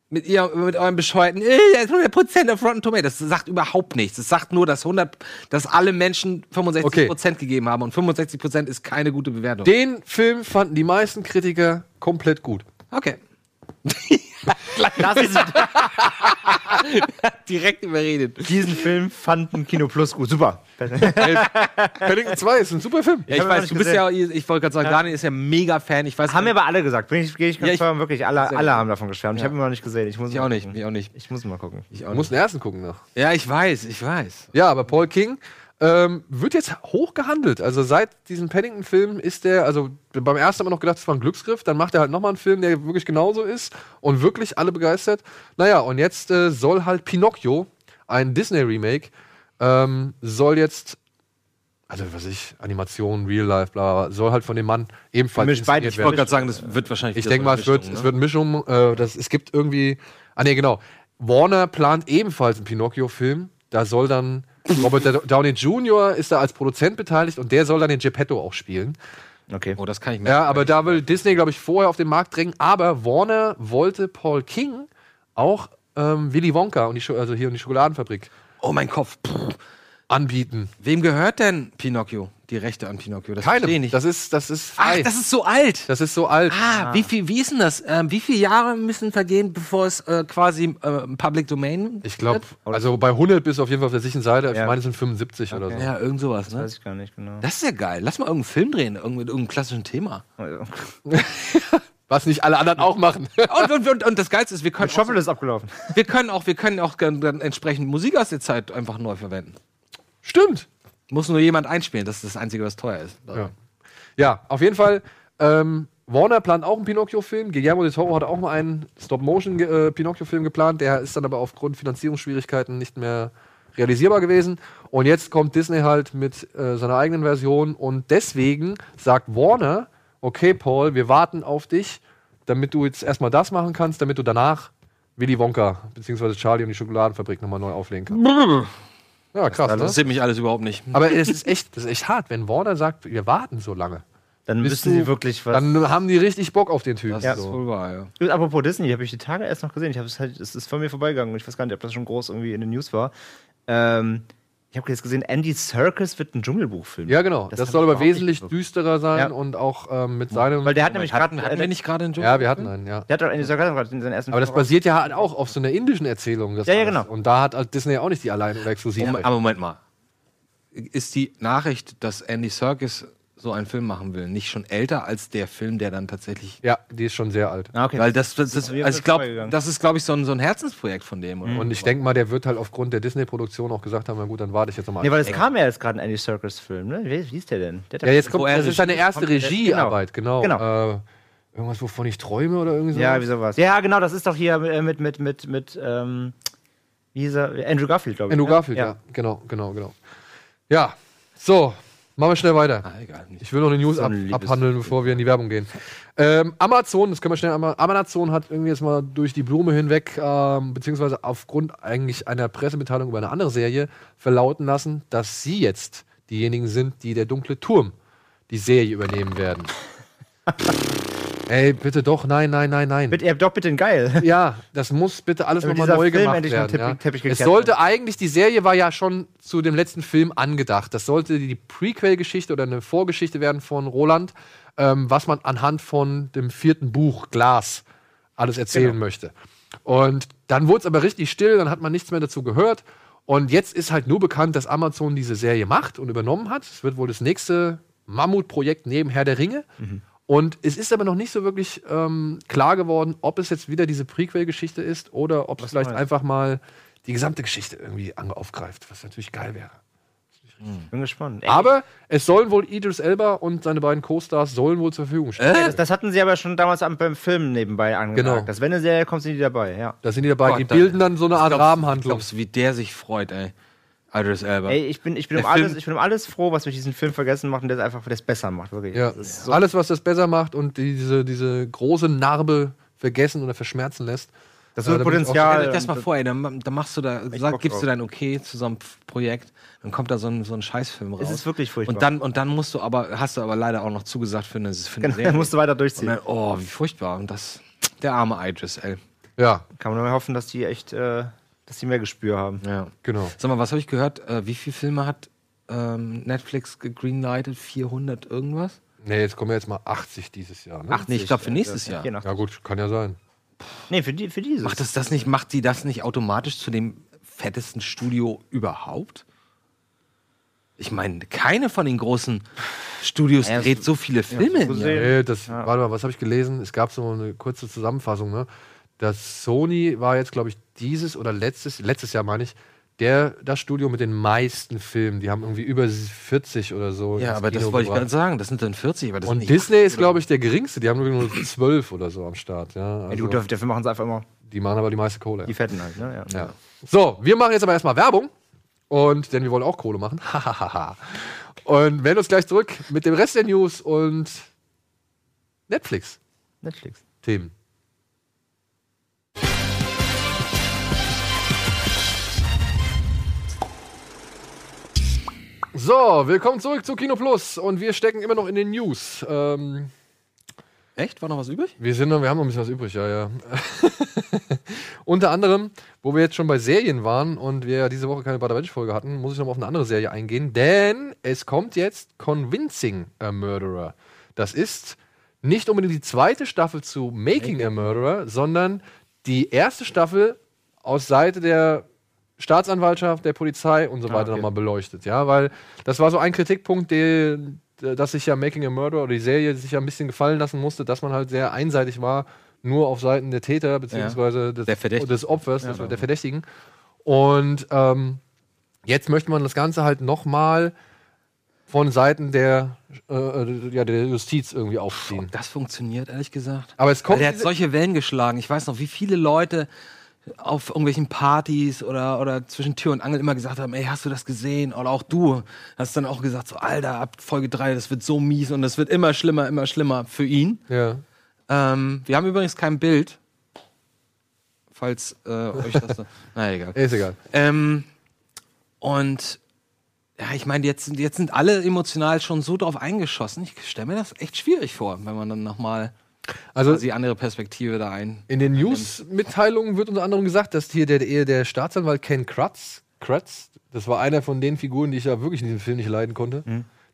S3: mit, ihr, mit eurem bescheuerten, äh, der ist 100% auf Rotten Tomatoes. Das sagt überhaupt nichts. Es sagt nur, dass 100, dass alle Menschen 65% gegeben haben und 65% ist keine gute Bewertung.
S1: Den Film fanden die meisten Kritiker komplett gut.
S3: okay.
S2: Das ist,
S3: Direkt überredet.
S2: diesen Film fanden Kino Plus gut. Super.
S1: Paddington 2 ist ein super Film.
S3: Ja, ich
S2: Haben wir noch
S3: weiß,
S2: nicht
S3: du bist
S2: gesehen.
S3: ja, ich wollte gerade sagen, Daniel ist ja mega Fan. Ich weiß
S2: Haben mir aber alle gesagt. Bin ich, gehe ich ganz
S3: Ja, ich-
S2: firm, wirklich. Alle,
S3: Sehr
S2: alle
S3: gut.
S2: haben davon geschwärmt. Ich habe ihn noch nicht gesehen. Ich muss
S3: ich
S2: mal
S3: auch nicht,
S2: gucken.
S3: ich auch nicht.
S2: Ich muss mal gucken.
S1: Du musst den ersten gucken noch.
S3: Ja, ich weiß, ich weiß.
S1: Ja, aber Paul King ähm, wird jetzt hoch gehandelt. Also seit diesem Paddington-Film ist der, also beim ersten haben wir noch gedacht, das war ein Glücksgriff, dann macht er halt nochmal einen Film, der wirklich genauso ist und wirklich alle begeistert. Naja, und jetzt äh, soll halt Pinocchio, ein Disney-Remake, ähm, soll jetzt, also was weiß ich, Animation, Real Life, bla, bla, soll halt von dem Mann ebenfalls
S2: Gemischt beides.
S1: inszeniert
S3: Ich wollte gerade sagen, das wird wahrscheinlich.
S1: ich
S3: wieder
S1: denke
S3: so
S1: mal,
S3: eine
S1: es wird,
S3: Mischung,
S1: es
S3: ne?
S1: wird Mischung. Äh, das, es gibt irgendwie. Ah, nee, genau. Warner plant ebenfalls einen Pinocchio-Film. Da soll dann. Robert Da- Downey Jr. ist da als Produzent beteiligt und der soll dann den Geppetto auch spielen.
S2: Okay.
S3: Oh, das kann ich mir.
S1: Ja, aber da will Disney, glaube ich, vorher auf den Markt drängen. Aber Warner wollte Paul King auch ähm, Willy Wonka und die, Scho- also hier und die Schokoladenfabrik
S3: oh, mein Kopf. Pff.
S1: anbieten.
S3: Wem gehört denn Pinocchio? Die Rechte an Pinocchio? Das verstehe ich
S1: Keine.
S3: nicht.
S1: Das ist, das ist
S3: Ach,
S1: frei.
S3: das ist so alt.
S1: das ist so alt.
S3: Ah, Wie, viel, wie ist denn das? Ähm, wie viele Jahre müssen vergehen, bevor es äh, quasi äh, Public Domain?
S1: Ich glaube, also bei 100 bist du auf jeden Fall auf der sicheren Seite. Ich
S2: Ja.
S1: meine, es sind 75 oder so.
S3: ja, irgend sowas, ne?
S2: Weiß ich gar nicht genau.
S3: Das ist ja geil. Lass mal irgendeinen Film drehen, irgend- mit irgendeinem klassischen Thema.
S2: Also,
S1: Was nicht alle anderen auch machen.
S3: Und, und, und, und das Geilste ist, wir können, auch,
S2: Shuffle ist abgelaufen.
S3: wir können auch, wir können auch dann dann entsprechend Musik aus der Zeit einfach neu verwenden.
S1: Stimmt.
S3: Muss nur jemand einspielen, das ist das Einzige, was teuer ist.
S1: Ja. ja, auf jeden Fall. Ähm, Warner plant auch einen Pinocchio-Film. Guillermo del Toro hat auch mal einen Stop-Motion-Pinocchio-Film geplant. Der ist dann aber aufgrund Finanzierungsschwierigkeiten nicht mehr realisierbar gewesen. Und jetzt kommt Disney halt mit äh, seiner eigenen Version. Und deswegen sagt Warner, okay, Paul, wir warten auf dich, damit du jetzt erstmal das machen kannst, damit du danach Willy Wonka bzw. Charlie und die Schokoladenfabrik nochmal neu auflegen kannst. Ja, krass,
S3: Das
S1: ne?
S3: interessiert mich alles überhaupt nicht.
S1: Aber es ist echt, das ist echt hart, wenn Warner sagt, wir warten so lange.
S2: Dann müssen
S1: du-
S2: sie wirklich was.
S1: Dann haben die richtig Bock auf den Typen.
S3: Das ist wohl wahr, ja.
S2: Übrigens, Apropos Disney, habe ich die Tage erst noch gesehen. Ich habe es halt, es ist von mir vorbeigegangen. Ich weiß gar nicht, ob das schon groß irgendwie in den News war. Ähm, ich habe jetzt gesehen, Andy Serkis wird ein Dschungelbuchfilm.
S1: Ja, genau. Das,
S2: hab
S1: soll
S2: ich
S1: aber
S2: überhaupt nicht
S1: wesentlich
S2: gewusst.
S1: düsterer sein
S2: Ja.
S1: und auch ähm, mit seinem.
S2: Weil der hat nämlich gerade,
S3: Hatten, Oh hatten wir nicht gerade einen Joke?
S1: ja, wir hatten einen, ja.
S2: der hat doch Andy Serkis gerade in seinen ersten.
S1: Aber das
S2: Film
S1: basiert ja halt auch auf so einer indischen Erzählung. das
S2: Ja, ja,
S1: alles.
S2: genau. Um-
S1: Und da hat halt Disney auch nicht die allein oder exklusiv.
S3: Aber Moment mal. Ist die Nachricht, dass Andy Serkis so einen Film machen will, nicht schon älter als der Film, der dann tatsächlich.
S1: Ja, die ist schon sehr alt.
S2: raus. Ah, okay.
S3: Weil das, das, das,
S2: mir
S3: also ich glaube,
S2: vorbeigegangen.
S3: das ist, glaube ich, so ein, so ein Herzensprojekt von dem.
S2: Mhm.
S3: Oder?
S1: Und ich denke mal, der wird halt aufgrund der Disney-Produktion auch gesagt haben: Na gut, dann warte ich jetzt nochmal.
S2: Nee, weil es kam ja jetzt gerade ein Andy Serkis Film, ne? Wie, wie hieß der denn? Der hat
S1: ja, jetzt kommt.
S3: Wo er
S1: Das ist seine
S2: Regie-
S1: erste
S2: kommt- genau.
S1: Regiearbeit, genau.
S2: Genau.
S1: Äh, Irgendwas, wovon ich träume oder irgendwie so?
S2: Ja, wie sowas. Ja, genau, das ist doch hier äh, mit, mit, mit, mit, ähm, wie hieß er? Andrew Garfield, glaube ich.
S1: Andrew
S2: ne?
S1: Garfield, ja. Genau, genau, genau. Ja, so, machen wir schnell weiter.
S3: Ah, egal. Nicht.
S1: Ich will noch eine News
S2: So
S1: ab,
S2: ein liebes-
S1: abhandeln, bevor wir in die Werbung gehen. Ähm, Amazon, das können wir schnell einmal. Amazon hat irgendwie jetzt mal durch die Blume hinweg, ähm, beziehungsweise aufgrund eigentlich einer Pressemitteilung über eine andere Serie, verlauten lassen, dass sie jetzt diejenigen sind, die der dunkle Turm die Serie übernehmen werden. Ey, bitte doch, nein, nein, nein, nein.
S2: Bitte, ja, doch bitte ein geil.
S1: Ja, das muss bitte alles
S2: Aber
S1: nochmal
S2: dieser
S1: neu
S2: Film
S1: gemacht
S2: endlich vom
S1: werden.
S2: Teppich-
S1: ja.
S2: Teppich
S1: es
S2: gekehrt
S1: sollte eigentlich, die Serie war ja schon zu dem letzten Film angedacht. Das sollte die Prequel-Geschichte oder eine Vorgeschichte werden von Roland, ähm, was man anhand von dem vierten Buch Glas alles erzählen möchte. Und dann wurde es aber richtig still, dann hat man nichts mehr dazu gehört. Und jetzt ist halt nur bekannt, dass Amazon diese Serie macht und übernommen hat. Es wird wohl das nächste Mammutprojekt neben Herr der Ringe. Und es ist aber noch nicht so wirklich ähm, klar geworden, ob es jetzt wieder diese Prequel-Geschichte ist oder ob es vielleicht
S2: Neues.
S1: einfach mal die gesamte Geschichte irgendwie ange- aufgreift, was natürlich geil wäre.
S2: Bin gespannt. Ey,
S1: Aber es sollen wohl Idris Elba und seine beiden Co-Stars sollen wohl zur Verfügung stehen.
S2: das, das hatten sie aber schon damals am, beim Film nebenbei angesagt.
S1: Genau.
S2: Genau. Dass wenn eine Serie kommt, sind die dabei, ja.
S1: Da sind die dabei,
S3: Gott,
S1: die
S3: dann-
S1: bilden dann so eine Art Rahmenhandlung.
S3: Glaubst du, wie der sich freut, ey? Idris Elba.
S2: Ey, ich bin, ich bin, um
S3: Der Film-
S2: alles, ich bin um alles froh, was wir diesen Film vergessen machen, der es einfach der es besser macht, wirklich.
S1: Ja.
S2: Das ist
S1: Alles, was das besser macht und diese, diese große Narbe vergessen oder verschmerzen lässt.
S2: Das
S1: Ja,
S2: wird
S1: da bin ich auch-
S2: Potenzial.
S3: Stell dir das mal vor, ey, dann, dann machst du da, sag,
S2: Bock
S3: gibst du
S2: drauf.
S3: dein Okay zu so einem Pf- Projekt, dann kommt da so ein, so ein Scheißfilm raus.
S2: Es ist wirklich furchtbar.
S3: Und dann, und dann musst du aber, hast du aber leider auch noch zugesagt für eine, für eine
S2: Genau, dann musst du weiter
S3: und
S2: durchziehen.
S3: dann, oh, wie furchtbar. Und das, der arme Idris, ey.
S1: Ja,
S2: Kann man nur hoffen, dass die echt, äh, dass die mehr Gespür haben.
S3: Ja.
S1: genau.
S3: Sag mal, was habe ich gehört? Äh, wie viele Filme hat ähm, Netflix gegreenlightet? 400 irgendwas?
S1: Nee, jetzt kommen wir jetzt mal 80 dieses Jahr. Ne?
S3: nee, ich glaube für nächstes Jahr.
S2: Genau.
S1: Ja gut, kann ja sein.
S2: Nee, für die, für dieses.
S3: Macht das das nicht, macht die das nicht automatisch zu dem fettesten Studio überhaupt? Ich meine, keine von den großen Studios
S2: Ja,
S3: dreht so viele Filme.
S2: so
S3: im
S2: sehen-
S3: Jahr.
S1: Nee, Äh, das, warte mal, was habe ich gelesen? Es gab so eine kurze Zusammenfassung, ne? Dass Sony war jetzt, glaube ich, dieses oder letztes, letztes Jahr meine ich, der, das Studio mit den meisten Filmen. Die haben irgendwie über 40 oder so.
S3: ja,
S1: ins
S3: aber das
S1: Kino
S3: wollte ich
S1: gebracht.
S3: gerade sagen. Das sind dann 40, aber das
S1: Und
S3: sind
S1: Disney ist, glaube ich, der geringste. Die haben nur 12 oder so am Start. Ja,
S2: Ey, du,
S1: also,
S2: dafür dafür machen sie einfach immer
S1: die machen aber die meiste Kohle.
S2: die Fetten halt, ne? Ja.
S1: Ja. So, wir machen jetzt aber erstmal Werbung. Und denn wir wollen auch Kohle machen. Hahaha. und melden uns gleich zurück mit dem Rest der News und Netflix-Themen.
S2: Netflix.
S1: So, willkommen zurück zu Kino Plus und wir stecken immer noch in den News. Ähm,
S3: Echt? War noch was übrig?
S1: wir, sind noch, wir haben noch ein bisschen was übrig, ja, ja. Unter anderem, wo wir jetzt schon bei Serien waren und wir ja diese Woche keine Bader-Bench-Folge hatten, muss ich nochmal auf eine andere Serie eingehen, denn es kommt jetzt Convincing a Murderer. Das ist nicht unbedingt die zweite Staffel zu Making a Murderer, sondern die erste Staffel aus Seite der Staatsanwaltschaft, der Polizei und so weiter nochmal beleuchtet. Ja, weil das war so ein Kritikpunkt, der, dass sich ja Making a Murderer oder die Serie sich ja ein bisschen gefallen lassen musste, dass man halt sehr einseitig war, nur auf Seiten der Täter beziehungsweise des,
S3: Also Der genau. Verdächtigen.
S1: Oh, des Opfers, des- der Verdächtigen. Und ähm, jetzt möchte man das Ganze halt nochmal von Seiten der, äh, ja, der Justiz irgendwie aufziehen.
S3: Das funktioniert, ehrlich gesagt.
S1: Aber es kommt
S3: Also Der hat
S1: diese-
S3: solche Wellen geschlagen. Ich weiß noch, wie viele Leute auf irgendwelchen Partys oder, oder zwischen Tür und Angel immer gesagt haben, ey, hast du das gesehen? Oder auch du hast dann auch gesagt, so, Alter, ab Folge 3, das wird so mies und das wird immer schlimmer, immer schlimmer für ihn.
S1: Ja.
S3: Ähm, wir haben übrigens kein Bild, falls äh, euch das... Na egal.
S1: Ist egal.
S3: Ähm, und ja, ich meine, jetzt, sind- jetzt sind alle emotional schon so drauf eingeschossen. Ich stelle mir das echt schwierig vor, wenn man dann nochmal
S1: Also
S3: quasi andere Perspektive da ein.
S1: In den News-Mitteilungen wird unter anderem gesagt, dass hier der, der, der Staatsanwalt Ken Kratz, Kratz, das war einer von den Figuren, die ich ja wirklich in diesem Film nicht leiden konnte,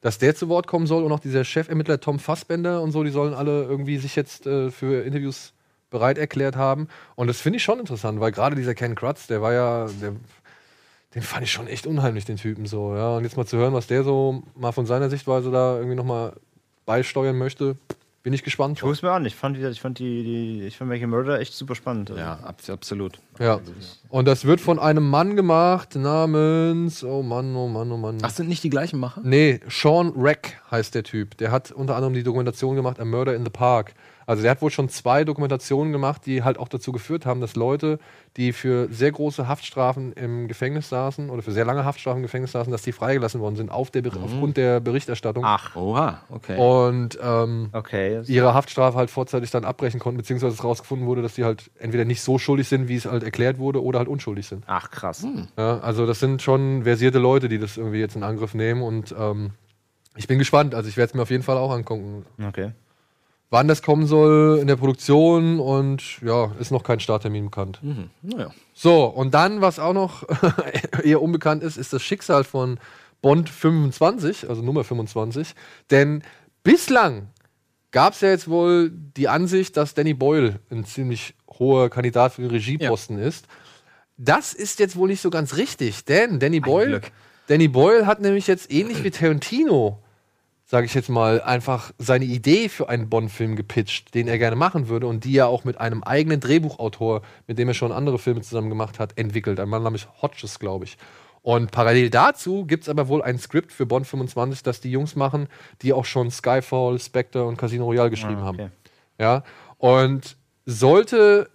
S1: dass der zu Wort kommen soll und auch dieser Chefermittler Tom Fassbender und so, die sollen alle irgendwie sich jetzt äh, für Interviews bereit erklärt haben. Und das finde ich schon interessant, weil gerade dieser Ken Kratz, der war ja, der, den fand ich schon echt unheimlich, den Typen so. Ja, und jetzt mal zu hören, was der so mal von seiner Sichtweise da irgendwie nochmal beisteuern möchte, bin ich gespannt.
S2: Ich hol's mir an. Ich fand, wieder- ich fand die, die, ich fand Making Murder echt super spannend. Also,
S3: Ja, ab, äh, absolut.
S1: Ja. Und das wird von einem Mann gemacht namens, oh Mann, oh Mann, oh Mann.
S3: Ach, sind nicht die gleichen Macher?
S1: Nee, Sean Reck heißt der Typ. Der hat unter anderem die Dokumentation gemacht, A Murder in the Park. Also der hat wohl schon zwei Dokumentationen gemacht, die halt auch dazu geführt haben, dass Leute, die für sehr große Haftstrafen im Gefängnis saßen oder für sehr lange Haftstrafen im Gefängnis saßen, dass die freigelassen worden sind auf der, Ber- aufgrund der Berichterstattung.
S2: Ach,
S3: Oha, okay.
S1: Und ähm,
S2: okay. das-
S1: ihre Haftstrafe halt vorzeitig dann abbrechen konnten, beziehungsweise es rausgefunden wurde, dass die halt entweder nicht so schuldig sind, wie es halt erklärt wurde, oder halt unschuldig sind.
S2: Ach, krass.
S1: Ja, also das sind schon versierte Leute, die das irgendwie jetzt in Angriff nehmen und ähm, ich bin gespannt. Also ich werde es mir auf jeden Fall auch angucken.
S2: Okay.
S1: Wann das kommen soll in der Produktion und ja, ist noch kein Starttermin bekannt.
S3: Naja.
S1: So, und dann, was auch noch eher unbekannt ist, ist das Schicksal von Bond 25, also Nummer 25. Denn bislang gab es ja jetzt wohl die Ansicht, dass Danny Boyle ein ziemlich hoher Kandidat für den Regieposten ist. Das ist jetzt wohl nicht so ganz richtig, denn Danny Boyle,
S3: Glück.
S1: Danny Boyle hat nämlich jetzt ähnlich wie Tarantino, sage ich jetzt mal, einfach seine Idee für einen Bond-Film gepitcht, den er gerne machen würde und die er auch mit einem eigenen Drehbuchautor, mit dem er schon andere Filme zusammen gemacht hat, entwickelt. Ein Mann namens Hodges, glaube ich. Und parallel dazu gibt es aber wohl ein Skript für Bond 25, das die Jungs machen, die auch schon Skyfall, Spectre und Casino Royale geschrieben
S2: Ah, okay.
S1: haben. Ja, und sollte,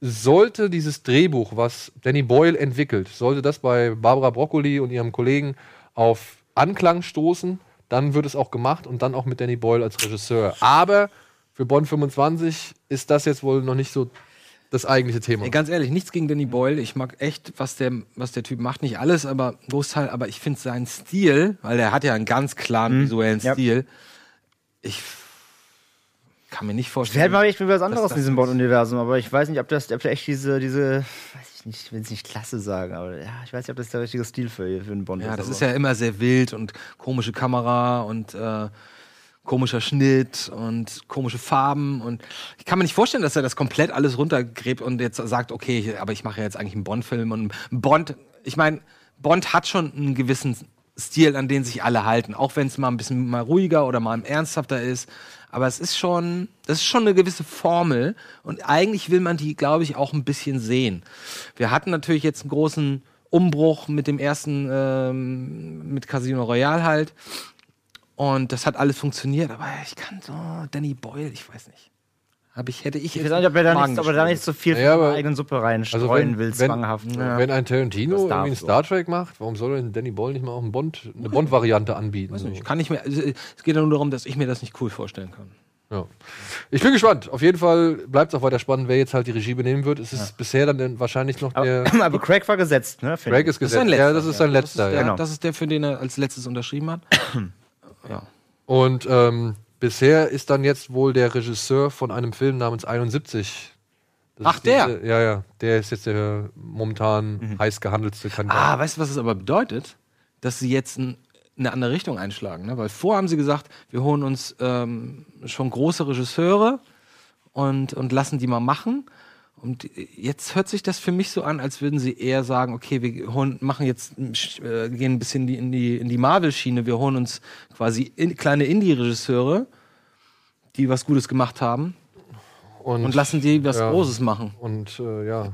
S1: sollte dieses Drehbuch, was Danny Boyle entwickelt, sollte das bei Barbara Broccoli und ihrem Kollegen auf Anklang stoßen, dann wird es auch gemacht und dann auch mit Danny Boyle als Regisseur. Aber für Bonn 25 ist das jetzt wohl noch nicht so das eigentliche Thema.
S3: Ey, ganz ehrlich, nichts gegen Danny Boyle. Ich mag echt, was der, was der Typ macht. Nicht alles, aber einen Großteil. Aber ich finde seinen Stil, weil der hat ja einen ganz klaren visuellen
S2: ja.
S3: Stil. Ich kann mir nicht
S2: Wer
S3: vorstellen.
S2: mal echt was anderes
S3: das
S2: in diesem Bond-Universum, aber ich weiß nicht, ob das, ob der echt diese, diese, weiß ich nicht, ich will es nicht klasse sagen, aber ja, ich weiß nicht, ob das der richtige Stil für, für einen Bond
S3: ja,
S2: ist.
S3: das
S2: aber-
S3: ist ja immer sehr wild und komische Kamera und äh, komischer Schnitt und komische Farben. Und ich kann mir nicht vorstellen, dass er das komplett alles runtergräbt und jetzt sagt, okay, ich- aber ich mache ja jetzt eigentlich einen Bond-Film. Und Bond, ich meine, Bond hat schon einen gewissen Stil, an den sich alle halten, auch wenn es mal ein bisschen mal ruhiger oder mal ernsthafter ist. Aber es ist schon, das ist schon eine gewisse Formel und eigentlich will man die, glaube ich, auch ein bisschen sehen. Wir hatten natürlich jetzt einen großen Umbruch mit dem ersten, ähm, mit Casino Royale halt. Und das hat alles funktioniert, aber ich kann so, Danny Boyle, ich weiß nicht. Hab ich, hätte ich
S2: Ich weiß nicht, ob er da nicht, ob er da
S3: Magengeschwüre.
S2: nicht so viel
S1: Ja,
S2: von der
S1: aber-
S2: eigenen Suppe reinstreuen
S1: Also wenn-
S2: will,
S1: wenn-
S2: zwanghaft. ne?
S1: Wenn ein Tarantino
S2: Das darf
S1: irgendwie einen
S2: so.
S1: Star Trek macht, warum soll denn Danny Boyle nicht mal auch einen Bond, eine Bond-Variante anbieten?
S3: Weiß
S1: So.
S3: nicht, kann nicht mehr, es geht ja nur darum, dass ich mir das nicht cool vorstellen kann.
S1: Ja. Ich bin gespannt. Auf jeden Fall bleibt es auch weiter spannend, wer jetzt halt die Regie benehmen wird. Es ist bisher dann denn wahrscheinlich noch der.
S2: Aber, aber Craig war gesetzt, ne? finde
S1: Craig
S2: ich.
S1: ist gesetzt. ja, das ist sein
S3: Das ist,
S1: letzter.
S3: der,
S1: ja.
S2: Genau.
S3: das ist der, für den er als letztes unterschrieben hat. ja.
S1: Und ähm, bisher ist dann jetzt wohl der Regisseur von einem Film namens 71. Das
S3: Ach,
S1: ist
S3: der? Mhm.
S1: Diese, ja, ja. Der ist jetzt der momentan heiß gehandelste Kandidat.
S3: Ah, weißt du, was es aber bedeutet? Dass sie jetzt ein, eine andere Richtung einschlagen. Ne? Weil vorher haben sie gesagt, wir holen uns ähm, schon große Regisseure und, und lassen die mal machen. Und äh, jetzt hört sich das für mich so an, als würden sie eher sagen, okay, wir holen, machen jetzt, äh, gehen ein bisschen die, in die, in die Marvel-Schiene, wir holen uns quasi in, kleine Indie-Regisseure, die was Gutes gemacht haben Ah, und lassen die was
S1: ja.
S3: Großes machen.
S1: Und äh, ja.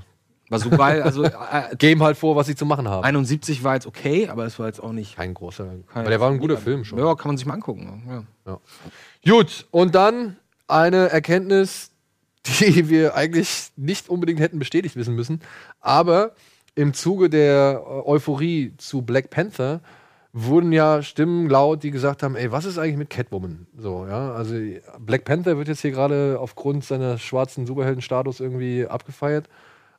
S3: War so geil, also äh,
S1: Geben halt vor, was sie zu machen haben.
S3: 71 war jetzt okay, aber es war jetzt auch nicht.
S1: Kein großer. Aber der war ein guter Film schon.
S3: Ja, kann man sich mal angucken. Ja.
S1: Gut, und dann eine Erkenntnis, die wir eigentlich nicht unbedingt hätten bestätigt wissen müssen, aber im Zuge der äh, Euphorie zu Black Panther wurden ja Stimmen laut, die gesagt haben, ey, was ist eigentlich mit Catwoman? So, ja, also Black Panther wird jetzt hier gerade aufgrund seiner schwarzen Superheldenstatus irgendwie abgefeiert,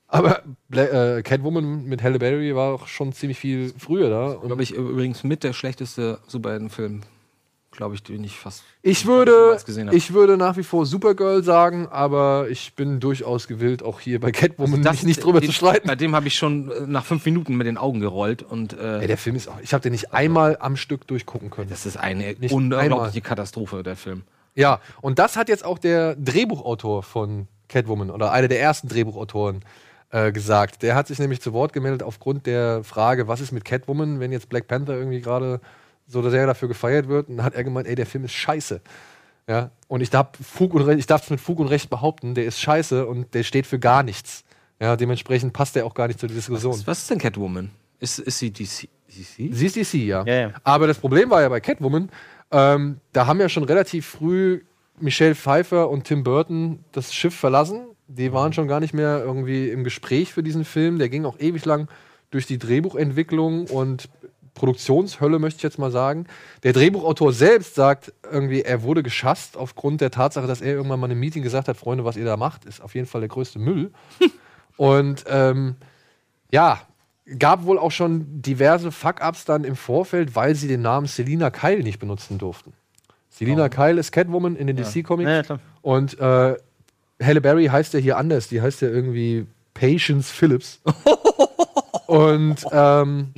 S1: aber Bla äh, Catwoman mit Halle Berry war auch schon ziemlich viel früher da und
S3: Glaube ich übrigens mit der schlechteste Superheldenfilm, glaube ich, den ich fast.
S1: Ich würde,
S3: jemals gesehen habe.
S1: ich würde nach wie vor Supergirl sagen, aber ich bin durchaus gewillt, auch hier bei Catwoman mich Um nicht drüber
S3: Also den,
S1: zu streiten.
S3: Bei dem habe ich schon äh, nach fünf Minuten mit den Augen gerollt und äh,
S1: Ey, der Film ist auch, ich habe den nicht einmal am Stück durchgucken können.
S3: das ist eine
S1: Nicht
S3: unglaubliche
S1: einmal.
S3: Katastrophe, der Film.
S1: Ja, und das hat jetzt auch der Drehbuchautor von Catwoman oder einer der ersten Drehbuchautoren äh, gesagt. Der hat sich nämlich zu Wort gemeldet aufgrund der Frage, was ist mit Catwoman, wenn jetzt Black Panther irgendwie gerade so sehr dafür gefeiert wird. Und dann hat er gemeint, ey, der Film ist scheiße. Ja, und ich darf Fug und Recht, ich darf es mit Fug und Recht behaupten, der ist scheiße und der steht für gar nichts. Ja, dementsprechend passt der auch gar nicht zur Diskussion.
S3: Was ist denn Catwoman? Ist, ist sie DC? DC?
S1: Sie ist DC, ja.
S2: Ja, ja.
S1: Aber das Problem war ja bei Catwoman, ähm, da haben ja schon relativ früh Michelle Pfeiffer und Tim Burton das Schiff verlassen. Die waren schon gar nicht mehr irgendwie im Gespräch für diesen Film. Der ging auch ewig lang durch die Drehbuchentwicklung und Produktionshölle, möchte ich jetzt mal sagen. Der Drehbuchautor selbst sagt irgendwie, er wurde geschasst aufgrund der Tatsache, dass er irgendwann mal in einem Meeting gesagt hat, Freunde, was ihr da macht, ist auf jeden Fall der größte Müll. und ähm, ja, gab wohl auch schon diverse Fuck-Ups dann im Vorfeld, weil sie den Namen Selina Kyle nicht benutzen durften. Selina Kyle ist Catwoman in den DC-Comics.
S2: Oh. Ja, ja, klar.
S1: und äh, Halle Berry heißt ja hier anders. Die heißt ja irgendwie Patience Phillips. Und ähm,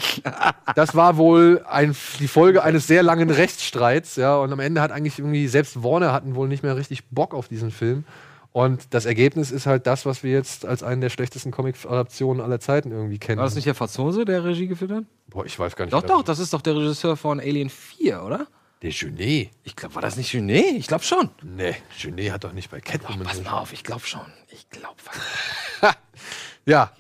S1: das war wohl ein, die Folge eines sehr langen Rechtsstreits, ja. Und am Ende hat eigentlich irgendwie, selbst Warner hatten wohl nicht mehr richtig Bock auf diesen Film. Und das Ergebnis ist halt das, was wir jetzt als einen der schlechtesten Comic-Adaptionen aller Zeiten irgendwie kennen.
S3: War das nicht der Franzose, der Regie geführt hat?
S1: Boah, ich weiß gar nicht.
S3: Doch, doch, das ist doch der Regisseur von Alien 4, oder?
S1: Der Genet.
S3: Ich glaube, war das nicht Genet? Ich glaube schon.
S1: Nee, Genet hat doch nicht bei Catwoman.
S3: Pass mal auf, ich glaube schon. Ich glaube.
S1: Ja.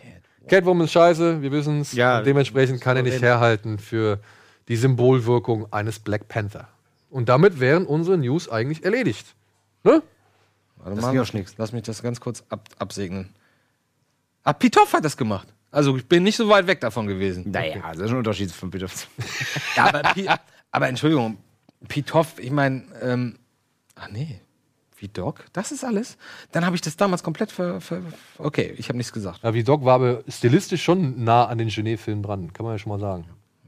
S1: Catwoman ist scheiße, wir wissen es.
S2: Ja,
S1: Und dementsprechend kann er nicht
S2: reden.
S1: herhalten für die Symbolwirkung eines Black Panther. Und damit wären unsere News eigentlich erledigt. Ne?
S3: Warte
S2: ging auch schnicks.
S3: Lass mich das ganz kurz ab, absegnen. Ah, Pitoff hat das gemacht. Also ich bin nicht so weit weg davon gewesen.
S2: Naja, das ist schon ein Unterschied von Peter.
S3: Ja, aber, Pi, aber Entschuldigung, Pitoff, ich meine, ähm, ah nee, wie Doc, das ist alles? Dann habe ich das damals komplett ver... ver okay, ich habe nichts gesagt.
S1: Ja, wie Doc war aber stilistisch schon nah an den Genet-Film dran, kann man ja schon mal sagen.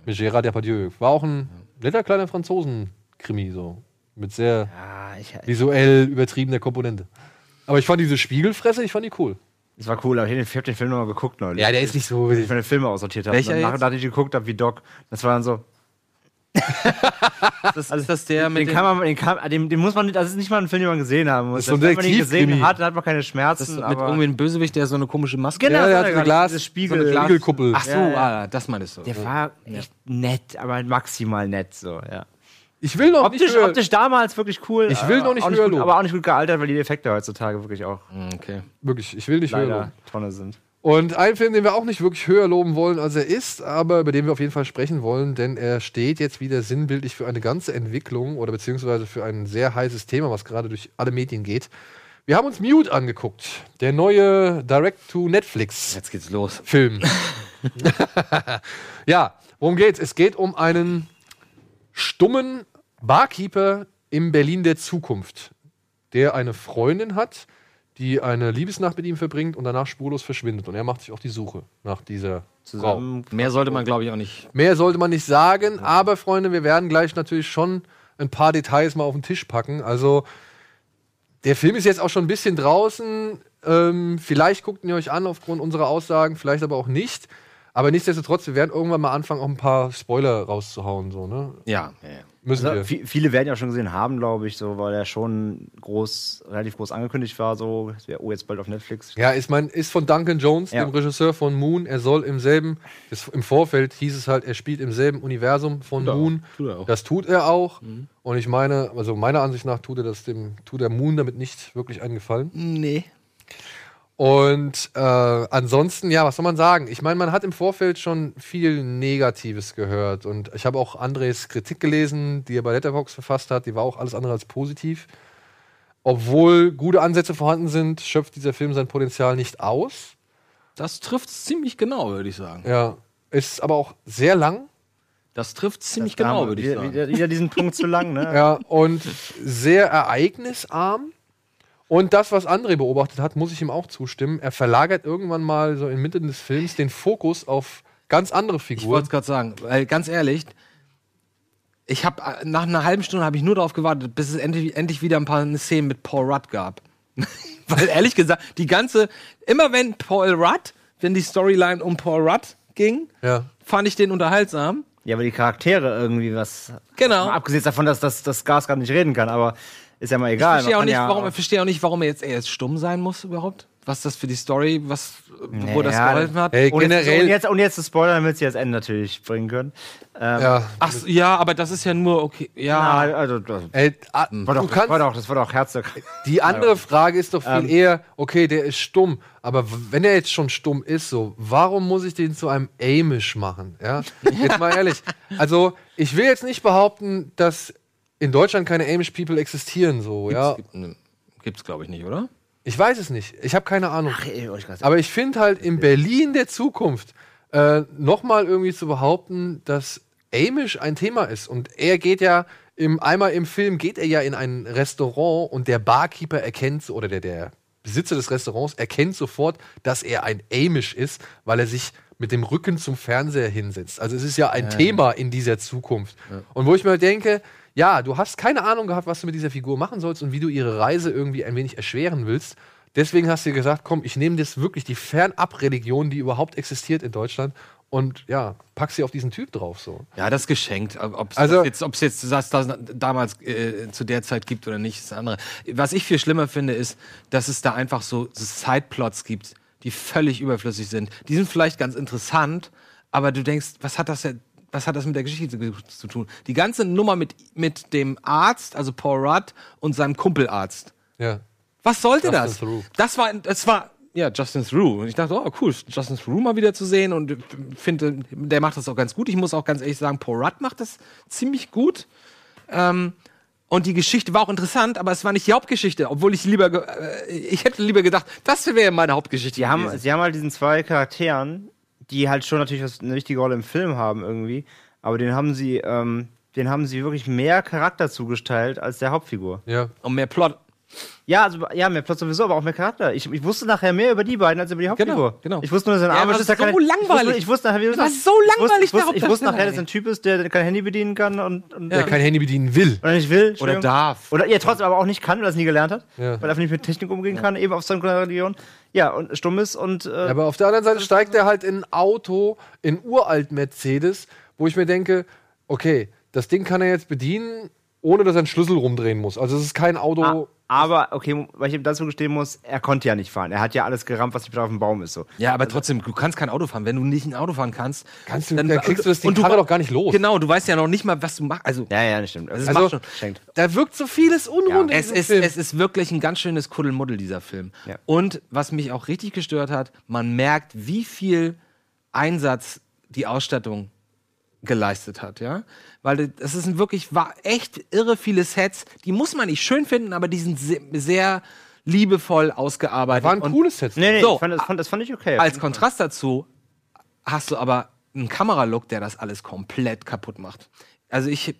S1: Mit Gérard Depardieu. War auch ein netter kleiner Franzosen-Krimi, so. Mit sehr
S2: Ah, ich,
S1: visuell übertriebener Komponente. Aber ich fand diese Spiegelfresse, ich fand die cool.
S2: das war cool, aber ich habe den Film nochmal geguckt neulich.
S1: der ist nicht so.
S2: ich meine Filme aussortiert habe.
S3: Welcher
S2: Nach,
S3: jetzt?
S2: nachdem ich geguckt habe, wie Doc. Das war dann so.
S3: Das, ist das der
S2: Den,
S3: mit
S2: kann man, den, kann, den, den muss man nicht, das ist nicht mal ein Film, den man gesehen haben muss.
S1: ist so ein
S2: Wenn man den
S1: Detektivkrimi.
S2: gesehen hat, dann hat man keine
S3: das
S2: Schmerzen.
S3: mit
S2: aber
S3: irgendwie einem Bösewicht, der so eine komische Maske
S2: Genau.
S1: Ja, der
S2: das
S1: hat
S2: war
S1: so
S2: gar
S1: eine Glas,
S2: nicht dieses
S1: so
S2: Spiegel-
S1: eine Spiegelkuppel.
S3: Ach so,
S2: Ja,
S3: Ah, das meinst du.
S2: der war echt nett, aber maximal nett so, ja.
S1: Ich will noch
S2: Optisch,
S1: nicht höher.
S2: optisch damals wirklich cool.
S1: Ich will
S2: aber
S1: noch nicht
S2: auch
S1: höher
S2: gut,
S1: loben.
S2: Aber auch nicht gut gealtert, weil die Effekte heutzutage wirklich auch
S3: Mm, Okay.
S1: Wirklich, ich will nicht höher. loben.
S2: leider Tonne sind.
S1: Und ein Film, den wir auch nicht wirklich höher loben wollen, als er ist, aber über den wir auf jeden Fall sprechen wollen, denn er steht jetzt wieder sinnbildlich für eine ganze Entwicklung oder beziehungsweise für ein sehr heißes Thema, was gerade durch alle Medien geht. Wir haben uns Mute angeguckt, der neue Direct-to-Netflix-Film.
S3: Jetzt geht's los.
S1: ja, worum geht's? Es geht um einen stummen Barkeeper im Berlin der Zukunft, der eine Freundin hat, die eine Liebesnacht mit ihm verbringt und danach spurlos verschwindet. Und er macht sich auf die Suche nach dieser Frau.
S2: Zusammen.
S3: Mehr sollte man, glaube ich, auch nicht.
S1: Mehr sollte man nicht sagen, aber Freunde, wir werden gleich natürlich schon ein paar Details mal auf den Tisch packen. Also der Film ist jetzt auch schon ein bisschen draußen. Ähm, vielleicht guckt ihn ihr euch an aufgrund unserer Aussagen, vielleicht aber auch nicht. Aber nichtsdestotrotz, wir werden irgendwann mal anfangen, auch ein paar Spoiler rauszuhauen. So, ne?
S3: Ja. ja, ja.
S1: Müssen
S2: Also,
S1: wir.
S2: vi- viele werden ja schon gesehen haben, glaube ich, so, weil er schon groß, relativ groß angekündigt war, so, es wär, oh, jetzt bald auf Netflix.
S1: Ja, ist, mein, ist von Duncan Jones,
S2: Ja.
S1: dem Regisseur von Moon. Er soll im selben, ist, im Vorfeld hieß es halt, er spielt im selben Universum von Moon.
S3: Tut er auch. Mhm.
S1: Das tut er auch. Und ich meine, also meiner Ansicht nach tut er das dem, tut der Moon damit nicht wirklich einen Gefallen.
S3: Nee.
S1: Und äh, ansonsten, ja, was soll man sagen? Ich meine, man hat im Vorfeld schon viel Negatives gehört. Und ich habe auch Andres Kritik gelesen, die er bei Letterboxd verfasst hat. Die war auch alles andere als positiv. Obwohl gute Ansätze vorhanden sind, schöpft dieser Film sein Potenzial nicht aus.
S3: Das trifft ziemlich genau, würde ich sagen.
S1: Ja. Ist aber auch sehr lang.
S3: Das trifft ziemlich
S2: Da
S3: genau,
S2: haben wir
S3: würde ich
S2: wieder-
S3: sagen.
S2: Wieder, wieder diesen Punkt zu lang, ne?
S1: Ja, und sehr ereignisarm. Und das, was André beobachtet hat, muss ich ihm auch zustimmen. Er verlagert irgendwann mal so inmitten des Films den Fokus auf ganz andere
S3: Ich wollte
S1: Figuren.
S3: es gerade sagen, weil ganz ehrlich, ich habe nach einer halben Stunde habe ich nur darauf gewartet, bis es endlich, endlich wieder ein paar Szenen mit Paul Rudd gab. weil ehrlich gesagt, die ganze immer wenn Paul Rudd, wenn die Storyline um Paul Rudd ging,
S1: Ja.
S3: fand ich den unterhaltsam.
S2: Ja, aber die Charaktere irgendwie was.
S3: Genau.
S2: Mal abgesehen davon, dass, dass, dass Skarsgård nicht reden kann, aber ist ja mal
S3: Ich
S2: egal.
S3: verstehe
S2: man
S3: auch
S2: kann
S3: nicht,
S2: ja
S3: warum, ich verstehe auch nicht, warum er jetzt, er jetzt stumm sein muss überhaupt. Was das für die Story, was wo
S2: Naja,
S3: das geholfen hat.
S1: Ey,
S2: Und jetzt,
S1: generell.
S2: und jetzt, und jetzt zu spoilern, damit sie das Ende natürlich bringen können.
S1: ja.
S3: Ach so, ja, aber das ist ja nur okay.
S2: Ah,
S3: Ja,
S2: also, das
S1: Ey, ah,
S3: Hm.
S2: war
S1: du
S2: doch, das war
S1: kannst,
S2: doch, das war doch herzog.
S1: die andere Frage ist doch viel
S3: Ähm.
S1: eher, okay, der ist stumm, aber w- wenn er jetzt schon stumm ist, so, warum muss ich den zu einem Amish machen? Ja? Jetzt mal ehrlich. Also, ich will jetzt nicht behaupten, dass in Deutschland keine Amish People existieren, so, ja.
S3: Gibt's, ne, gibt's glaube ich nicht, oder?
S1: Ich weiß es nicht. Ich habe keine Ahnung.
S2: ey, wollte ich grad sagen.
S1: Aber Äh, ich finde halt in Berlin der Zukunft äh, nochmal irgendwie zu behaupten, dass Amish ein Thema ist. Und er geht ja im, einmal im Film geht er ja in ein Restaurant und der Barkeeper erkennt so- oder der, der Besitzer des Restaurants erkennt sofort, dass er ein Amish ist, weil er sich mit dem Rücken zum Fernseher hinsetzt. Also es ist ja ein Thema in dieser Zukunft. Und wo ich mir denke, ja, du hast keine Ahnung gehabt, was du mit dieser Figur machen sollst und wie du ihre Reise irgendwie ein wenig erschweren willst. Deswegen hast du gesagt, komm, ich nehme das wirklich die Fernab-Religion, die überhaupt existiert in Deutschland und ja, pack sie auf diesen Typ drauf so.
S3: Ja, das ist geschenkt. Ob es
S1: Also-
S3: also, jetzt, ob's jetzt das, das damals äh, zu der Zeit gibt oder nicht, ist das andere. Was ich viel schlimmer finde, ist, dass es da einfach so, so Sideplots gibt, die völlig überflüssig sind. Die sind vielleicht ganz interessant, aber du denkst, was hat das denn? Was hat das mit der Geschichte zu- zu tun? Die ganze Nummer mit, mit dem Arzt, also Paul Rudd, und seinem Kumpelarzt.
S1: Ja.
S3: Was sollte
S1: Justin
S3: das?
S1: Theroux.
S3: Das war, das war, ja, Justin Theroux. Und ich dachte, oh cool, Justin Theroux mal wieder zu sehen und äh, finde, der macht das auch ganz gut. Ich muss auch ganz ehrlich sagen, Paul Rudd macht das ziemlich gut. Ähm, und die Geschichte war auch interessant, aber es war nicht die Hauptgeschichte, obwohl ich lieber, ge- äh, ich hätte lieber gedacht, das wäre meine Hauptgeschichte.
S2: Die haben,
S3: gewesen.
S2: sie haben halt diesen zwei Charakteren, die halt schon natürlich was- eine wichtige Rolle im Film haben irgendwie, aber den haben sie, ähm, den haben sie wirklich mehr Charakter zugesteilt als der Hauptfigur.
S1: Ja.
S3: Und mehr Plot.
S2: Ja, also ja, mehr Plot sowieso, aber auch mehr Charakter. Ich, ich wusste nachher mehr über die beiden als über die Hauptfigur.
S3: genau.
S2: Ich wusste nur, dass ein
S3: Ja,
S2: Amish
S3: aber
S2: ist
S3: das
S2: der
S3: ist so
S2: keine- Ich wusste,
S3: langweilig.
S2: ich wusste nachher, wie du
S3: Das war
S2: sagst.
S3: so langweilig,
S2: Ich wusste, ich wusste,
S3: der
S2: ich wusste nachher,
S3: Hauptdarsteller,
S2: dass ein Typ ist, der kein Handy bedienen kann und, und
S1: Der kein Handy bedienen will.
S2: oder nicht will.
S3: Oder
S2: Entschuldigung.
S3: darf.
S2: Oder ihr trotzdem aber auch nicht kann, weil er es nie gelernt hat.
S1: Ja.
S2: Weil er einfach nicht mit Technik umgehen kann, eben auf seiner Religion. Ja, und stumm ist und äh,
S1: Ja, aber auf der anderen Seite steigt er halt in ein Auto, in einen uralt Mercedes, wo ich mir denke, okay, das Ding kann er jetzt bedienen, ohne dass er einen Schlüssel rumdrehen muss. Also es ist kein Auto.
S2: Ah, aber, okay, weil ich ihm dazu gestehen muss, er konnte ja nicht fahren. Er hat ja alles gerammt, was auf dem Baum ist. So.
S3: Ja, aber trotzdem, du kannst kein Auto fahren. Wenn du nicht ein Auto fahren kannst,
S1: Kannst du- dann kriegst du das Ding Karre doch gar nicht los.
S3: Genau, du weißt ja noch nicht mal, was du machst. Also,
S2: Ja, ja, das stimmt.
S3: ist
S1: also,
S3: macht
S2: Schenkt.
S1: da wirkt so vieles unrund in
S3: Es
S1: diesem
S3: ist,
S1: Film.
S3: es ist wirklich ein ganz schönes Kuddelmuddel, dieser Film.
S2: Ja.
S3: Und was mich auch richtig gestört hat, man merkt, wie viel Einsatz die Ausstattung geleistet hat, ja. Weil das ist ein wirklich war echt irre viele Sets, die muss man nicht schön finden, aber die sind se- sehr liebevoll ausgearbeitet.
S1: War ein
S3: Und
S1: cooles Set.
S2: Nee, nee,
S3: So,
S2: ich fand, das, fand, das fand ich okay.
S3: als Kontrast dazu hast du aber einen Kameralook, der das alles komplett kaputt macht. Also ich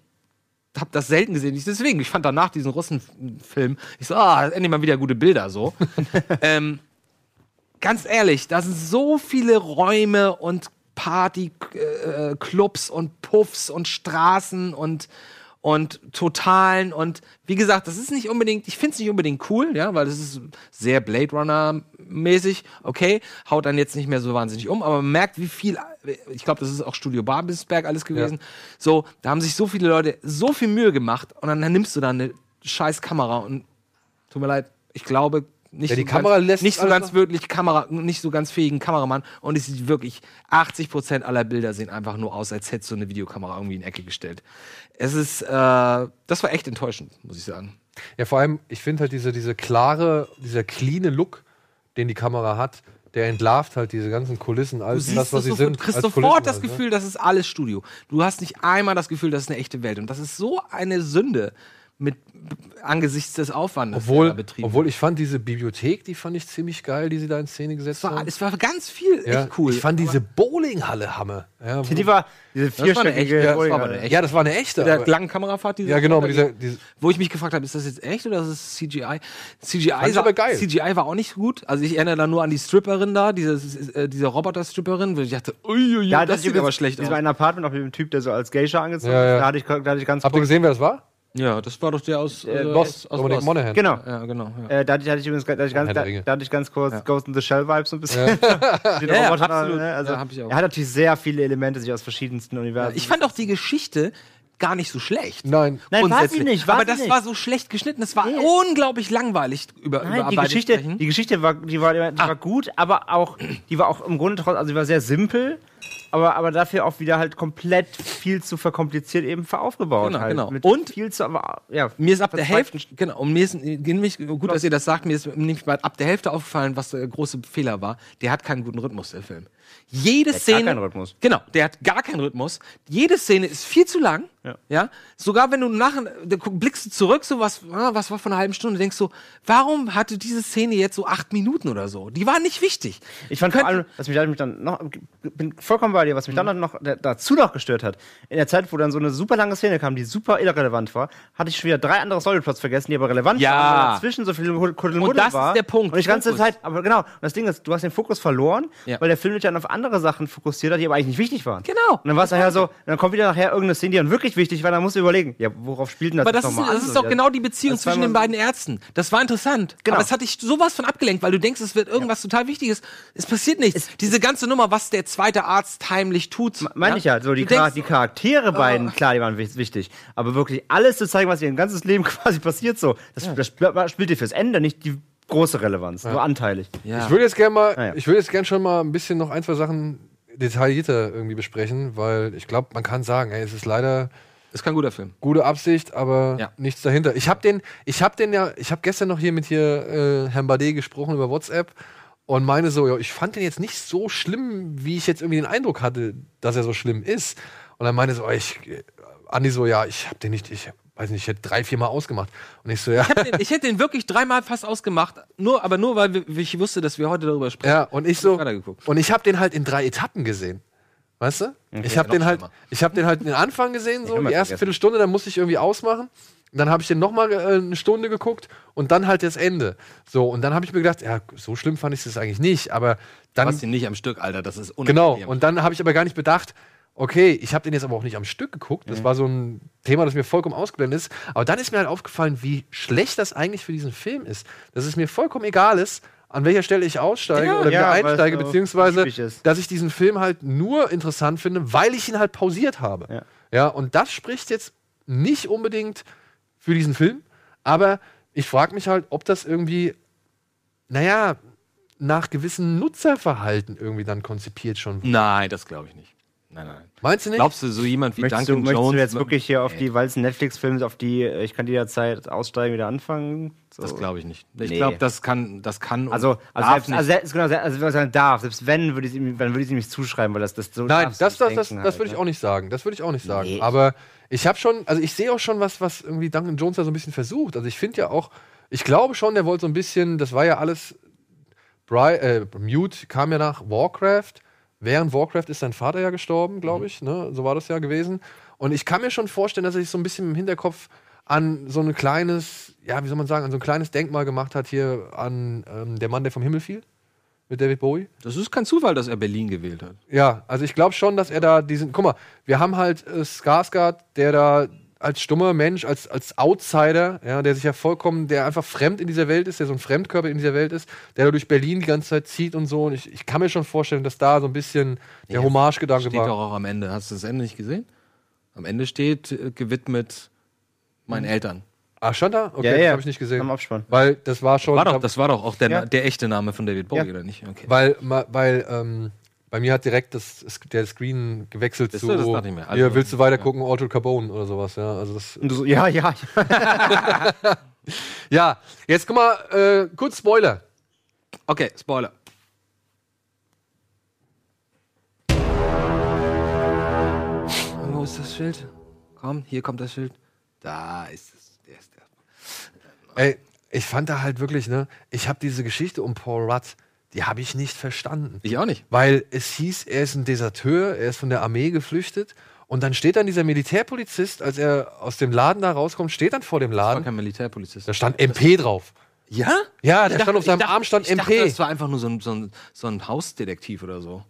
S3: habe das selten gesehen. Ich, deswegen, ich fand danach diesen Russenfilm, ich so, ah, endlich mal wieder gute Bilder so. ähm, ganz ehrlich, da sind so viele Räume und Partyclubs äh, Clubs und Puffs und Straßen und und Totalen und wie gesagt, das ist nicht unbedingt, ich finde es nicht unbedingt cool, ja, weil das ist sehr Blade Runner mäßig, okay, haut dann jetzt nicht mehr so wahnsinnig um, aber man merkt, wie viel, ich glaube, das ist auch Studio Babelsberg alles gewesen, so, da haben sich so viele Leute so viel Mühe gemacht und dann nimmst du da eine scheiß Kamera und tut mir leid, ich glaube nicht
S1: Ja, die
S3: so
S1: Kamera
S3: ganz,
S1: lässt
S3: nicht so
S1: alles
S3: ganz
S1: noch-
S3: wirklich Kamera, nicht so ganz fähigen Kameramann und es sieht wirklich 80 aller Bilder sehen einfach nur aus, als hättest du eine Videokamera irgendwie in die Ecke gestellt. Es ist, äh, das war echt enttäuschend, muss ich sagen.
S1: Ja, vor allem, ich finde halt diese, diese klare, dieser cleane Look, den die Kamera hat, der entlarvt halt diese ganzen Kulissen als das, was sie
S3: sofort,
S1: sind.
S3: du kriegst
S1: als
S3: sofort
S1: Kulissen
S3: das
S1: halt, ne?
S3: Gefühl, das ist alles Studio. Du hast nicht einmal das Gefühl, das ist eine echte Welt und das ist so eine Sünde mit angesichts des Aufwandes, der da
S1: Obwohl,
S3: betrieben.
S1: obwohl ich fand diese Bibliothek, die fand ich ziemlich geil, die sie da in Szene gesetzt
S3: es war,
S1: haben.
S3: es war ganz viel
S1: ja,
S3: echt cool.
S1: Ich fand diese Bowlinghalle Hammer. Ja, wo-
S2: die war diese
S3: das war eine
S2: vierstöckige
S3: echte- das war
S2: Folge.
S3: aber eine echte-
S1: ja, das war eine echte.
S3: mit der
S1: aber-
S3: langen Kamerafahrt, die sie
S1: ja, genau,
S3: da
S1: mit dieser, diese,
S3: Wo ich mich gefragt habe, ist das jetzt echt oder ist es CGI? CGI,
S1: ich aber geil.
S3: CGI war auch nicht gut. Also ich erinnere da nur an die Stripperin da, diese, äh, diese Roboter-Stripperin, wo ich dachte, uiuiui,
S2: Da hatte
S3: das
S2: ich
S3: sieht
S2: übrigens
S3: aber schlecht aus.
S2: diesen einen Apartment auch mit dem Typ, der so als Geisha angezogen ist.
S1: Ja, ja.
S2: Da hatte ich, da hatte ich ganz
S1: habt ihr gesehen, wer das war?
S3: Ja, das war doch der aus äh,
S1: Boss, Also
S3: aus, aus
S1: Dominic
S3: Boss.
S1: Monaghan.
S2: Genau.
S3: Ja, genau. Ja.
S2: Äh, da hatte ich, hatte ich übrigens da hatte ich ganz,
S1: Herr der
S2: da,
S1: Ringe.
S2: da hatte ich ganz kurz Ghost in the Shell Vibes so ein bisschen. Den
S3: Ja, ja,
S2: Roboter,
S3: absolut.
S2: ne? Also,
S3: Ja, hab ich auch.
S2: Er hat natürlich sehr viele Elemente sich aus verschiedensten Universen.
S3: Ich fand auch die Geschichte gar nicht so schlecht.
S1: Nein.
S2: Nein, war sie
S3: Grundsätzlich.
S2: nicht, war
S3: aber
S2: sie
S3: das
S2: nicht.
S3: war so schlecht geschnitten. Es war unglaublich langweilig über,
S2: Nein,
S3: über
S2: die
S3: Arbeit
S2: Geschichte,
S3: sprechen. Ah.
S2: die Geschichte war, die war, die war gut, aber auch, die war auch im Grunde trotzdem, also die war sehr simpel, aber, aber dafür auch wieder halt komplett viel zu verkompliziert eben ver- aufgebaut.
S3: Genau,
S2: halt.
S3: genau.
S2: Mit
S3: Und-
S2: viel zu, aber, ja,
S3: Mir ist ab der
S2: verzweifelt.
S3: Hälfte, genau, und mir ist, nämlich, gut, dass ihr das sagt, mir ist nämlich mal ab der Hälfte aufgefallen, was der große Fehler war. Der hat keinen guten Rhythmus, der Film. Jede
S2: hat gar
S3: Szene.
S2: keinen Rhythmus.
S3: Genau, der hat gar keinen Rhythmus. Jede Szene ist viel zu lang.
S2: Ja.
S3: Sogar wenn du nach, da guck- blickst du zurück, so was, ah, was war vor einer halben Stunde, denkst du, warum hatte diese Szene jetzt so acht Minuten oder so? Die war nicht wichtig.
S2: Ich fand vor
S3: Könnt-
S2: allem, was mich dann- mich dann noch, bin vollkommen bei dir, was mich dann
S3: Mhm.
S2: noch da- dazu noch gestört hat, in der Zeit, wo dann so eine super lange Szene kam, die super irrelevant war, hatte ich schon wieder drei andere Storyplots vergessen, die aber relevant
S3: Ja.
S2: waren, weil dazwischen so viel Kuddel- Kuddelmuddel
S3: Und das ist
S2: war.
S3: der Punkt,
S2: Und ich ganze
S3: Fokus.
S2: Zeit, aber genau, und das Ding ist, du hast den Fokus verloren,
S3: Ja.
S2: weil der Film dich dann auf andere Sachen fokussiert hat, die aber eigentlich nicht wichtig waren.
S3: Genau.
S2: Und dann war es nachher so, dann kommt wieder nachher irgendeine Szene, die dann wirklich wichtig war, dann musst du überlegen, ja, worauf spielt denn das
S3: Aber
S2: jetzt
S3: das ist,
S2: nochmal
S3: das
S2: an?
S3: ist
S2: So,
S3: doch
S2: ja,
S3: genau die Beziehung
S2: das war
S3: zwischen den
S2: immer so-
S3: beiden Ärzten. Das war interessant.
S2: Genau.
S3: Aber es hat dich sowas von abgelenkt, weil du denkst, es wird irgendwas total Wichtiges. Es passiert nichts. Diese ganze Nummer, was der zweite Arzt heimlich tut.
S2: Meine ich ja, so die,
S3: Du denkst,
S2: Chara- die Charaktere beiden, klar, die waren wich- wichtig. Aber wirklich alles zu zeigen, was ihr ganzes Leben quasi passiert, so, das, das sp- spielt dir fürs Ende nicht die große Relevanz, nur anteilig.
S3: Ja.
S1: Ich würde jetzt gerne mal,
S2: Ah, ja.
S1: ich würde jetzt gerne schon mal ein bisschen noch ein, zwei Sachen detaillierter irgendwie besprechen, weil ich glaube, man kann sagen, ey, es ist leider
S3: Ist kein guter Film.
S1: gute Absicht, aber
S3: Ja.
S1: nichts dahinter. Ich habe den, ich habe den ja, ich habe gestern noch hier mit hier äh, Herrn Bade gesprochen über WhatsApp und meine so, ja, ich fand den jetzt nicht so schlimm, wie ich jetzt irgendwie den Eindruck hatte, dass er so schlimm ist. Und dann meinte so, ich, äh, Andi so, ja, ich habe den nicht, ich weiß nicht, ich hätte drei, vier Mal ausgemacht. Und ich so, ja.
S3: Ich hab den- Ich hätte den wirklich dreimal fast ausgemacht, nur, aber nur, weil wir- ich wusste, dass wir heute darüber sprechen.
S1: Ja, und ich so.
S3: weitergeguckt.
S1: Und ich habe den halt in drei Etappen gesehen. Weißt du? ich habe
S3: noch
S1: den halt,
S3: schlimmer.
S1: ich habe den halt den Anfang gesehen, so
S2: hab mal
S1: die erste
S2: vergessen.
S1: Viertelstunde, dann musste ich irgendwie ausmachen. Und dann habe ich den nochmal äh, eine Stunde geguckt und dann halt das Ende. So, und dann habe ich mir gedacht, ja, so schlimm fand ich es eigentlich nicht, aber
S3: Du
S1: dann.
S3: hast ihn Ähm, nicht am Stück, Alter, das ist
S1: Genau,
S3: unangenehm.
S1: und dann habe ich aber gar nicht bedacht, okay, ich habe den jetzt aber auch nicht am Stück geguckt. Das war so ein Thema, das mir vollkommen ausgeblendet ist. Aber dann ist mir halt aufgefallen, wie schlecht das eigentlich für diesen Film ist. Dass es mir vollkommen egal ist, an welcher Stelle ich aussteige oder wieder
S2: Ja, weil es
S1: einsteige,
S2: so
S1: beziehungsweise,
S2: typisch ist.
S1: dass ich diesen Film halt nur interessant finde, weil ich ihn halt pausiert habe.
S2: Ja.
S1: Ja, und das spricht jetzt nicht unbedingt für diesen Film, aber ich frage mich halt, ob das irgendwie, naja, nach gewissem Nutzerverhalten irgendwie dann konzipiert schon.
S3: Nein, das glaube ich nicht. Nein, nein.
S1: Meinst du nicht?
S3: Glaubst du, so jemand wie
S2: Möchtest, du,
S3: Duncan
S2: möchtest
S3: Jones?
S2: du jetzt wirklich hier auf die, weil es ein Netflix-Film ist, auf die äh, ich kann jederzeit aussteigen, wieder anfangen? So.
S3: das glaube ich nicht. Ich
S2: Nee.
S3: glaube, das kann, das kann. und
S2: also, also,
S3: darf
S2: selbst, also, selbst, genau, selbst, also, wenn man sagen darf, selbst wenn, würde ich es ihm, dann würde ich es ihm nicht zuschreiben, weil das, das so
S1: Nein,
S2: darfst du
S1: das, das,
S2: nicht
S1: das,
S2: denken
S1: das
S2: halt,
S1: würde ich
S2: ne?
S1: auch nicht sagen. Das würde ich auch nicht sagen.
S2: Nee.
S1: Aber ich habe schon, also ich sehe auch schon was, was irgendwie Duncan Jones da so ein bisschen versucht. Also ich finde ja auch, ich glaube schon, der wollte so ein bisschen, das war ja alles, Bri äh, Mute kam ja nach Warcraft. Während Warcraft ist sein Vater ja gestorben, glaube ich. Ne? So war das ja gewesen. Und ich kann mir schon vorstellen, dass er sich so ein bisschen im Hinterkopf an so ein kleines, ja, wie soll man sagen, an so ein kleines Denkmal gemacht hat hier an ähm, der Mann, der vom Himmel fiel, mit David Bowie.
S3: Das ist kein Zufall, dass er Berlin gewählt hat.
S1: Ja, also ich glaube schon, dass er da diesen. Guck mal, wir haben halt äh, Skarsgård, der da als stummer Mensch, als, als Outsider, ja, der sich ja vollkommen, der einfach fremd in dieser Welt ist, der so ein Fremdkörper in dieser Welt ist, der da durch Berlin die ganze Zeit zieht und so. Und ich, ich kann mir schon vorstellen, dass da so ein bisschen der Hommage-Gedanke
S3: Steht
S1: war.
S3: doch auch am Ende. Hast du das Ende nicht gesehen? Am Ende steht äh, gewidmet meinen Eltern.
S1: Ah, stand da? Okay,
S2: Ja,
S1: das
S2: ja.
S1: habe ich nicht gesehen.
S2: Am Abspann.
S1: Weil das war schon.
S3: War doch,
S1: da-
S3: das war doch auch der,
S2: Ja.
S3: der echte Name von David
S2: Ja.
S3: Bowie, oder nicht? Okay.
S1: Weil, ma- weil ähm, bei mir hat direkt das, der Screen gewechselt
S3: Siehst
S1: zu.
S3: du, das dachte ich mir. Also-
S1: hier, willst du weiter gucken, Auto Carbone oder sowas, ja. Also das
S2: Und du so, ja, ja, ja.
S1: Ja, jetzt guck mal, äh, kurz Spoiler.
S3: Okay, Spoiler. Wo ist das Schild? Komm, hier kommt das Schild. Da ist es. Der ist der.
S1: Ey, ich fand da halt wirklich, ne, ich habe diese Geschichte um Paul Rudd, die habe ich nicht verstanden.
S3: Ich auch nicht.
S1: Weil es hieß, er ist ein Deserteur, er ist von der Armee geflüchtet. Und dann steht dann dieser Militärpolizist, als er aus dem Laden da rauskommt, steht dann vor dem
S3: War
S1: Laden,
S3: kein Militärpolizist.
S1: da stand MP drauf.
S3: Ja?
S1: Ja, der
S3: Ich dachte-
S1: stand auf seinem
S3: ich dachte-
S1: Arm, stand
S3: ich Dachte,
S1: MP.
S3: das war einfach nur so ein, so ein, so ein Hausdetektiv oder so.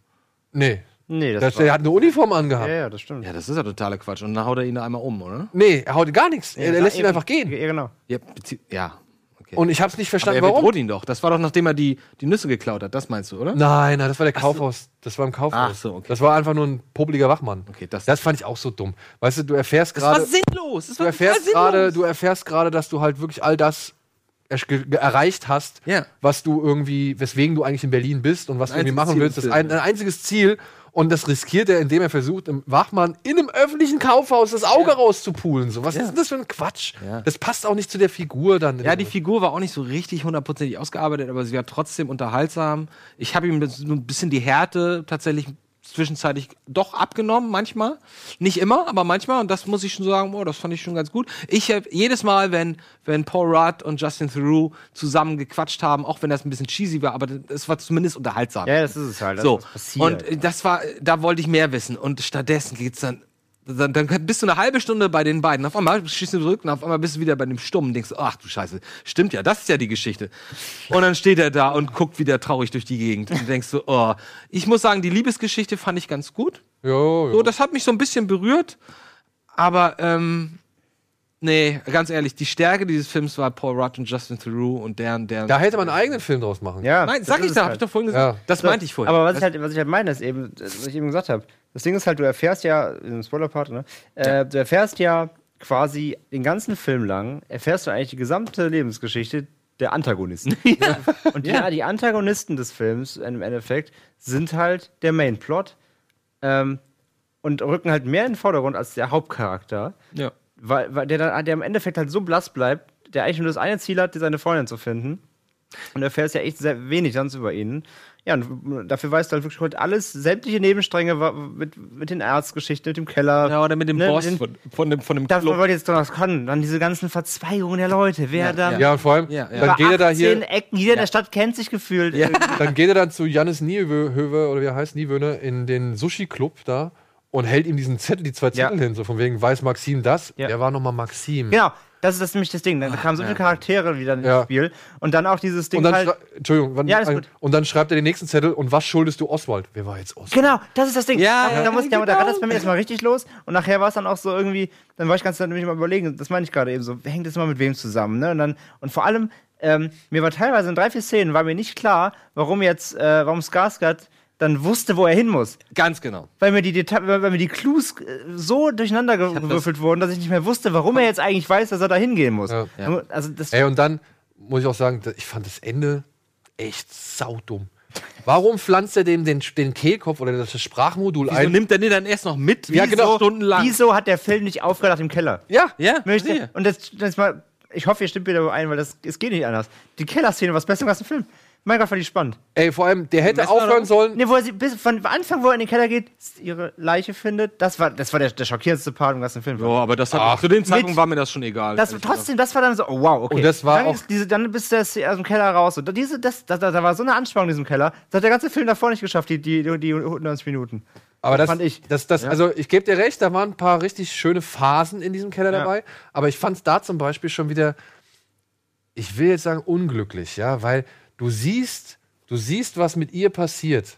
S1: Nee.
S2: Nee, das
S1: Das
S2: war-
S1: der hat eine Uniform angehabt.
S2: Ja, ja, das stimmt.
S3: Ja, das ist ja totaler Quatsch. Und dann haut er ihn da einmal um, oder?
S1: Nee, er haut gar nichts. er, er
S2: Ja,
S1: lässt ihn
S2: eben.
S1: einfach gehen.
S2: Ja, genau.
S3: Ja, bezie- ja. okay.
S1: Und ich habe es nicht
S3: Aber er
S1: verstanden, warum.
S3: bedroht ihn doch. Das war doch, nachdem er die, die Nüsse geklaut hat. Das meinst du, oder?
S1: Nein, nein, das war der Kaufhaus. Das war im Kaufhaus.
S3: Ach so, okay.
S1: Das war einfach nur ein popeliger Wachmann.
S3: Okay, das-
S1: fand ich auch so dumm. Weißt du, du erfährst
S3: das war
S1: gerade,
S3: sinnlos. Das
S1: du
S3: war
S1: erfährst
S3: total
S1: gerade,
S3: sinnlos.
S1: du erfährst gerade, dass du halt wirklich all das ersch- ge- ge- erreicht hast,
S3: Ja.
S1: was du irgendwie, weswegen du eigentlich in Berlin bist und was du
S3: Ein
S1: irgendwie
S3: einziges
S1: machen
S3: Ziel
S1: willst.
S3: im
S1: Das ein,
S3: Film,
S1: ein einziges Ziel. Und das riskiert er, indem er versucht, im Wachmann in einem öffentlichen Kaufhaus das Auge rauszupulen. So, was ist denn das für ein Quatsch?
S3: Ja.
S1: Das passt auch nicht zu der Figur dann.
S3: Ja, die Figur war auch nicht so richtig hundertprozentig ausgearbeitet, aber sie war trotzdem unterhaltsam. Ich habe ihm so ein bisschen die Härte tatsächlich zwischenzeitlich doch abgenommen, manchmal. Nicht immer, aber manchmal. Und das muss ich schon sagen, boah, das fand ich schon ganz gut. Ich hab jedes Mal, wenn, wenn Paul Rudd und Justin Theroux zusammen gequatscht haben, auch wenn das ein bisschen cheesy war, aber es war zumindest unterhaltsam.
S2: Ja, das ist es halt. Das
S3: So,
S2: ist was
S3: und äh, das war, da wollte ich mehr wissen. Und stattdessen geht's dann, dann, dann bist du eine halbe Stunde bei den beiden. Auf einmal schießt du zurück und auf einmal bist du wieder bei dem Stummen. Denkst, du, ach du Scheiße, stimmt ja, das ist ja die Geschichte. Und dann steht er da und guckt wieder traurig durch die Gegend. Und denkst du, oh, ich muss sagen, die Liebesgeschichte fand ich ganz gut.
S1: Jo, jo.
S3: So, das hat mich so ein bisschen berührt. Aber, ähm, nee, ganz ehrlich, die Stärke dieses Films war Paul Rudd und Justin Theroux und deren, deren.
S1: Da hätte man einen eigenen Film draus machen.
S2: ja,
S3: Nein,
S2: das
S3: sag
S2: ist
S3: ich
S2: es
S3: da, hab
S2: halt.
S3: ich doch vorhin gesagt.
S1: Ja.
S3: Das meinte ich vorhin.
S2: Aber was ich, halt, was ich halt meine, ist eben, das, was ich eben gesagt habe. Das Ding ist halt, du erfährst ja, im Spoiler-Part, ne? Äh, Du erfährst ja quasi den ganzen Film lang, erfährst du eigentlich die gesamte Lebensgeschichte der Antagonisten. Und die, die Antagonisten des Films im Endeffekt sind halt der Main-Plot ähm, und rücken halt mehr in den Vordergrund als der Hauptcharakter,
S3: ja.
S2: weil, weil der, dann, der im Endeffekt halt so blass bleibt, der eigentlich nur das eine Ziel hat, seine Freundin zu finden. Und du erfährst ja echt sehr wenig sonst über ihn. Ja, und dafür weißt du halt wirklich halt alles, sämtliche Nebenstränge wa- mit, mit den Arztgeschichten, mit dem Keller.
S3: Ja, oder mit dem
S2: ne,
S3: Boss
S2: den-
S3: von, von dem, von dem
S2: Davon
S3: Club.
S2: wollte ich jetzt doch noch kommen. Dann diese ganzen Verzweigungen der Leute. Wer da
S1: Ja, und vor allem,
S3: Ja,
S1: dann
S3: ja.
S2: über
S1: geht er da hier,
S2: 18 Ecken, jeder in der Stadt kennt sich gefühlt.
S1: dann geht er dann zu Jannis Niewöwe, oder wie er heißt, Niewöhne, in den Sushi-Club da und hält ihm diesen Zettel, die zwei
S2: Ja.
S1: Zettel hin, so von wegen, weiß Maxim das?
S2: Ja.
S1: Der war nochmal Maxim.
S2: Genau, das ist das ist nämlich das Ding. Dann kamen so viele Charaktere wieder ins
S1: Ja.
S2: Spiel. Und dann auch dieses Ding
S1: Und dann,
S2: halt.
S1: schrei- Entschuldigung, wann,
S2: Ja, alles gut.
S1: und dann schreibt er den nächsten Zettel und was schuldest du Oswald? Wer war jetzt Oswald?
S2: Genau, das ist das Ding.
S3: Ja,
S2: da,
S3: ja,
S2: da, muss ich, da, da
S3: genau.
S2: hat das bei mir erstmal richtig los. Und nachher war es dann auch so irgendwie, dann war ich ganz nämlich mal überlegen, das meine ich gerade eben so, wer hängt das mal mit wem zusammen? Ne? Und, dann, und vor allem, ähm, mir war teilweise in drei, vier Szenen, war mir nicht klar, warum jetzt, äh, warum Skarsgård dann wusste, wo er hin muss.
S3: Ganz genau.
S2: Weil mir die, Deta weil weil mir die Clues äh, so durcheinander ge-
S3: hab das-
S2: gewürfelt wurden, dass ich nicht mehr wusste, warum er jetzt eigentlich weiß, dass er da hingehen muss.
S1: Ja.
S3: Ja.
S2: Also das,
S1: Ey, und dann muss ich auch sagen, da- ich fand das Ende echt saudumm. Warum pflanzt er dem den, den Kehlkopf oder das Sprachmodul
S3: Wieso
S1: ein?
S3: nimmt er den dann erst noch mit?
S1: Ja,
S3: Wieso?
S1: genau.
S3: Stundenlang.
S2: wieso hat der Film nicht aufgedacht im Keller?
S1: Ja,
S3: Ja,
S2: Möchte,
S3: sehe.
S2: Und das, das mal, ich hoffe, ihr stimmt mir dabei ein, weil das, es geht nicht anders. Die Keller-Szene war das Beste im ganzen Film. Mein Gott, war die spannend.
S1: Ey, vor allem, der hätte
S3: Messen wir
S1: aufhören
S3: noch?
S1: sollen.
S2: Ne, wo er sie, bis von Anfang, wo er in den Keller geht, ihre Leiche findet, das war, das war der, der schockierendste Part im ganzen Film.
S3: Ja, aber das hat,
S1: Ach,
S3: zu dem Zeitpunkt
S2: mit-
S3: war mir das schon egal. Also
S2: Das,
S3: ehrlich gesagt.
S2: trotzdem, das war dann so, oh wow, okay.
S1: Und das war
S2: dann,
S1: auch-
S2: ist diese, dann bist du aus dem Keller raus. Und diese, das, da, da, da war so eine Anspannung in diesem Keller. Das hat der ganze Film davor nicht geschafft, die, die, die, die 90 Minuten.
S1: Aber das,
S2: fand ich.
S1: Das, das, Also, ich gebe dir recht, da waren ein paar richtig schöne Phasen in diesem Keller
S2: Ja.
S1: dabei. Aber ich fand es da zum Beispiel schon wieder, ich will jetzt sagen, unglücklich, ja, weil du siehst, du siehst, was mit ihr passiert,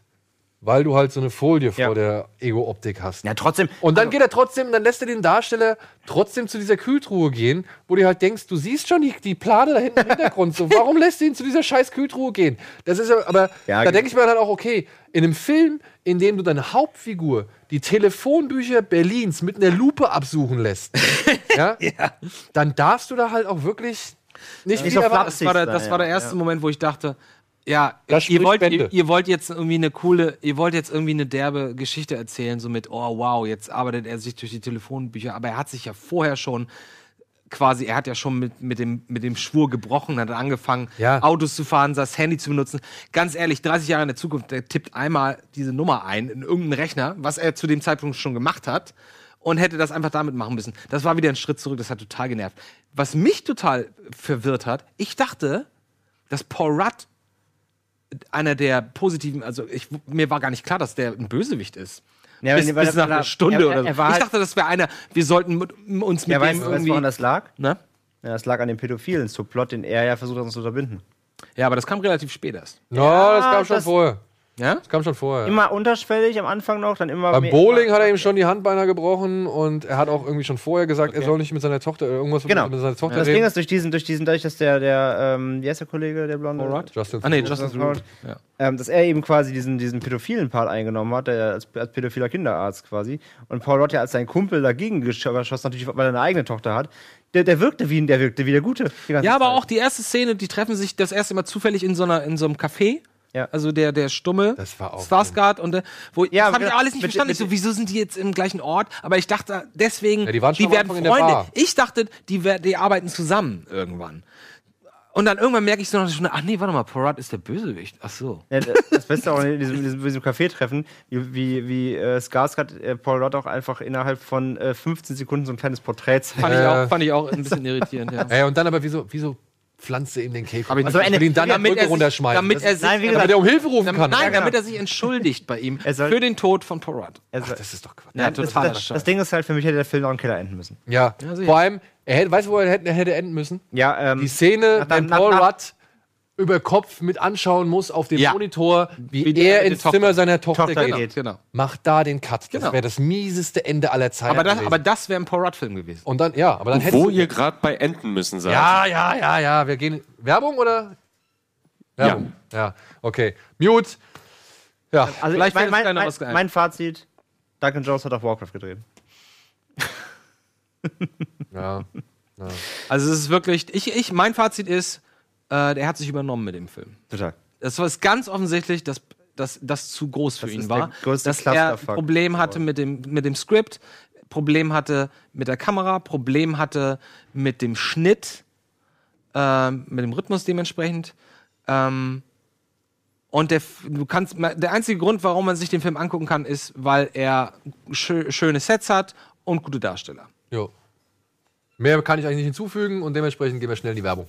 S1: weil du halt so eine Folie
S2: Ja.
S1: vor der Ego-Optik hast.
S2: Ja, trotzdem.
S1: Und dann geht er trotzdem, dann lässt er den Darsteller trotzdem zu dieser Kühltruhe gehen, wo du halt denkst, du siehst schon die, die Plane da hinten im Hintergrund. So, warum lässt du ihn zu dieser scheiß Kühltruhe gehen? Das ist ja, aber
S2: Ja,
S1: da
S2: genau.
S1: denke ich mir dann auch, okay, in einem Film, in dem du deine Hauptfigur die Telefonbücher Berlins mit einer Lupe absuchen lässt, ja, dann darfst du da halt auch wirklich nicht
S2: Äh, Nicht
S1: viel
S2: auf
S1: erwarten.
S2: Platz.
S3: das war der, das
S2: Ja,
S3: war der
S2: ja,
S3: erste
S2: ja.
S3: Moment, wo ich dachte, ja,
S1: Das
S3: ihr
S1: spricht
S3: wollt,
S1: Bände.
S3: ihr, ihr wollt jetzt irgendwie eine coole, ihr wollt jetzt irgendwie eine derbe Geschichte erzählen, so mit, oh wow, jetzt arbeitet er sich durch die Telefonbücher, aber er hat sich ja vorher schon quasi, er hat ja schon mit, mit, dem, mit dem Schwur gebrochen, hat angefangen,
S1: Ja.
S3: Autos zu fahren, das Handy zu benutzen. Ganz ehrlich, 30 Jahre in der Zukunft, der tippt einmal diese Nummer ein in irgendeinen Rechner, was er zu dem Zeitpunkt schon gemacht hat und hätte das einfach damit machen müssen. Das war wieder ein Schritt zurück, das hat total genervt. Was mich total verwirrt hat, ich dachte, dass Paul Rudd einer der positiven, also ich, mir war gar nicht klar, dass der ein Bösewicht ist.
S2: Ja,
S3: bis,
S2: weil- weil-
S3: bis nach
S2: weil-
S3: einer Stunde
S2: er- er-
S3: oder so.
S2: er war
S3: ich
S2: halt-
S3: dachte, das wäre einer, wir sollten mit, uns mit
S2: Er
S3: dem
S2: weiß, weißt du,
S3: irgendwie...
S2: woran das lag?
S3: ne?
S2: Ja, das lag an dem pädophilen Subplot, den er ja versucht hat, uns zu unterbinden.
S3: Ja, aber das kam relativ spät erst.
S1: No, das kam schon
S2: das-
S1: vorher.
S3: Ja?
S1: Das kam schon vorher.
S2: Immer unterschwellig am Anfang noch, dann immer.
S1: Beim
S2: mehr-
S1: Bowling hat er ihm schon die Handbeiner gebrochen und er hat auch irgendwie schon vorher gesagt, er soll nicht mit seiner Tochter äh, irgendwas
S2: Genau.
S1: mit seiner Tochter
S2: Das
S1: reden.
S2: Ding ist durch diesen, durch diesen, dadurch, dass der, der, ähm, wie heißt der Kollege, der Blonde?
S3: Paul Rudd?
S1: Justin
S3: Ah, nee,
S1: Theroux.
S3: Justin Theroux. Ja.
S2: Ähm, dass er eben quasi diesen, diesen pädophilen Part eingenommen hat, der als, als pädophiler Kinderarzt quasi. Und Paul Rudd ja als sein Kumpel dagegen gesch- geschossen, natürlich, weil er eine eigene Tochter hat. Der, der wirkte wie ein, der wirkte wie der Gute. die ganze
S3: ja, aber
S2: Zeit.
S3: auch die erste Szene, die treffen sich das erste Mal zufällig in so, einer, in so einem Café.
S2: Ja.
S3: Also der, der Stumme,
S1: Das war auch
S3: Skarsgård und der, wo,
S2: Ja,
S3: das habe ich
S2: genau.
S3: alles nicht
S2: Mit-
S3: verstanden.
S2: mit-
S3: ich so, wieso sind die jetzt im gleichen Ort? Aber ich dachte, deswegen,
S1: Ja, die waren schon am
S3: werden
S1: Anfang in
S3: Freunde.
S1: der Bar.
S3: Ich dachte, die, wer- die arbeiten zusammen irgendwann. Und dann irgendwann merke ich so noch, ach nee, warte mal, Porat ist der Bösewicht. Ach so.
S2: Ja, das Beste auch in diesem, in diesem, in diesem Café-Treffen, wie, wie, wie äh, Skarsgård äh, Paul Rudd auch einfach innerhalb von äh, 15 Sekunden so ein kleines Porträt zeigt.
S3: Fand, ich
S1: Äh.
S3: auch, fand ich auch ein bisschen irritierend, ja.
S1: Ey, und dann aber, wieso, wieso pflanzt er ihm den Käfig?
S3: Hab ich
S1: Also
S3: nicht
S1: ich will ihn dann am
S3: verstanden.
S1: Rücken runterschmeißen.
S3: Damit
S1: Das-
S3: er sich,
S2: Nein, wie
S1: damit
S2: gesagt,
S1: er um Hilfe rufen kann.
S3: damit, nein,
S1: Ja,
S3: damit er sich entschuldigt bei ihm
S2: Er soll-
S3: für den Tod von Porat.
S2: Also,
S1: Ach, das ist doch Quatsch.
S3: Ja,
S2: das,
S3: total.
S2: das, das Ding ist halt, für mich hätte der Film noch im Keller enden müssen.
S1: Ja,
S3: sicher.
S1: vor allem, er hätte, weißt du, wo er hätte, er hätte enden müssen?
S2: Ja, ähm,
S1: Die Szene,
S2: Nach-
S1: wenn
S2: nach-
S1: Paul
S2: nach-
S1: Rudd über Kopf mit anschauen muss auf dem
S3: Ja.
S1: Monitor, wie,
S3: Wie die-
S1: er
S3: die
S1: ins
S3: Tochter-
S1: Zimmer seiner Tochter,
S2: Tochter
S1: geht.
S2: geht.
S3: genau.
S1: Macht da den Cut. Das
S3: Genau.
S1: wäre das mieseste Ende aller Zeiten.
S3: Aber das,
S1: gewesen.
S3: aber das wäre ein Porat-Film gewesen.
S1: und dann, ja, aber dann hättest
S7: Wo
S1: du-
S7: ihr gerade bei Enten müssen seid.
S1: Ja, ja, ja, ja. Wir gehen. Werbung oder? Werbung. Ja. okay. Mute. Ja.
S2: also mein,
S3: vielleicht wäre das
S2: mein,
S3: kleiner
S2: mein,
S3: Oscar.
S2: mein Fazit: Duncan Jones hat auch Warcraft gedreht.
S1: ja.
S3: Also es ist wirklich, ich, ich, mein Fazit ist, äh, der hat sich übernommen mit dem Film.
S2: Total.
S3: Es war es ganz offensichtlich, dass dass das zu groß für
S2: Das
S3: ihn
S2: ist
S3: war,
S2: der größte
S3: dass er
S2: Clusterfuck.
S3: Problem hatte mit dem mit dem Skript, Problem hatte mit der Kamera, Problem hatte mit dem Schnitt, ähm, mit dem Rhythmus dementsprechend. Ähm, und der, F- du kannst, ma- der einzige Grund, warum man sich den Film angucken kann, ist, weil er schö schöne Sets hat und gute Darsteller.
S1: Jo. Mehr kann ich eigentlich nicht hinzufügen und dementsprechend gehen wir schnell in die Werbung.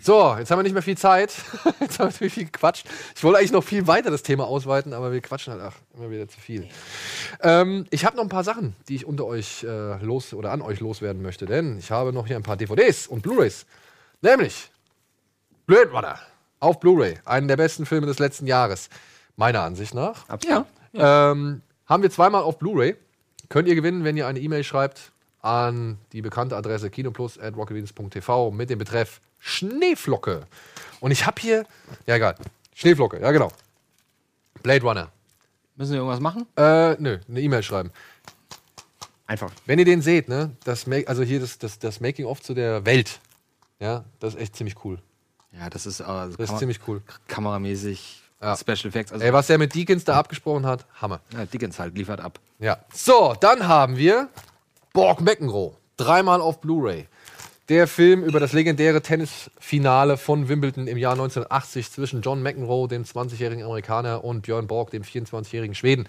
S1: So, jetzt haben wir nicht mehr viel Zeit. Jetzt haben wir natürlich viel gequatscht. Ich wollte eigentlich noch viel weiter das Thema ausweiten, aber wir quatschen halt ach, immer wieder zu viel. Ähm, ich habe noch ein paar Sachen, die ich unter euch äh, los oder an euch loswerden möchte, denn ich habe noch hier ein paar DVDs und Blu-rays. Nämlich Blade Runner auf Blu-ray, einen der besten Filme des letzten Jahres, meiner Ansicht nach.
S3: Ja.
S1: Ähm, haben wir zweimal auf Blu-ray. Könnt ihr gewinnen, wenn ihr eine E-Mail schreibt an die bekannte Adresse kinoplus.rocketbeans.tv mit dem Betreff Schneeflocke. Und ich habe hier, ja egal, Schneeflocke, ja genau. Blade Runner.
S3: Müssen wir irgendwas machen?
S1: Äh, nö, eine E-Mail schreiben.
S2: Einfach.
S1: Wenn ihr den seht, ne, das, Ma- also hier das, das, das Making-of zu der Welt, ja, das ist echt ziemlich cool.
S3: Ja, das ist aber
S1: Das ist ziemlich cool.
S3: kameramäßig,
S1: Ja.
S3: Special Effects. Also,
S1: Ey, was der mit Deakins da abgesprochen hat, Hammer.
S3: ja, Dickens halt liefert ab.
S1: Ja. So, dann haben wir Borg McEnroe. Dreimal auf Blu-ray. Der Film über das legendäre Tennisfinale von Wimbledon im Jahr 1980 zwischen John McEnroe, dem 20-jährigen Amerikaner, und Björn Borg, dem 24-jährigen Schweden.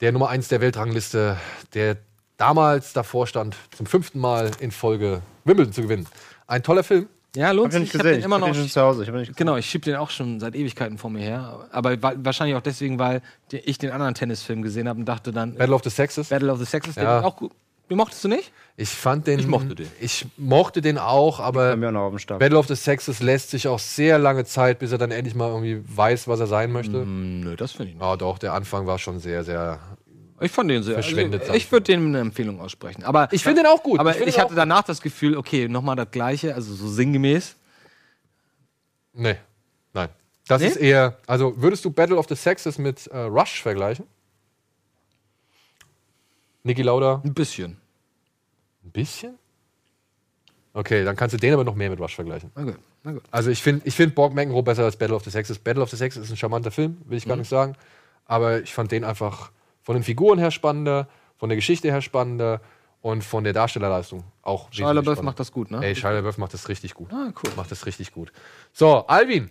S1: Der Nummer 1 der Weltrangliste, der damals davor stand, zum fünften Mal in Folge Wimbledon zu gewinnen. Ein toller Film.
S3: Ja, lohnt
S2: Hab ich
S3: sich.
S2: nicht
S3: Ich hab den
S2: gesehen.
S3: immer
S2: ich hab
S3: noch.
S2: den schon zu Hause. Ich hab ihn nicht gesehen.
S3: Genau, ich schieb den auch schon seit Ewigkeiten vor mir her. Aber wa- wahrscheinlich auch deswegen, weil die- ich den anderen Tennisfilm gesehen habe und dachte dann, äh,
S1: Battle of the Sexes.
S3: Battle of the Sexes, den
S1: Ja.
S3: auch gut. Den mochtest du nicht?
S1: Ich fand den.
S3: Ich mochte den.
S1: Ich mochte den auch, aber
S2: Bei mir auch noch auf dem Start.
S1: Battle of the Sexes lässt sich auch sehr lange Zeit, bis er dann endlich mal irgendwie weiß, was er sein möchte.
S3: Hm, Nö, das finde ich
S1: Ja, doch, der Anfang war schon sehr, sehr.
S3: Ich fand den sehr. Also,
S1: Verschwendet sein.
S3: ich würde dem eine Empfehlung aussprechen. Aber
S1: Ich finde den auch gut.
S3: Aber
S1: Ich
S3: ich,
S1: finde den
S3: hatte
S1: auch-
S3: danach das Gefühl, okay, nochmal das Gleiche, also so sinngemäß.
S1: Nee, nein. Das
S3: Nee?
S1: ist eher. Also, würdest du Battle of the Sexes mit äh, Rush vergleichen? Niki Lauda?
S3: Ein bisschen.
S1: Ein bisschen? Okay, dann kannst du den aber noch mehr mit Rush vergleichen.
S3: Na gut, na gut.
S1: Also ich finde ich find Borg McEnroe besser als Battle of the Sexes. Battle of the Sexes ist ein charmanter Film, will
S3: Mhm.
S1: ich gar nicht sagen. Aber ich fand den einfach von den Figuren her spannender, von der Geschichte her spannender und von der Darstellerleistung auch
S3: Shia LaBeouf macht das gut, ne?
S1: Ey, Shia LaBeouf macht das richtig gut.
S3: Ah, cool.
S1: Macht das richtig gut. So, Alvin.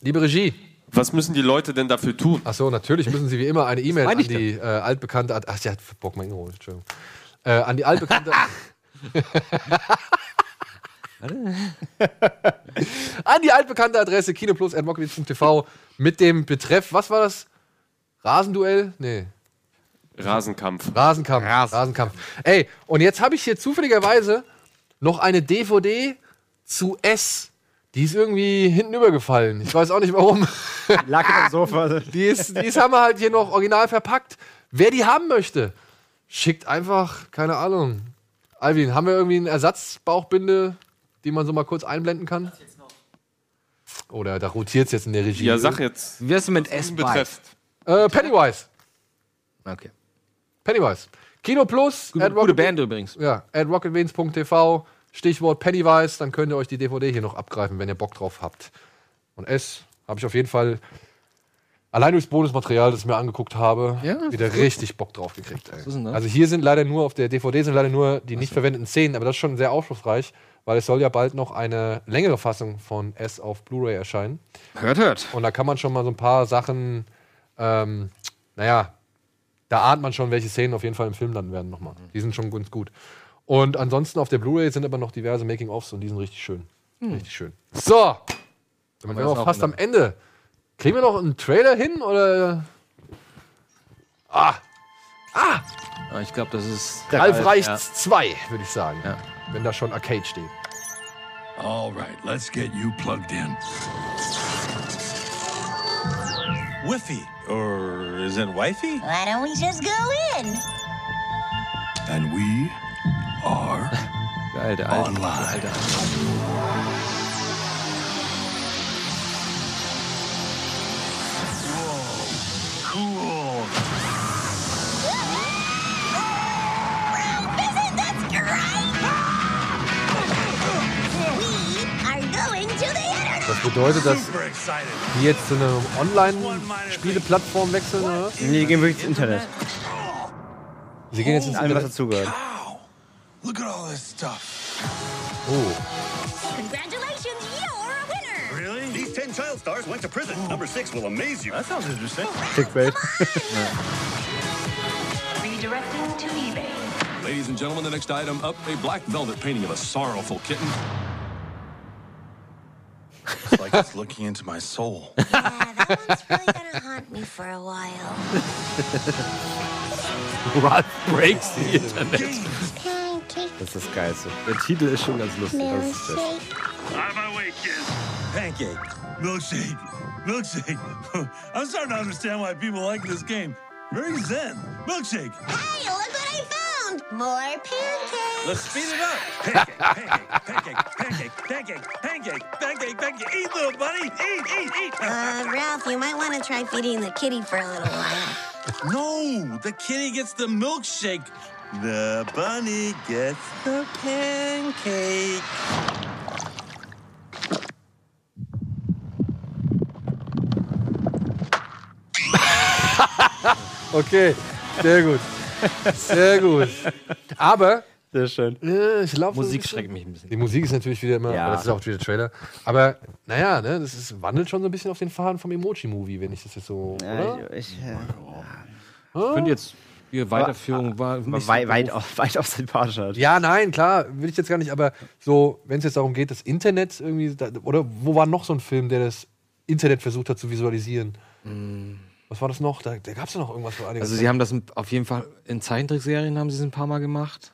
S1: Liebe Regie.
S7: Was müssen die Leute denn dafür tun?
S1: Achso, natürlich müssen Sie wie immer eine E-Mail an
S3: meine ich
S1: die äh, altbekannte... Ad- Ach ja, Borg McEnroe, Entschuldigung. Äh, an die altbekannte... an die altbekannte Adresse kinoplus.mockewitz.tv mit dem Betreff, was war das? Rasenduell? Nee,
S7: Rasenkampf.
S1: Rasenkampf. Rasenkampf. Ey, und jetzt habe ich hier zufälligerweise noch eine DVD zu S. Die ist irgendwie hinten übergefallen. Ich weiß auch nicht warum.
S2: Lag auf dem Sofa.
S1: Die ist, die ist haben wir halt hier noch original verpackt. Wer die haben möchte, schickt einfach, keine Ahnung. Alvin, haben wir irgendwie eine Ersatzbauchbinde, die man so mal kurz einblenden kann? Oder da rotiert es jetzt in der Regie.
S7: Ja, sag jetzt.
S3: Wie wär's denn mit S-Bike?
S7: Betreff.
S1: Äh, Pennywise.
S3: Okay.
S1: Pennywise. Kino Plus,
S3: Gute,
S1: at Rocket-
S3: gute Band übrigens.
S1: Ja, at rocketbeans.tv, Stichwort Pennywise, dann könnt ihr euch die DVD hier noch abgreifen, wenn ihr Bock drauf habt. Und S habe ich auf jeden Fall allein durchs Bonusmaterial, das ich mir angeguckt habe,
S3: Ja,
S1: wieder richtig Bock drauf gekriegt. Ey.
S3: ist denn das?
S1: Also hier sind leider nur auf der DVD sind leider nur die nicht verwendeten Szenen, aber das ist schon sehr aufschlussreich, weil es soll ja bald noch eine längere Fassung von S auf Blu-ray erscheinen.
S3: Hört, hört.
S1: Und da kann man schon mal so ein paar Sachen, ähm, naja, da ahnt man schon, welche Szenen auf jeden Fall im Film landen werden nochmal.
S3: Mhm.
S1: Die sind schon ganz gut. Und ansonsten auf der Blu-ray sind aber noch diverse Making-ofs und die sind richtig schön. Richtig schön. So, damit
S3: wir
S1: wären wir
S3: Hm. das auch
S1: fast am Ende. Kriegen wir noch einen Trailer hin oder
S3: Ah, Ich glaube, das ist.
S1: Ralf
S3: ja.
S1: Reichts 2, würde ich sagen.
S3: Ja.
S1: Wenn da schon Arcade steht.
S8: All right, let's get you plugged in. Wifi, or is it Wi-Fi?
S9: Why don't we just go in?
S8: And we are
S3: Geil, der alte.
S8: Online.
S3: Alter.
S8: cool.
S9: Ralph, isn't that great? We are going to the internet!
S1: Das bedeutet, dass
S8: Super excited.
S1: die jetzt zu einer Online-Spieleplattform wechseln, oder?
S2: Nee, die gehen wirklich ins Internet.
S1: Sie gehen jetzt ins
S2: Mit allem, was
S1: Internet.
S2: dazugehört.
S8: Look at all this stuff.
S1: Oh.
S9: Congratulations, you're a winner!
S8: Really? These 10 child stars went to prison. Number six will amaze you. That sounds interesting.
S2: Clickbait.
S9: Redirecting to eBay.
S8: Ladies and gentlemen, the next item up a black velvet painting of a sorrowful kitten. It's like it's looking into my soul.
S9: Yeah, that one's really gonna haunt me for a while.
S3: Ralph breaks the Internet.
S9: Can I take
S2: Das ist das Geilste. Der Titel ist schon ganz lustig. Das ist das.
S8: Pancake. Milkshake. Milkshake. I'm starting to understand why people like this game. Very zen. Milkshake.
S9: Hey, look what I found! More pancakes!
S8: Let's speed it up. Pancake, pancake, pancake, pancake, pancake, pancake, pancake, pancake. Eat, little buddy. Eat, eat, eat.
S9: Uh, Ralph, you might want to try feeding the kitty for a little while.
S8: No, the kitty gets the milkshake. The bunny gets the pancake.
S1: Okay, sehr gut. Sehr gut. Aber
S2: Sehr schön.
S1: äh, ich glaube,
S3: Musik schreckt mich ein bisschen.
S1: Die Musik ist natürlich wieder immer,
S2: Ja.
S1: aber das ist auch wieder Trailer. Aber naja, ne, das ist, wandelt schon so ein bisschen auf den Faden vom Emoji-Movie, wenn ich das jetzt so. oder?
S2: Ja, ich, ich, äh,
S3: Ich finde jetzt, die Weiterführung war. nicht so
S2: weit, weit, auf, weit auf sympathischer.
S1: Ja, nein, klar, will ich jetzt gar nicht, aber so, wenn es jetzt darum geht, das Internet irgendwie, da, oder wo war noch so ein Film, der das Internet versucht hat zu visualisieren? Was war das noch? Da, da gab es ja noch irgendwas vor einiger
S3: Mm. Also
S1: Zeit.
S3: sie haben das auf jeden Fall in Zeichentrickserien haben sie es ein paar Mal gemacht.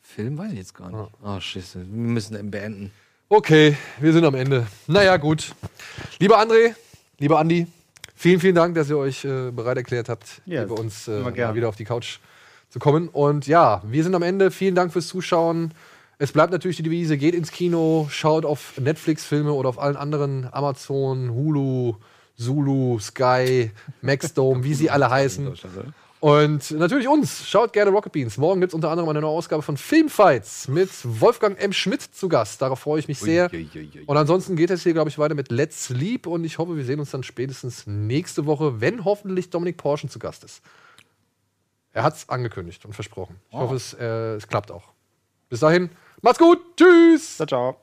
S3: Film weiß ich jetzt gar nicht. Oh, Scheiße, wir müssen den beenden.
S1: Okay, wir sind am Ende. Naja, gut. Lieber André, lieber Andi, vielen, vielen Dank, dass ihr euch äh, bereit erklärt habt,
S2: Ja,
S1: hier bei uns äh,
S2: immer
S1: mal
S2: gern.
S1: wieder auf die Couch zu kommen. Und ja, wir sind am Ende. Vielen Dank fürs Zuschauen. Es bleibt natürlich die Devise, geht ins Kino, schaut auf Netflix-Filme oder auf allen anderen Amazon, Hulu, Zulu, Sky, Maxdome, wie sie alle heißen. Und natürlich uns. Schaut gerne Rocket Beans. Morgen gibt es unter anderem eine neue Ausgabe von Filmfights mit Wolfgang M. Schmidt zu Gast. Darauf freue ich mich sehr. Und ansonsten geht es hier, glaube ich, weiter mit Let's Sleep. Und ich hoffe, wir sehen uns dann spätestens nächste Woche, wenn hoffentlich Dominik Porschen zu Gast ist. Er hat es angekündigt und versprochen. Ich hoffe, es, äh, es klappt auch. Bis dahin, macht's gut. Tschüss.
S2: Ciao, ciao.